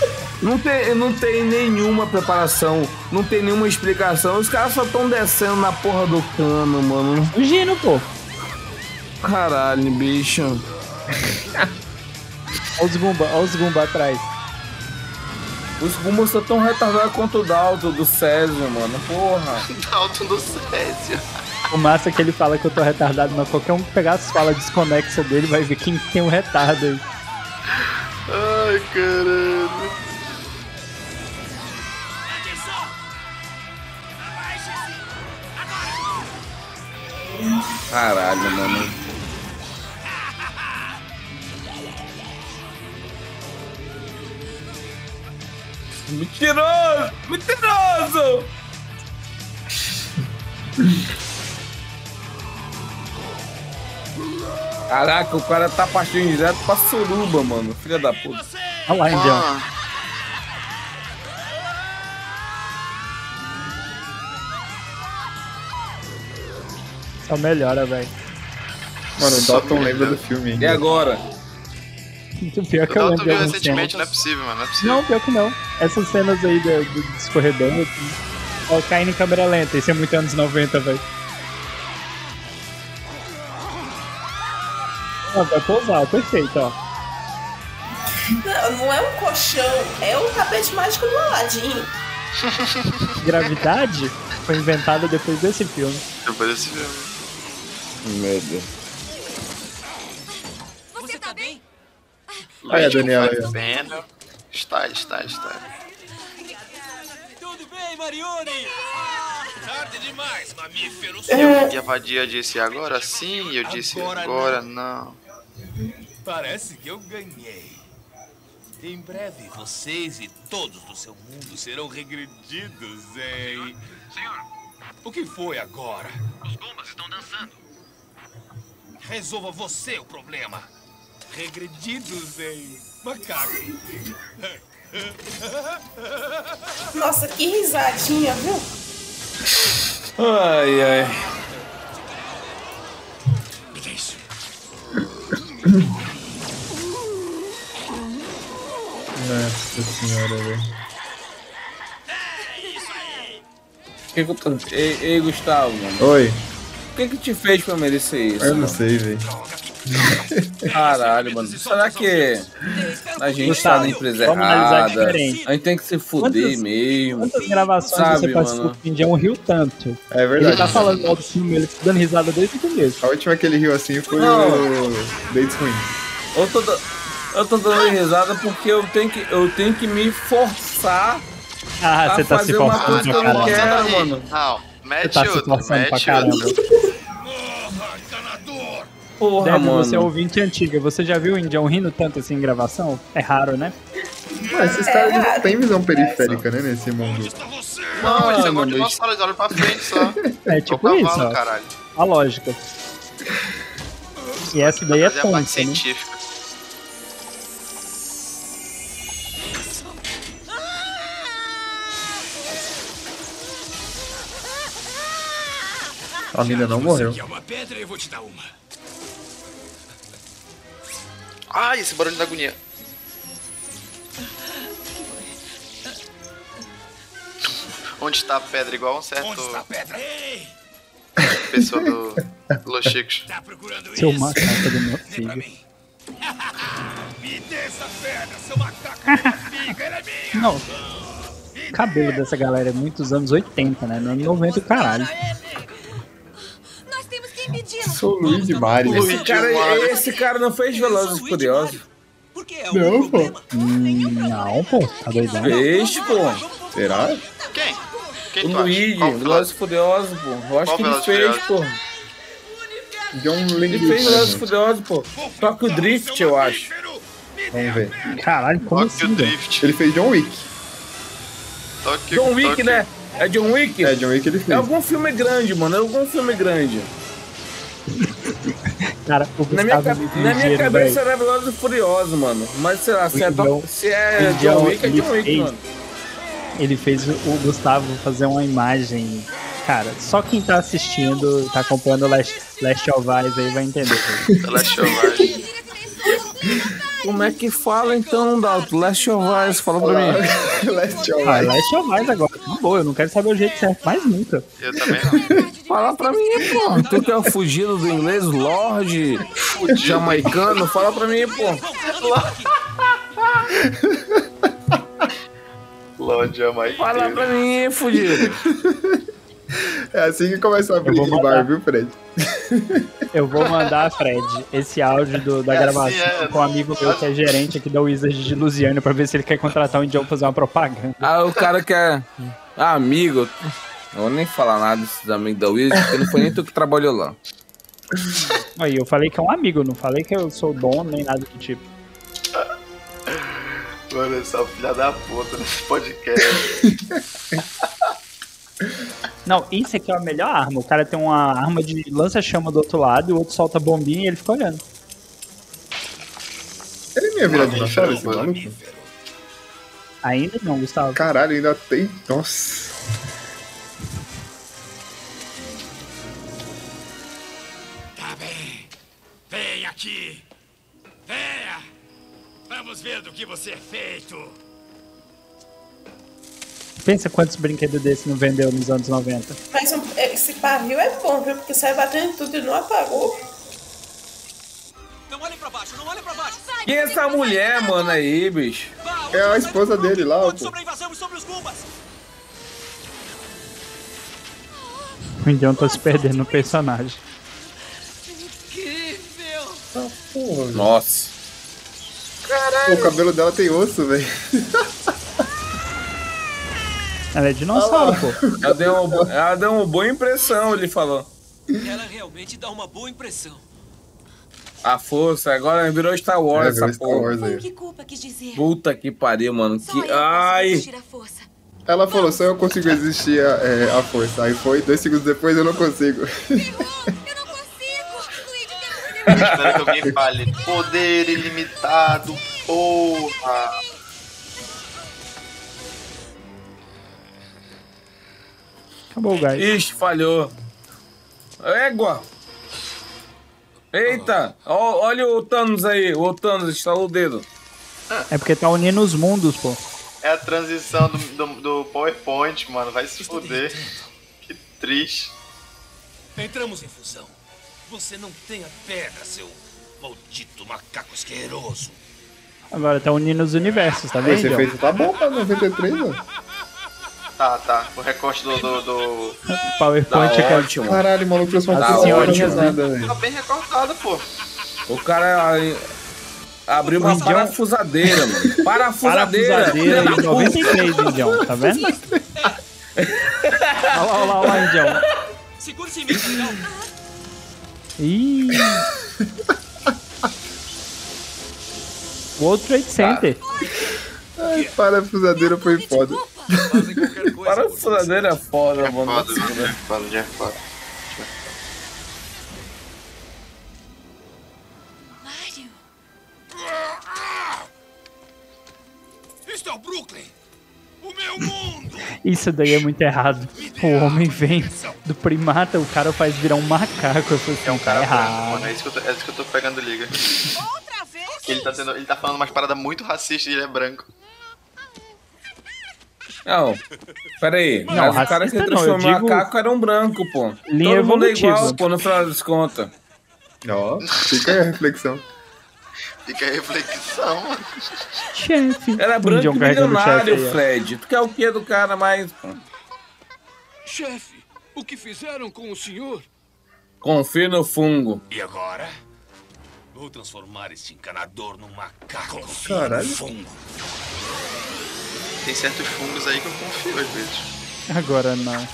D: Não tem, não tem nenhuma preparação, não tem nenhuma explicação. Os caras só estão descendo na porra do cano, mano.
C: Fugindo, pô.
D: Caralho, bicho.
C: Olha os Gumba, olha os Gumba atrás.
D: Os Gumas são tão retardados quanto o Dalto do Césio, mano. Porra.
F: Dalton do Césio.
C: O massa é que ele fala que eu tô retardado, mas qualquer um que pegar as falas desconexa dele vai ver quem tem um retardo aí.
F: Ai, caralho.
D: Caralho, mano. Mentiroso! Mentiroso! Caraca, o cara tá partindo direto pra suruba, mano. Filha da puta.
C: Olha
F: Ah.
C: lá, Indião.
F: Mano,
C: Só melhora, velho.
E: Mano, o Dalton lembra do filme
D: E
E: ainda.
D: agora?
C: Pior
F: o
C: que eu lembro de
F: Dalton viu
C: algumas cenas.
F: recentemente, não é possível, mano. Não é possível.
C: Não, pior que não. Essas cenas aí do, do, dos corredores, ó, caindo em câmera lenta, isso é muito anos 90, velho. Ó, vai pousar, perfeito, ó.
Z: Não, não é um colchão, é o tapete mágico do Aladim.
C: Gravidade foi inventada depois desse filme.
F: Depois desse filme.
D: Meu Deus.
Y: Você tá bem?
E: Olha a Daniela aí. ó.
F: Vendo. Está, está, está.
H: Tudo bem, Marione? Tarde demais, mamífero.
F: E, eu- e a vadia disse agora sim, e eu disse
S: Agora
F: agora não.
S: Parece que eu ganhei. Em breve, vocês e todos do seu mundo serão regredidos, hein? Senhor! O que foi agora? Os bombas estão dançando. Resolva você o problema. Regredidos, hein? Macaco.
Z: Nossa, que risadinha, viu?
D: Ai, ai.
H: Me dê isso.
E: Nossa senhora, velho.
D: Que que eu tô- ei, ei, Gustavo, mano.
E: Oi,
D: O que que te fez pra merecer isso?
E: eu não
D: mano?
E: sei, velho.
D: Caralho, mano. Será que a gente tá na empresa
C: Vamos analisar
D: errada?
C: diferente.
D: A gente tem que se fuder
C: Quantas-
D: mesmo.
C: Quantas gravações
D: Sabe,
C: você participou
D: mano?
C: que o Indião riu tanto?
E: É
C: Ele
E: verdade.
C: tá falando mal do filme, ele tá dando risada desde o começo.
E: A última que ele riu assim foi
D: Não.
E: o Dates Ruins.
D: Eu tô, da- eu tô dando risada porque eu tenho que, eu tenho que me forçar forçar.
C: Ah, você tá se forçando pra
F: Não,
C: caralho.
F: não, não, não,
C: Você
F: mete
C: tá se
F: outro,
C: forçando pra
F: mete
C: caramba.
F: outro.
D: Porra,
C: Deve,
D: mano.
C: você é ouvinte antiga. Você já viu o Indião rindo tanto assim em gravação? É raro, né?
E: Ah, esses caras não têm visão periférica, né, nesse mundo.
F: Não, eles são
E: Mano,
F: igual dinossauros, olha pra frente só.
C: É tipo
F: cavalo,
C: isso, ó.
F: caralho.
C: A lógica. E essa daí é
F: Fazer a parte
C: tonta, né?
F: científica.
E: A mina não morreu.
H: Você quer uma pedra, eu vou te dar uma.
F: Ai, esse barulho da agonia. Onde está a pedra? Igual um certo. Onde
D: tá?
F: está a
H: pedra? Ei!
F: Pessoa do. Los Chicos.
C: Seu ah, macaco do meu filho.
H: Me dê essa pedra, seu macaco da figa, ela é minha!
C: Não. O cabelo dessa galera é muitos anos 80, né? Não é 90 caralho.
R: Nós temos que impedir.
E: Sou o Luigi Mari.
D: Esse cara, esse cara não fez Velozes e Furiosos.
E: Não, pô.
C: Hum, Não, pô. Tá doidão.
D: Fez, pô.
E: Será?
F: Quem? Quem
D: O
F: tu acha?
D: Luigi,
F: Qual foi?
D: Velozes e Furiosos, pô. Eu acho
F: Qual
D: que ele
F: Velozes e
D: fez, pô.
E: John
D: Ele fez Velozes e
E: Linguiça.
D: Furiosos, pô. Só que o Drift, eu acho.
E: Vamos ver.
C: Caralho, como assim, velho?
E: Ele fez John Wick.
F: Toque,
D: John Wick, né? É John Wick?
E: É, John Wick ele fez.
D: É algum filme grande, mano. É algum filme grande.
C: Cara, o
D: Na minha,
C: Gustavo
D: ca-
C: é muito
D: na minha
C: ligeiro,
D: cabeça
C: velho.
D: era Velozes e Furiosos, mano. Mas sei lá, se é,
C: Indião-
D: do- se é
C: Indião,
D: John Wick, é
C: ele
D: John Wick,
C: fez.
D: mano.
C: Ele fez o Gustavo fazer uma imagem. Cara, só quem tá assistindo, tá acompanhando o Last, Last of Us aí vai entender.
F: The Last of Us.
D: Como é que fala então, Dalton? Last of Us, fala pra mim.
E: Last of
C: Ah,
E: Us.
C: Last of Us agora, tá boa, eu não quero saber o jeito certo, mais nunca.
F: Eu também não.
D: Fala pra mim, pô. Tu que é o fugido do inglês, Lorde, jamaicano, fala pra mim, pô.
F: Lorde Jamaica.
D: Fala pra mim, fugido.
E: É assim que começa a briga de
C: vou
E: bar, viu, Fred?
C: Eu vou mandar, Fred, esse áudio do- da
F: É,
C: gravação
F: assim, é.
C: com um amigo meu que é gerente aqui da Wizard de Lusiana pra ver se ele quer contratar um indião pra fazer uma propaganda.
D: Ah, o cara que é ah, amigo. Eu vou nem falar nada desses amigos da Wizard, porque não foi nem tu que trabalhou lá.
C: Aí, eu falei que é um amigo, eu não falei que eu sou dono nem nada do tipo.
F: Mano, essa filha da puta nesse podcast.
C: Não, isso aqui é a melhor arma. O cara tem uma arma de lança-chama do outro lado, e o outro solta bombinha e ele fica olhando.
E: Ele não ia virar dinossauro, esse maluco?
C: Ainda não, Gustavo.
E: Caralho, ainda tem. Nossa.
H: Tá bem. Vem aqui. Venha. Vamos ver do que você é feito.
C: Pensa quantos brinquedos desse não vendeu nos anos 90.
Z: Mas um- esse pavio é bom, viu? Porque sai batendo em tudo e não apagou.
D: Quem é essa mulher, mano, aí, bicho?
E: É a esposa dele lá, pô.
C: O Indião tá se perdendo no personagem.
E: Tá porra, velho.
D: Nossa.
E: Pô, o cabelo dela tem osso, velho.
C: Ela é dinossauro, pô.
D: Ela deu, uma, ela deu uma boa impressão, ele falou.
I: Ela realmente dá uma boa impressão.
D: A força, agora virou Star Wars
E: É, virou
D: essa
E: Star
D: porra.
E: Wars aí.
Y: Que culpa quis dizer?
D: Puta que pariu, mano. Que. Ai!
Y: Tirar força.
E: Ela falou, só eu consigo existir a, é, a força. Aí foi, dois segundos depois eu não consigo.
F: Espero que alguém fale. Poder ilimitado, porra.
C: Acabou o gás.
D: Ixi, falhou. Égua! Eita! Ó- olha o Thanos aí, o Thanos estalou o dedo.
C: É porque tá unindo os mundos, pô.
F: É a transição do, do- do PowerPoint, mano. Vai se fuder. Que triste.
H: Entramos em fusão. Você não tem a pedra, seu maldito macaco asqueroso.
C: Agora tá unindo os universos, tá vendo?
E: Esse
C: Indião?
E: efeito tá bom pra 93, mano.
F: Tá, tá. O recorte do. do, do...
C: PowerPoint
D: Tá
C: é
D: ótimo.
E: Caralho, o maluco um
F: Ah,
E: transformou
C: né?
D: Tá
E: tudo em
C: ótimo,
E: nada,
F: Tá
E: velho.
F: bem recortado, pô.
D: O cara. Abriu uma
C: Indião-
D: parafusadeira, mano. Parafusadeira.
C: Parafusadeira
D: filha da
C: em
D: puta.
C: 93, Indião, tá vendo? Olha lá, olha lá, olha lá, Indião.
I: Segura-se em mim, não.
C: Ih. World Trade Center.
E: Ai, parafusadeira foi foda.
D: Parafusadeira é foda, mano.
F: Foda, já é foda, já é foda.
S: Isto é o Brooklyn! O meu mundo!
C: Isso daí é muito errado. O homem vem do primata, o cara faz virar um macaco. Eu falei assim, é um cara
F: Mano,
C: errado.
F: é isso que eu tô, é isso que eu tô pegando liga. Outra vez? Ele tá, tendo, ele tá falando umas paradas muito racistas e ele é branco.
D: Não, peraí.
C: Não,
D: mas o cara
C: racista
D: que
C: não,
D: transformou
C: eu digo-
D: macaco era um branco, pô.
C: Linha
D: Todo mundo é
C: evolutiva.
D: igual, pô, no final das contas.
E: Ó, fica aí a reflexão.
F: Fica a reflexão, mano.
C: Chefe. Um
D: Era branco
C: Indião
D: é e
C: carregando o
D: milionário,
C: chefe aí, ó.
D: Fred. Tu quer o que do cara mais. pô?
S: Chefe, o que fizeram com o senhor?
D: Confia no fungo.
S: E agora? Vou transformar este encanador num macaco.
D: Caralho.
S: Fungo.
F: Tem certos fungos aí que eu confio às vezes.
C: Agora não.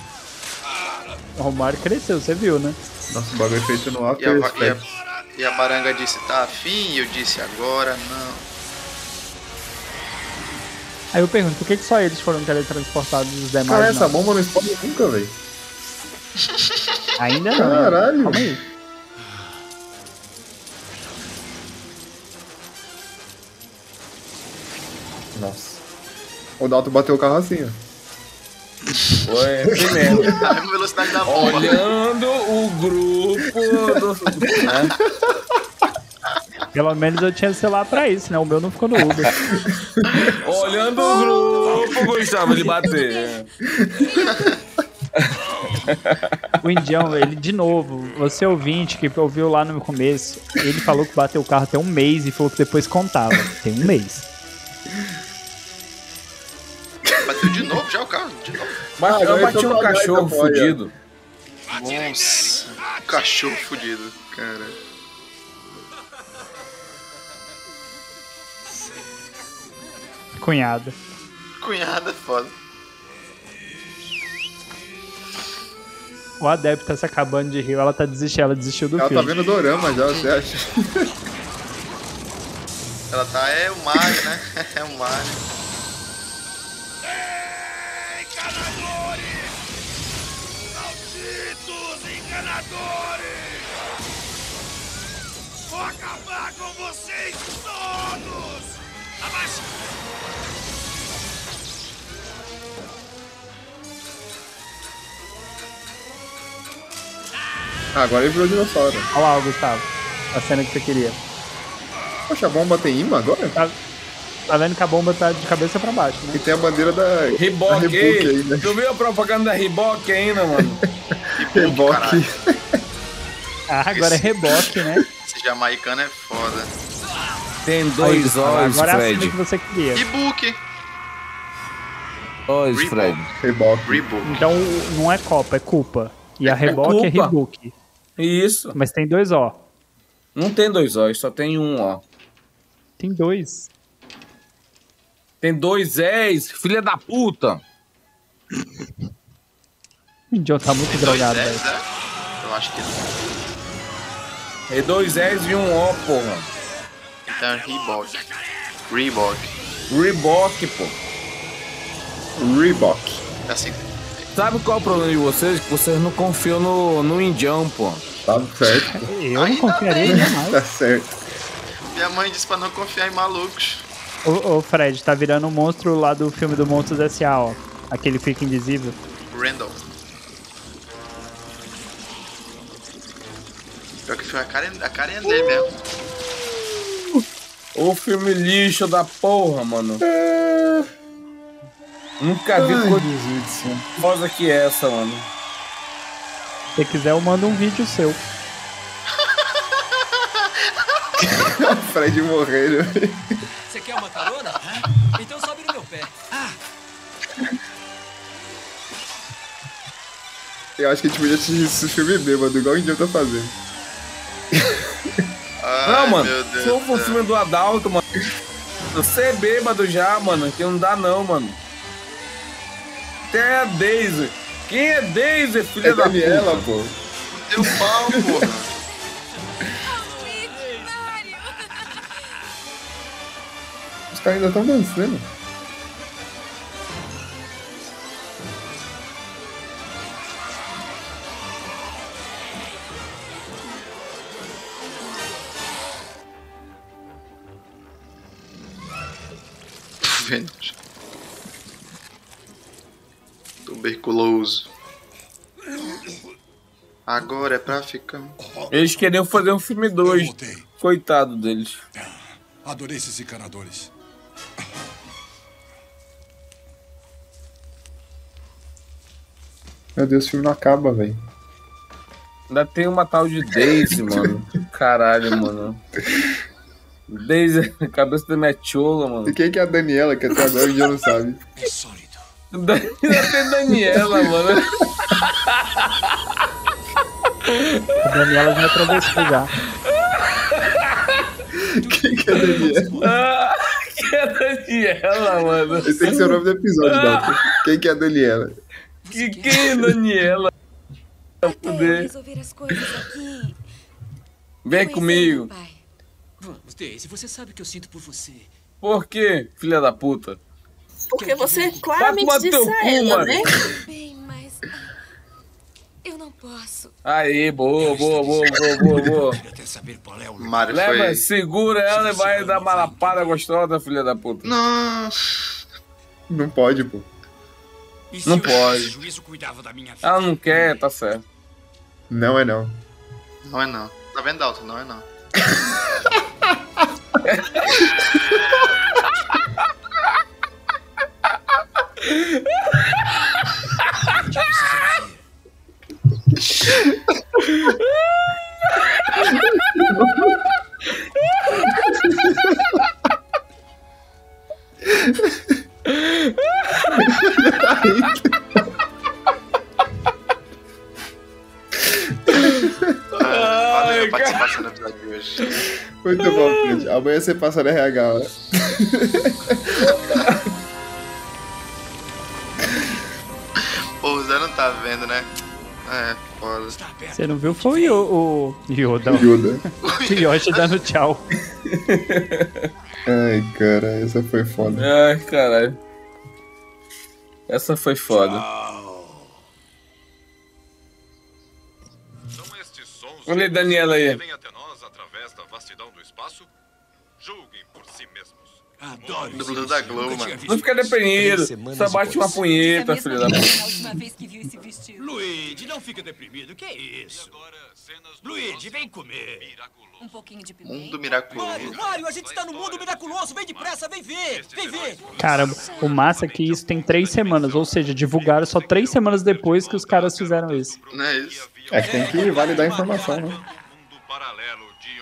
C: O Mario cresceu, você viu, né?
E: Nossa, o bagulho é feito no
F: E a,
E: After
F: va- e,
E: Effects.
F: a, e a baranga disse, tá afim? E eu disse, agora não.
C: Aí eu pergunto, por que, que só eles foram teletransportados e os demais?
E: Cara, é essa
C: não?
E: bomba não explode nunca, velho.
C: Ainda não.
E: Caralho.
C: Calma aí.
E: Nossa. O Dalton bateu o carro assim, ó.
D: Foi, foi mesmo.
F: A mesma Tá velocidade da bomba.
D: Olhando o grupo do. né?
C: Pelo menos eu tinha celular pra isso, né? O meu não ficou no Uber.
D: Olhando o grupo, Gustavo, ele bater.
C: O Indião, ele, de novo, você ouvinte que ouviu lá no começo, ele falou que bateu o carro tem um mês e falou que depois contava. Tem um mês.
F: Bateu de novo já o carro? De novo?
D: Mas eu
E: agora
D: bati
E: Ah, eu tô
D: um
E: com a
D: cachorro
E: gaita, boia.
D: fudido.
F: Nossa, um cachorro fudido, cara.
C: Cunhada.
F: Cunhada é foda.
C: O adepto tá se acabando de rir, ela tá desistindo, ela desistiu do
E: Ela tá
C: filme.
E: vendo dorama já, você acha?
F: Ela tá, é o Mario, né? É o Mario.
S: Malditos encanadores! Vou acabar com vocês todos! Abaixo!
E: Ah, agora ele virou dinossauro.
C: Olha lá, Gustavo. A cena que você queria.
E: Poxa, a bomba tem imã agora?
C: Tá, tá vendo que a bomba tá de cabeça pra baixo, né?
E: E tem a bandeira da. da
D: Riboque.
E: Rebook aí, né?
D: ei, Tu viu a propaganda da Riboque ainda, mano?
E: Reboque.
C: Ah, agora é reboque, né?
F: Esse jamaicano é foda.
D: Tem dois
C: Aí,
D: olhos,
C: Agora é a cena
D: Fred.
C: que você queria.
F: E book?
D: Olhos, Fred.
E: Reboque.
F: Rebook.
C: Então não é Copa, é culpa. E a reboque é
D: culpa.
C: rebook.
D: Isso.
C: Mas tem dois ó.
D: Não tem dois olhos, só tem um, ó.
C: Tem dois.
D: Tem dois Zés, filha da puta.
C: O Indião tá muito
F: Dois
C: drogado,
F: Zs,
C: velho.
F: né? Eu acho que não.
D: É dois Zés e um O, porra.
F: Então, Reebok. Reebok.
D: Reebok, pô.
E: Reebok.
F: É Assim,
D: Sabe qual é o problema de vocês? Que vocês não confiam no, no indião, pô.
E: Tá certo,
C: Eu não confiaria jamais.
E: tá certo.
F: minha mãe disse pra não confiar em malucos.
C: Ô, ô, Fred, tá virando um monstro lá do filme do Monstros S.A., ó. Aquele fica indizível.
F: Randall. Pior que foi a carinha, a carinha dele mesmo.
D: Ô filme lixo da porra, mano. Nunca vi coisa foda que é essa, mano.
C: Se quiser, eu mando um vídeo seu.
E: Fred né? morrendo.
I: Você quer uma carona? Então sobe no meu pé.
E: Ah. Eu acho que a gente podia assistir esse filme bêbado, igual o Indião tá fazendo.
F: Ah,
D: Não, mano, se eu for cima do Adalto, mano. Você é bêbado já, mano. Que não dá não, mano. Até a Daisy. Quem é Daisy, filha
E: É
D: da
E: Daniela,
D: puta?
E: pô.
F: Deu pau, porra.
E: Os caras ainda estão dançando.
F: Vênus. Tuberculoso. Agora é pra ficar.
D: Eles queriam fazer um filme 2. Coitado deles.
H: Adorei esses encanadores.
E: Meu Deus, o filme não acaba, velho.
D: Ainda tem uma tal de Daisy, mano. Caralho, mano. Daisy, cabeça da minha chola, mano.
E: E quem que é a Daniela, que até agora a gente já não sabe.
D: Da- Ainda tem Daniela, mano.
C: A Daniela já atravessou já.
E: Quem que é a Daniela?
D: Ah, que é a Daniela, mano.
E: Esse tem que ser o nome do episódio, Dalton. Quem que é a Daniela?
D: Que que é a Daniela? Pra poder.
R: Resolver as coisas aqui. é,
D: Vem comigo.
I: Vamos, Daisy, você sabe o que eu sinto por você.
D: Por quê, filha da puta?
Z: Porque você
D: tomar
Z: claramente
D: teu
Z: disse
D: cu,
Z: a ela,
D: mano.
Z: né?
R: Bem, mas. ah, Eu não posso.
D: Aí, boa, boa, boa, boa, boa, boa.
F: Mário
D: Leva,
F: foi.
D: segura ela e vai dar uma lapada gostosa, filha da puta.
F: Não.
E: Não pode, pô.
D: Não pode. Ela não quer, tá certo.
E: Não é não.
F: Não é não. Tá vendo, Dalton? Não é não. Valeu É a participação no episódio de hoje.
E: Muito bom, Fred. Amanhã você passa na RH, né?
F: Pô, o Zé não tá vendo, né? É, foda.
C: Você não viu? Foi o, o Yoda.
E: Yoda.
C: O Yoshi dando tchau.
E: Ai, cara, essa foi foda.
D: Ai, caralho. Essa foi foda. Olha aí, Daniela aí.
H: Adoro
F: Dublo da Globo, mano.
D: Não fica deprimido. Só bate uma punheta, Tá, filha da puta.
T: última vez que viu esse vestido. Luigi, não fica deprimido. Que isso? Luigi, vem comer.
Y: Um pouquinho de pimenta.
F: Mundo miraculoso.
I: Mário, Mário, a gente tá no mundo miraculoso. Vem depressa, vem ver. Vem ver.
C: Caramba, o massa é que isso tem três semanas, ou seja, divulgaram só três semanas depois que os caras fizeram isso.
F: Não é isso?
E: É que tem que validar a informação, né?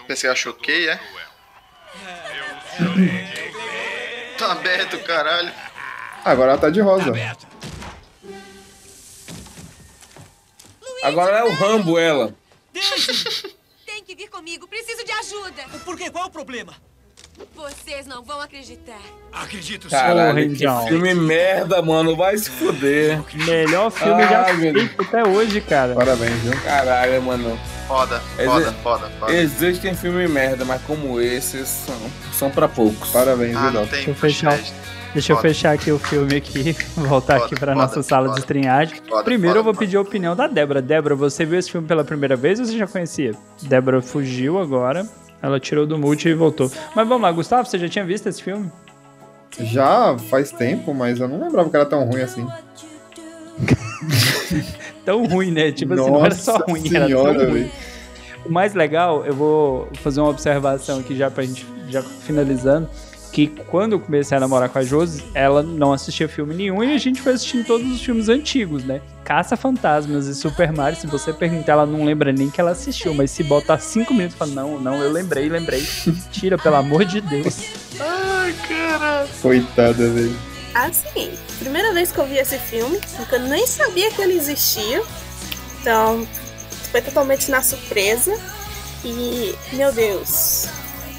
F: Pensei que achou que é? Tá aberto, caralho.
E: Agora ela tá de rosa.
D: Agora é o Rambo, ela.
R: Tem que vir comigo. Preciso de ajuda.
I: Por quê? Qual é o problema?
R: Vocês não vão acreditar.
I: Acredito
C: Porra,
D: Caralho, que
C: então.
D: filme merda, mano. Vai se fuder.
C: Melhor filme
D: Ah,
C: já
D: meu Deus.
C: feito até hoje, cara.
E: Parabéns, viu?
D: Caralho, mano.
F: Foda, foda, foda, foda.
D: Existem filmes merda, mas como esses são, são pra poucos.
E: Parabéns,
F: Ah,
E: viu,
F: não
E: Dalton?
F: tem
C: Deixa eu fechar. Deixa eu
F: Foda.
C: fechar aqui o filme aqui, voltar aqui pra
F: foda,
C: nossa sala de
F: foda.
C: estrinhagem.
F: Foda,
C: Primeiro eu
F: foda,
C: vou pedir a opinião da Débora. Débora, você viu esse filme pela primeira vez ou você já conhecia? Débora fugiu agora, ela tirou do mute e voltou. Mas vamos lá, Gustavo, você já tinha visto esse filme?
E: Já faz tempo, mas eu não lembrava que era tão ruim assim.
C: Tão ruim, né? Tipo assim, não era só
E: Nossa
C: ruim, era
E: senhora,
C: tão ruim.
E: velho.
C: O mais legal, eu vou fazer uma observação aqui já pra gente, já finalizando, que quando eu comecei a namorar com a Josi, ela não assistia filme nenhum e a gente foi assistindo todos os filmes antigos, né? Caça Fantasmas e Super Mario, se você perguntar, ela não lembra nem que ela assistiu, mas se botar cinco minutos, fala, não, não, eu lembrei, lembrei. Tira, pelo amor de Deus.
Z: Ai, cara.
E: Coitada, velho.
Z: Assim, primeira vez que eu vi esse filme, eu nem sabia que ele existia. Então, foi totalmente na surpresa.
G: E, meu Deus,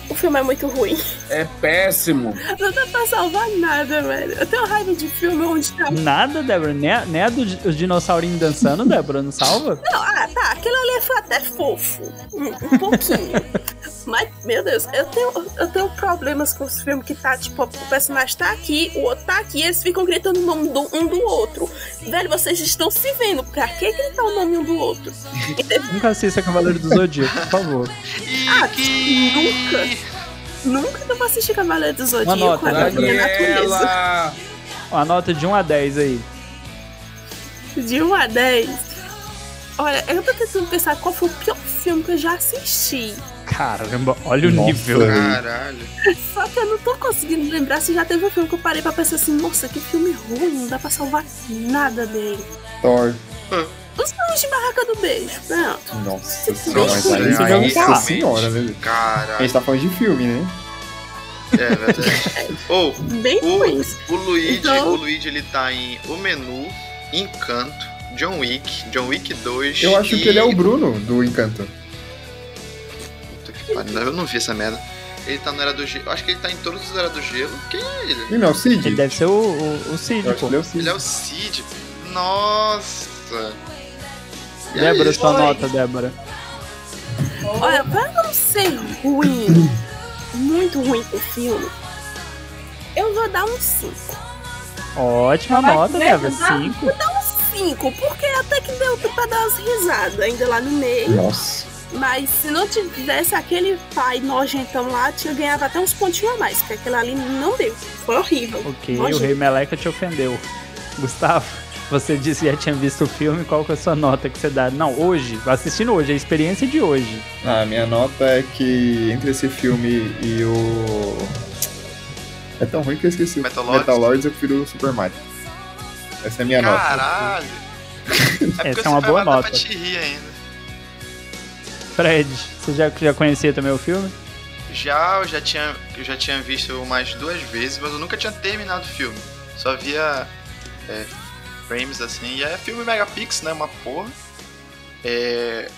G: o filme é muito ruim.
D: É péssimo.
G: Não dá pra salvar nada, velho. Eu tenho raiva de filme onde tá.
C: Nada, Débora. Nem, a- nem a dos os dinossaurinhos dançando, Débora, não salva?
G: Não, ah, tá. Aquilo ali foi até fofo. Um, um pouquinho. Mas, meu Deus, eu tenho, eu tenho problemas com os filmes que tá, tipo, o personagem tá aqui, o outro tá aqui, e eles ficam gritando o nome do, um do outro. Velho, vocês estão se vendo. Pra que gritar o nome um do outro?
C: Nunca assista Cavaleiro do Zodíaco, por favor.
G: Ah, nunca. Nunca que eu vou assistir Cavaleiro do
C: Uma
G: Zodíaco
C: nota,
G: é
C: né?
G: a minha natureza.
D: Daniela!
C: Uma nota de 1 a 10 aí.
G: De 1 a 10. Olha, eu tô tentando pensar qual foi o pior filme que eu já assisti.
C: Caramba, olha o
E: Nossa,
C: nível.
E: velho.
F: Caralho.
G: Só que eu não tô conseguindo lembrar se já teve um filme que eu parei pra pensar assim, nossa, que filme ruim, não dá pra salvar nada dele.
E: Thor.
G: Os filmes de Barraca do Beijo, pronto.
E: Nossa senhora.
G: Nossa,
E: Nossa, aí,
G: aí,
E: nossa
G: realmente.
E: senhora, né? velho? A
F: Caralho.
E: gente tá falando de filme, né?
F: É verdade. Ou,
G: Bem
C: Hum.
G: ruim.
F: o Luigi,
G: Então-
F: o Luigi ele tá em O Menu, Encanto, John Wick, John Wick 2.
E: Eu acho
F: e-
E: que ele é o Bruno do Encanto.
F: Puta que pariu, Eu não vi essa merda. Ele tá no Era do Gelo. Eu acho que ele tá em todos os Era do Gelo. Quem é ele?
E: Ele não é o Cid?
C: Ele deve ser o, o, o Cid, pô.
F: Ele é o Cid. Nossa. E aí?
C: Débora, sua nota, Débora.
G: Olha, pra não ser ruim, muito ruim o filme, eu vou dar um 5.
C: Ótima nota, Débora. 5.
G: Vou dar um 5, porque até que deu pra dar umas risadas ainda lá no meio.
E: Nossa.
G: Mas se não tivesse aquele pai nojentão lá, eu ganhava até uns pontinhos a mais, porque aquilo ali não deu. Foi horrível.
C: Ok, o
G: Nojento.
C: Rei Meleca te ofendeu. Gustavo, você disse que já tinha visto o filme, qual que é a sua nota que você dá? Não, hoje, assistindo hoje, é a experiência de hoje.
E: Ah, minha nota é que entre esse filme e o. É tão ruim que eu esqueci. Metal
F: Lords?
E: Lords, eu prefiro o Super Mario. Essa é a minha
F: Caralho.
C: Essa
F: porque
C: é uma
F: você
C: boa
F: vai lá
C: nota.
F: Pra te rir ainda.
C: Fred, você já, já conhecia também o filme?
F: Já, eu já tinha, eu já tinha visto mais duas vezes, mas eu nunca tinha terminado o filme. Só via é, frames assim. E é filme Megapix, né? Uma porra. É,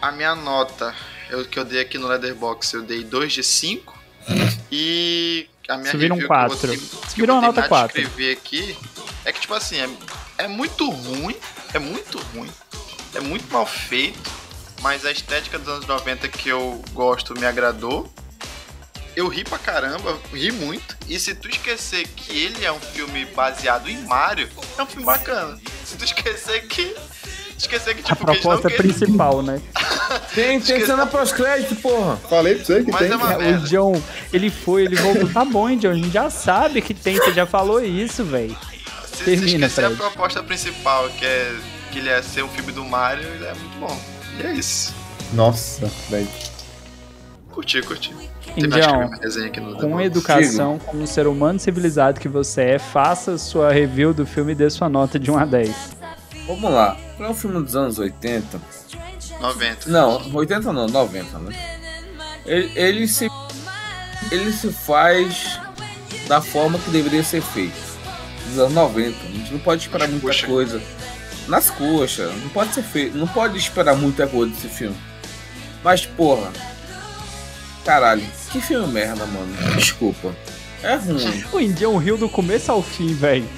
F: a minha nota, eu, que eu dei aqui no Leatherbox, eu dei 2 de 5. E a minha
C: Subiram
F: review que eu vou
C: quatro.
F: ter- que eu vou
C: Subiram a nota
F: terminar de
C: quatro.
F: escrever aqui é que, tipo assim, é, é muito ruim. É muito ruim. É muito mal feito. Mas a estética dos anos 90 que eu gosto me agradou. Eu ri pra caramba, ri muito. E se tu esquecer que ele é um filme baseado em Mario, é um filme bacana. Se tu esquecer que. Esquecer que, tipo,
C: A proposta
F: que eles não
C: principal, né?
D: Tem, tem cena pós-crédito, porra.
E: Falei pra você que
F: Mas tem. é uma
C: O John, ele foi, ele voltou. Tá bom, hein, John, a gente já sabe que tem, você já falou isso, velho.
F: Se,
C: Termina,
F: se esquecer a
C: Fred.
F: proposta principal, que é que ele é ser um filme do Mario, ele é muito bom. E é isso.
E: nota. Nossa, velho.
F: Curti, curti. Tem mais
C: Indião,
F: uma resenha aqui no
E: é
C: com educação, como um ser humano civilizado que você é, faça sua review do filme e dê sua nota de 1 a 10.
D: Vamos lá. Pra um filme dos anos 80.
F: 90.
D: Não, 80 não, 90, né? Ele, ele se. Ele se faz da forma que deveria ser feito. Dos anos 90. A gente não pode esperar muita coisa. Nas coxas. Não pode ser feito. Não pode esperar muita coisa desse filme. Mas, porra. Caralho, que filme merda, mano. Desculpa. É ruim.
C: O Indião riu um do começo ao fim, velho.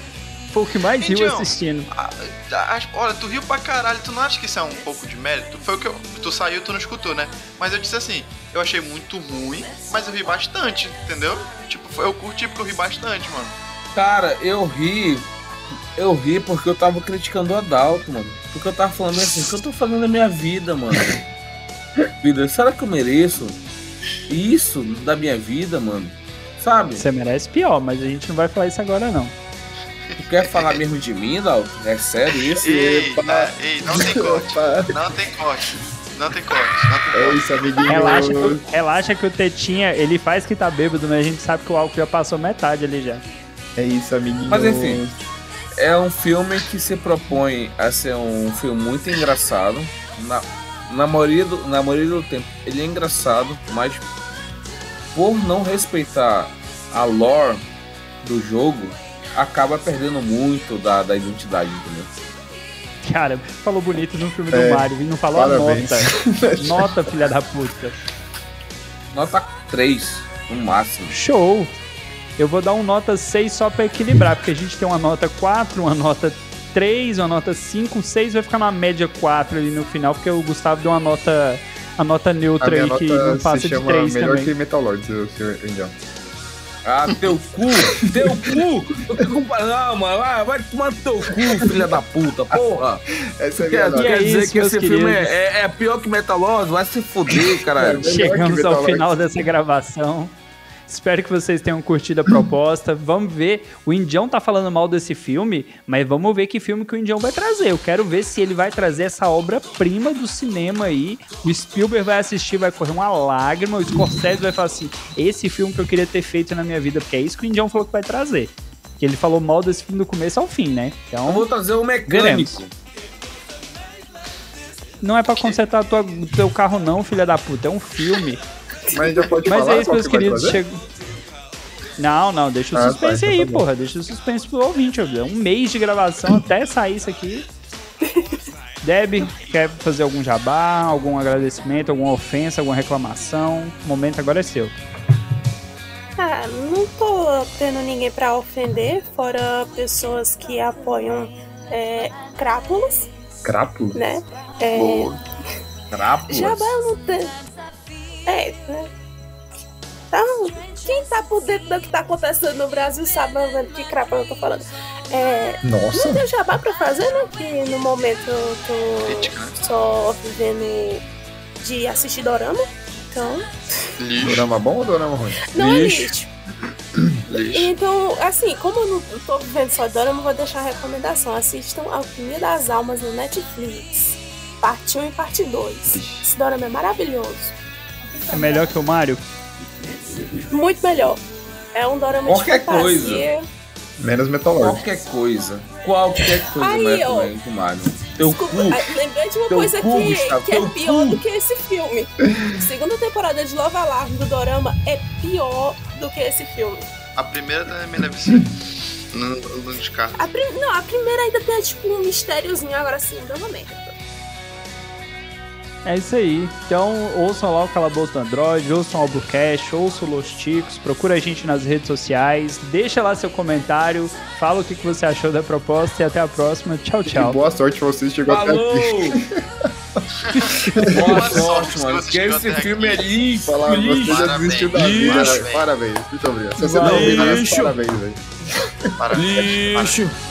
C: Foi o que mais riu
F: Indião.
C: assistindo.
F: Ah, acho- Olha, tu riu pra caralho, tu não acha que isso é um pouco de mérito? Foi o que eu. Tu saiu, tu não escutou, né? Mas eu disse assim, eu achei muito ruim, mas eu ri bastante, entendeu? Tipo, foi- eu curti porque eu ri bastante, mano.
D: Cara, eu ri. Eu ri porque eu tava criticando o Adalto, mano. Porque eu tava falando assim, o que eu tô fazendo na minha vida, mano? Vida, será que eu mereço isso da minha vida, mano? Sabe?
C: Você merece pior, mas a gente não vai falar isso agora, não.
D: Tu quer falar mesmo de mim, Adalto? É sério isso?
F: Eita, ei, não tem corte. Não tem corte. Não tem corte. Não tem corte.
E: É isso, amiguinho.
C: Relaxa que, relaxa que o Tetinha, ele faz que tá bêbado, mas a gente sabe que o álcool já passou metade ali já.
E: É isso, amiguinho.
D: Mas enfim, é um filme que se propõe a ser um filme muito engraçado. Na, na, maioria do, na maioria do tempo ele é engraçado, mas por não respeitar a lore do jogo, acaba perdendo muito da, da identidade, entendeu?
C: Cara, falou bonito no filme
E: É,
C: do Mario e não falou
E: parabéns.
C: a nota. nota, filha da puta.
D: Nota 3, no máximo.
C: Show! Eu vou dar um nota 6 só pra equilibrar, porque a gente tem uma nota 4, uma nota 3, uma nota 5, 6 vai ficar uma média 4 ali no final, porque o Gustavo deu uma nota a nota
E: A
C: neutra
E: minha
C: aí que não
E: nota
C: passa
E: se
C: de
E: chama
C: 3
E: melhor
C: também.
E: que Metal Lords, o senhor Indião.
D: Ah, teu cu! Teu cu! Eu tô com- Não, mano, vai, vai tomar no teu cu, filha da puta, porra!
E: Essa
D: quer,
E: nota.
D: quer
E: E é
D: dizer
E: isso,
D: que
E: meus
D: esse filme
E: queridos.
D: é, é- é pior que Metalose? Vai se fuder, caralho.
C: Chegamos ao final dessa gravação. Espero que vocês tenham curtido a proposta. Vamos ver. O Indião tá falando mal desse filme, mas vamos ver que filme que o Indião vai trazer. Eu quero ver se ele vai trazer essa obra-prima do cinema aí. O Spielberg vai assistir, vai correr uma lágrima. O Scorsese vai falar assim: esse filme que eu queria ter feito na minha vida, porque é isso que o Indião falou que vai trazer. Que ele falou mal desse filme do começo ao fim, né? Então.
D: Eu vou trazer o mecânico.
C: Não é pra consertar tua, o teu carro, não, filha da puta. É um filme.
E: Mas já pode
C: Mas
E: falar
C: é isso,
E: qual
C: meus
E: que vai
C: queridos.
E: trazer?
C: Chego... Não, não, deixa o
E: Ah, tá,
C: suspense
E: então
C: aí,
E: tá bom.
C: porra. Deixa o suspense pro ouvinte. ó. Um mês de gravação até sair isso aqui. Deb, quer fazer algum jabá, algum agradecimento, alguma ofensa, alguma reclamação? O momento agora é seu.
G: Ah, não tô tendo ninguém pra ofender, fora pessoas que apoiam é, crápulas,
E: Crápulo?
G: né? É, Jabá
D: Crápulas?
G: não tem. É, né? Então, quem tá por dentro do que tá acontecendo no Brasil sabe mais ou menos que crapa eu tô falando. É,
E: Nossa.
G: Não tem jabá pra fazer, né? Que no momento eu tô só vivendo de assistir dorama. Então,
E: Dorama bom ou dorama ruim?
G: não é lixo. Então, assim, como eu não eu tô vivendo só dorama, eu vou deixar a recomendação. Assistam Alquimia das Almas no Netflix. Parte 1 e parte 2. Esse dorama é maravilhoso.
C: É melhor que o Mário?
G: Muito melhor. É um dorama
D: Qualquer
G: de fantasia.
D: coisa.
E: Menos Metal Lords.
D: Qualquer coisa. Qualquer coisa
G: Aí,
D: vai
G: ó.
D: comer com Mario. Teu cu.
G: Ah, Lembrei de uma
D: Teu
G: coisa
D: cu,
G: que,
D: Gustavo,
G: que é
D: teu
G: pior
D: cu.
G: do que esse filme. Segunda temporada de Love Alarm do Dorama é pior do que esse filme.
F: A primeira também deve ser. Não, não descarto.
G: A prim- Não, a primeira ainda tem tipo um mistériozinho, agora sim, deu uma merda.
C: É isso aí. Então, ouçam lá o Calabouço do Android, ouçam o Albucast, ouçam o Los Ticos, procura a gente nas redes sociais, deixa lá seu comentário, fala o que que você achou da proposta e até a próxima. Tchau, tchau.
E: E boa sorte pra vocês, chegou
C: Falou!
E: até aqui.
D: Boa sorte, mano. Porque esse filme é lixo.
E: Falar, você
D: lixo.
E: já desistiu da vida. Parabéns. Parabéns. Muito obrigado. Se você não ouviu,
D: Lixo.
E: parabéns aí.
F: Parabéns.
D: Lixo.